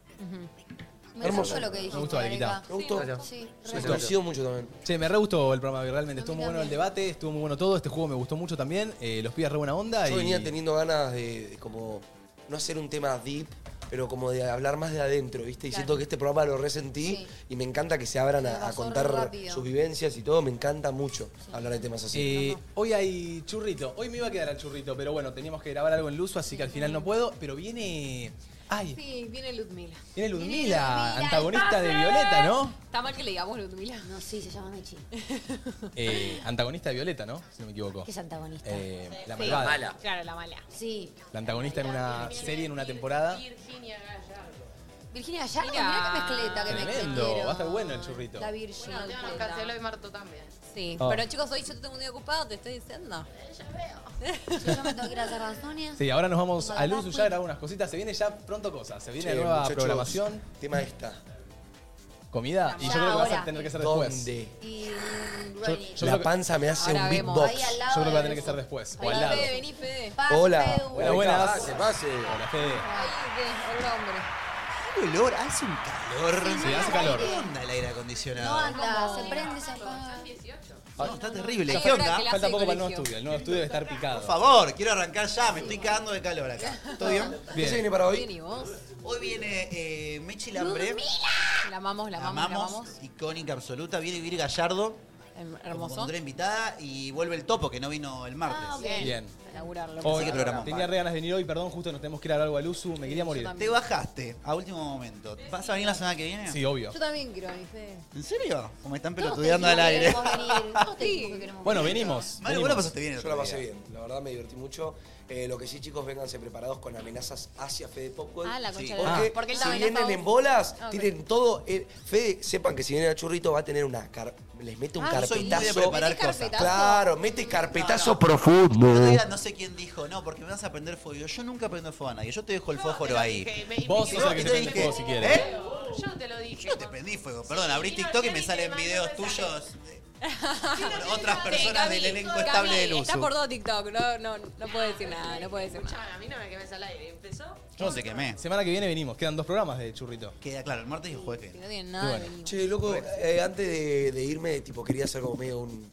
Me Hermoso. gustó lo que Me dijiste. gustó, Arequita. Areca. Me gustó. Sí, Me re- gustó. Coincido mucho también. Che, me re gustó el programa, realmente. Estuvo muy bueno el debate, estuvo muy bueno todo. Este juego me gustó mucho también. Eh, los pibes re buena onda. Yo y... venía teniendo ganas de, de como no hacer un tema deep, pero como de hablar más de adentro, ¿viste? Y Claro. siento que este programa lo resentí y me encanta que se abran a- a, pasó contar rápido. sus vivencias y todo. Me encanta mucho hablar de temas así. Eh, hoy hay churrito. Hoy me iba a quedar al churrito, pero bueno, teníamos que grabar algo en Luso, así que al final no puedo. Pero viene Ay, Sí, viene Ludmila. viene Ludmila, Ludmila, antagonista de pase. Violeta, ¿no? Está mal que le digamos Ludmila. No, sí, se llama Mechi. Eh, antagonista de Violeta, ¿no? Si no me equivoco. ¿Qué es antagonista? Eh, la malvada. Claro, la mala. Sí. La antagonista en una serie, en una temporada. Virginia Gallardo. Virginia Gallardo, mirá qué mezcleta que me Tremendo, va a estar bueno el churrito. La Virginia. Bueno, te canceló y Marto también. Sí, Oh. pero chicos, hoy yo tengo un día ocupado, te estoy diciendo. Yo ya me tengo que ir a hacer razones. Sí, ahora nos vamos a Luz ya grabó unas cositas. Se viene ya pronto cosas. Se viene Che, nueva muchachos, programación. Tema esta. Comida. Y yo creo que vas a tener que hacer después. ¿Dónde? Y mm, Yo- yo la creo que- panza me hace un beatbox. Ahí al Yo lado creo que va a de tener que eso. ser después. Ahí O al va, lado. Fede, vení, Fede. Hola. Buenas, buenas. Pase, pase. Hola, Fede. Qué olor, hace un calor. Sí, hace calor. ¿Qué onda el aire No acondicionado? anda, se prende esa cosa. No, está terrible. Ya ¿Qué falta- onda? Falta poco para el nuevo estudio. El nuevo estudio debe estar picado. Por favor, quiero arrancar ya, me estoy cagando de calor acá. ¿Todo bien? Bien. se viene para hoy? Bien, ¿y vos? Hoy viene eh, Mechi Lambré. La amamos, la La amamos, la amamos, amamos. icónica absoluta. Viene Vir Gallardo, Em, como Hermoso. pondré invitada, y vuelve el topo, que no vino el martes. Ah, Bien. Bien. A laburarlo. Hoy que programamos. tenía re ganas de venir hoy, perdón, justo nos tenemos que ir a algo al Usu, me quería morir. Te bajaste a último momento. ¿Vas a venir la semana que viene? Sí, obvio. Yo también quiero venir, Fede. ¿En serio? O me están Todos te pelotudeando al aire. dijimos que queremos venir, todos te dijimos que queremos Bueno, venimos. Maru, vos la pasaste bien el Yo otro la día. pasé bien. La verdad me divertí mucho. Eh, lo que sí, chicos, vénganse preparados con amenazas hacia Fede Popcorn. Ah, la concha de la Porque, lora. Porque él si estaba vienen enojado. en bolas, Ah, ok. tienen todo. eh, Fede, sepan que si vienen a Churrito va a tener una. car- les mete un Ah, yo soy muy de carpetazo. preparar ¿Mete cosas. carpetazo? Claro, mete No, carpetazo no. El otro profundo. día no sé quién dijo, no, porque me vas a prender fuego. Yo nunca prendo fuego a nadie. Yo te dejo el fósforo ahí. Vos sos el que Y te se prende dije, fuego si quieres. ¿Eh? Yo te lo dije. Yo te Prendí fuego. Perdón, abrí TikTok y me salen videos tuyos. otras personas del elenco estable del Está uso. por todo TikTok, no, no, no puedo decir nada, no puedo decir nada. A mí no me quemes al aire. Empezó. Yo no sé quemé. Semana que viene venimos, quedan dos programas de churrito. Queda claro, el martes y el jueves. No tienen Y nada. bueno. Che, loco, eh, antes de, de irme, tipo, quería hacer como medio un-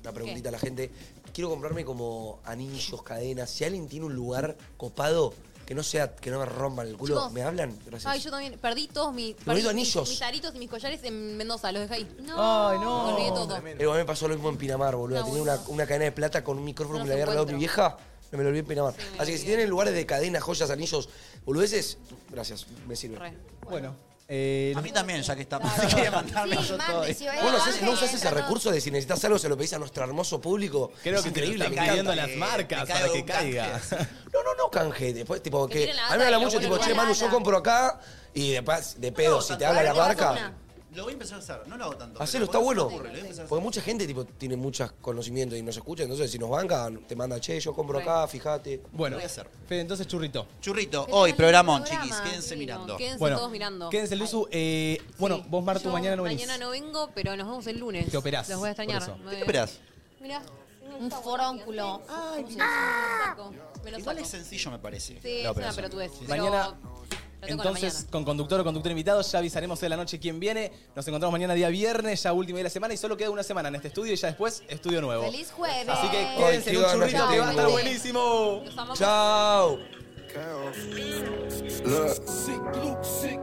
una preguntita a la gente. Quiero comprarme como anillos, cadenas. Si alguien tiene un lugar copado, que no sea, que no me rompan el culo, Chicos. ¿me hablan? Gracias. Ay, yo también perdí todos mis, Bonito perdí mis- anillos. mis aritos y mis collares en Mendoza, los dejé ahí. Ay, no. Olvidé todo. Eh, a mí me pasó lo mismo en Pinamar, boludo. Ah, No, Tenía una, una cadena de plata con un micrófono No que le había los regalado mi vieja. No me lo olvidé en Pinamar. Así que si tienen lugares de cadenas, joyas, anillos, boludeces, gracias, me sirve. Bueno. Eh, a mí también, ya que está. Quería mandarme yo todo. Bueno, ¿no usás ese recurso de si necesitas algo se lo pedís a nuestro hermoso público? Creo Es que te lo increíble, me están encanta. pidiendo las marcas para que caiga. No, no, no canje. Después, tipo, Que que. tiren la A mí me data habla y lo mucho, tipo, vuelven che, la Manu, yo data. compro acá y de, pas- de pedo, si te habla la marca. Lo voy a empezar a usar, no lo hago tanto. Hacelo, está pero bueno. ocurre, ¿eh? lo voy a empezar a hacer. Porque mucha gente tipo, tiene muchos conocimientos y nos escucha, entonces si nos banca, te manda, che, yo compro acá, fíjate. Bueno, Lo voy a hacer. Fede, entonces churrito. Churrito, hoy, programón, chiquis, quédense mirando. Quédense Bueno, todos mirando. Quédense, Luzu. Eh, bueno, vos, Martu, Yo mañana no venís. Mañana no vengo, pero nos vemos el lunes. Te operás, Los voy a extrañar. por eso. Me- ¿Qué te operás? Mirá, Un foránculo. Ay, me lo Igual saco. es sencillo, me parece. Sí, es una la operación. pelotudez. Sí. Pero Mañana, lo tengo a la Entonces, con conductor o conductor invitado, ya avisaremos de la noche quién viene. Nos encontramos mañana día viernes, ya último día de la semana, y solo queda una semana en este estudio y ya después estudio nuevo. Feliz jueves. Así que Ay, quédense qué en un ganas churrito que va a estar tengo. buenísimo. Los amamos. Chao. Look. Sick, look, sick.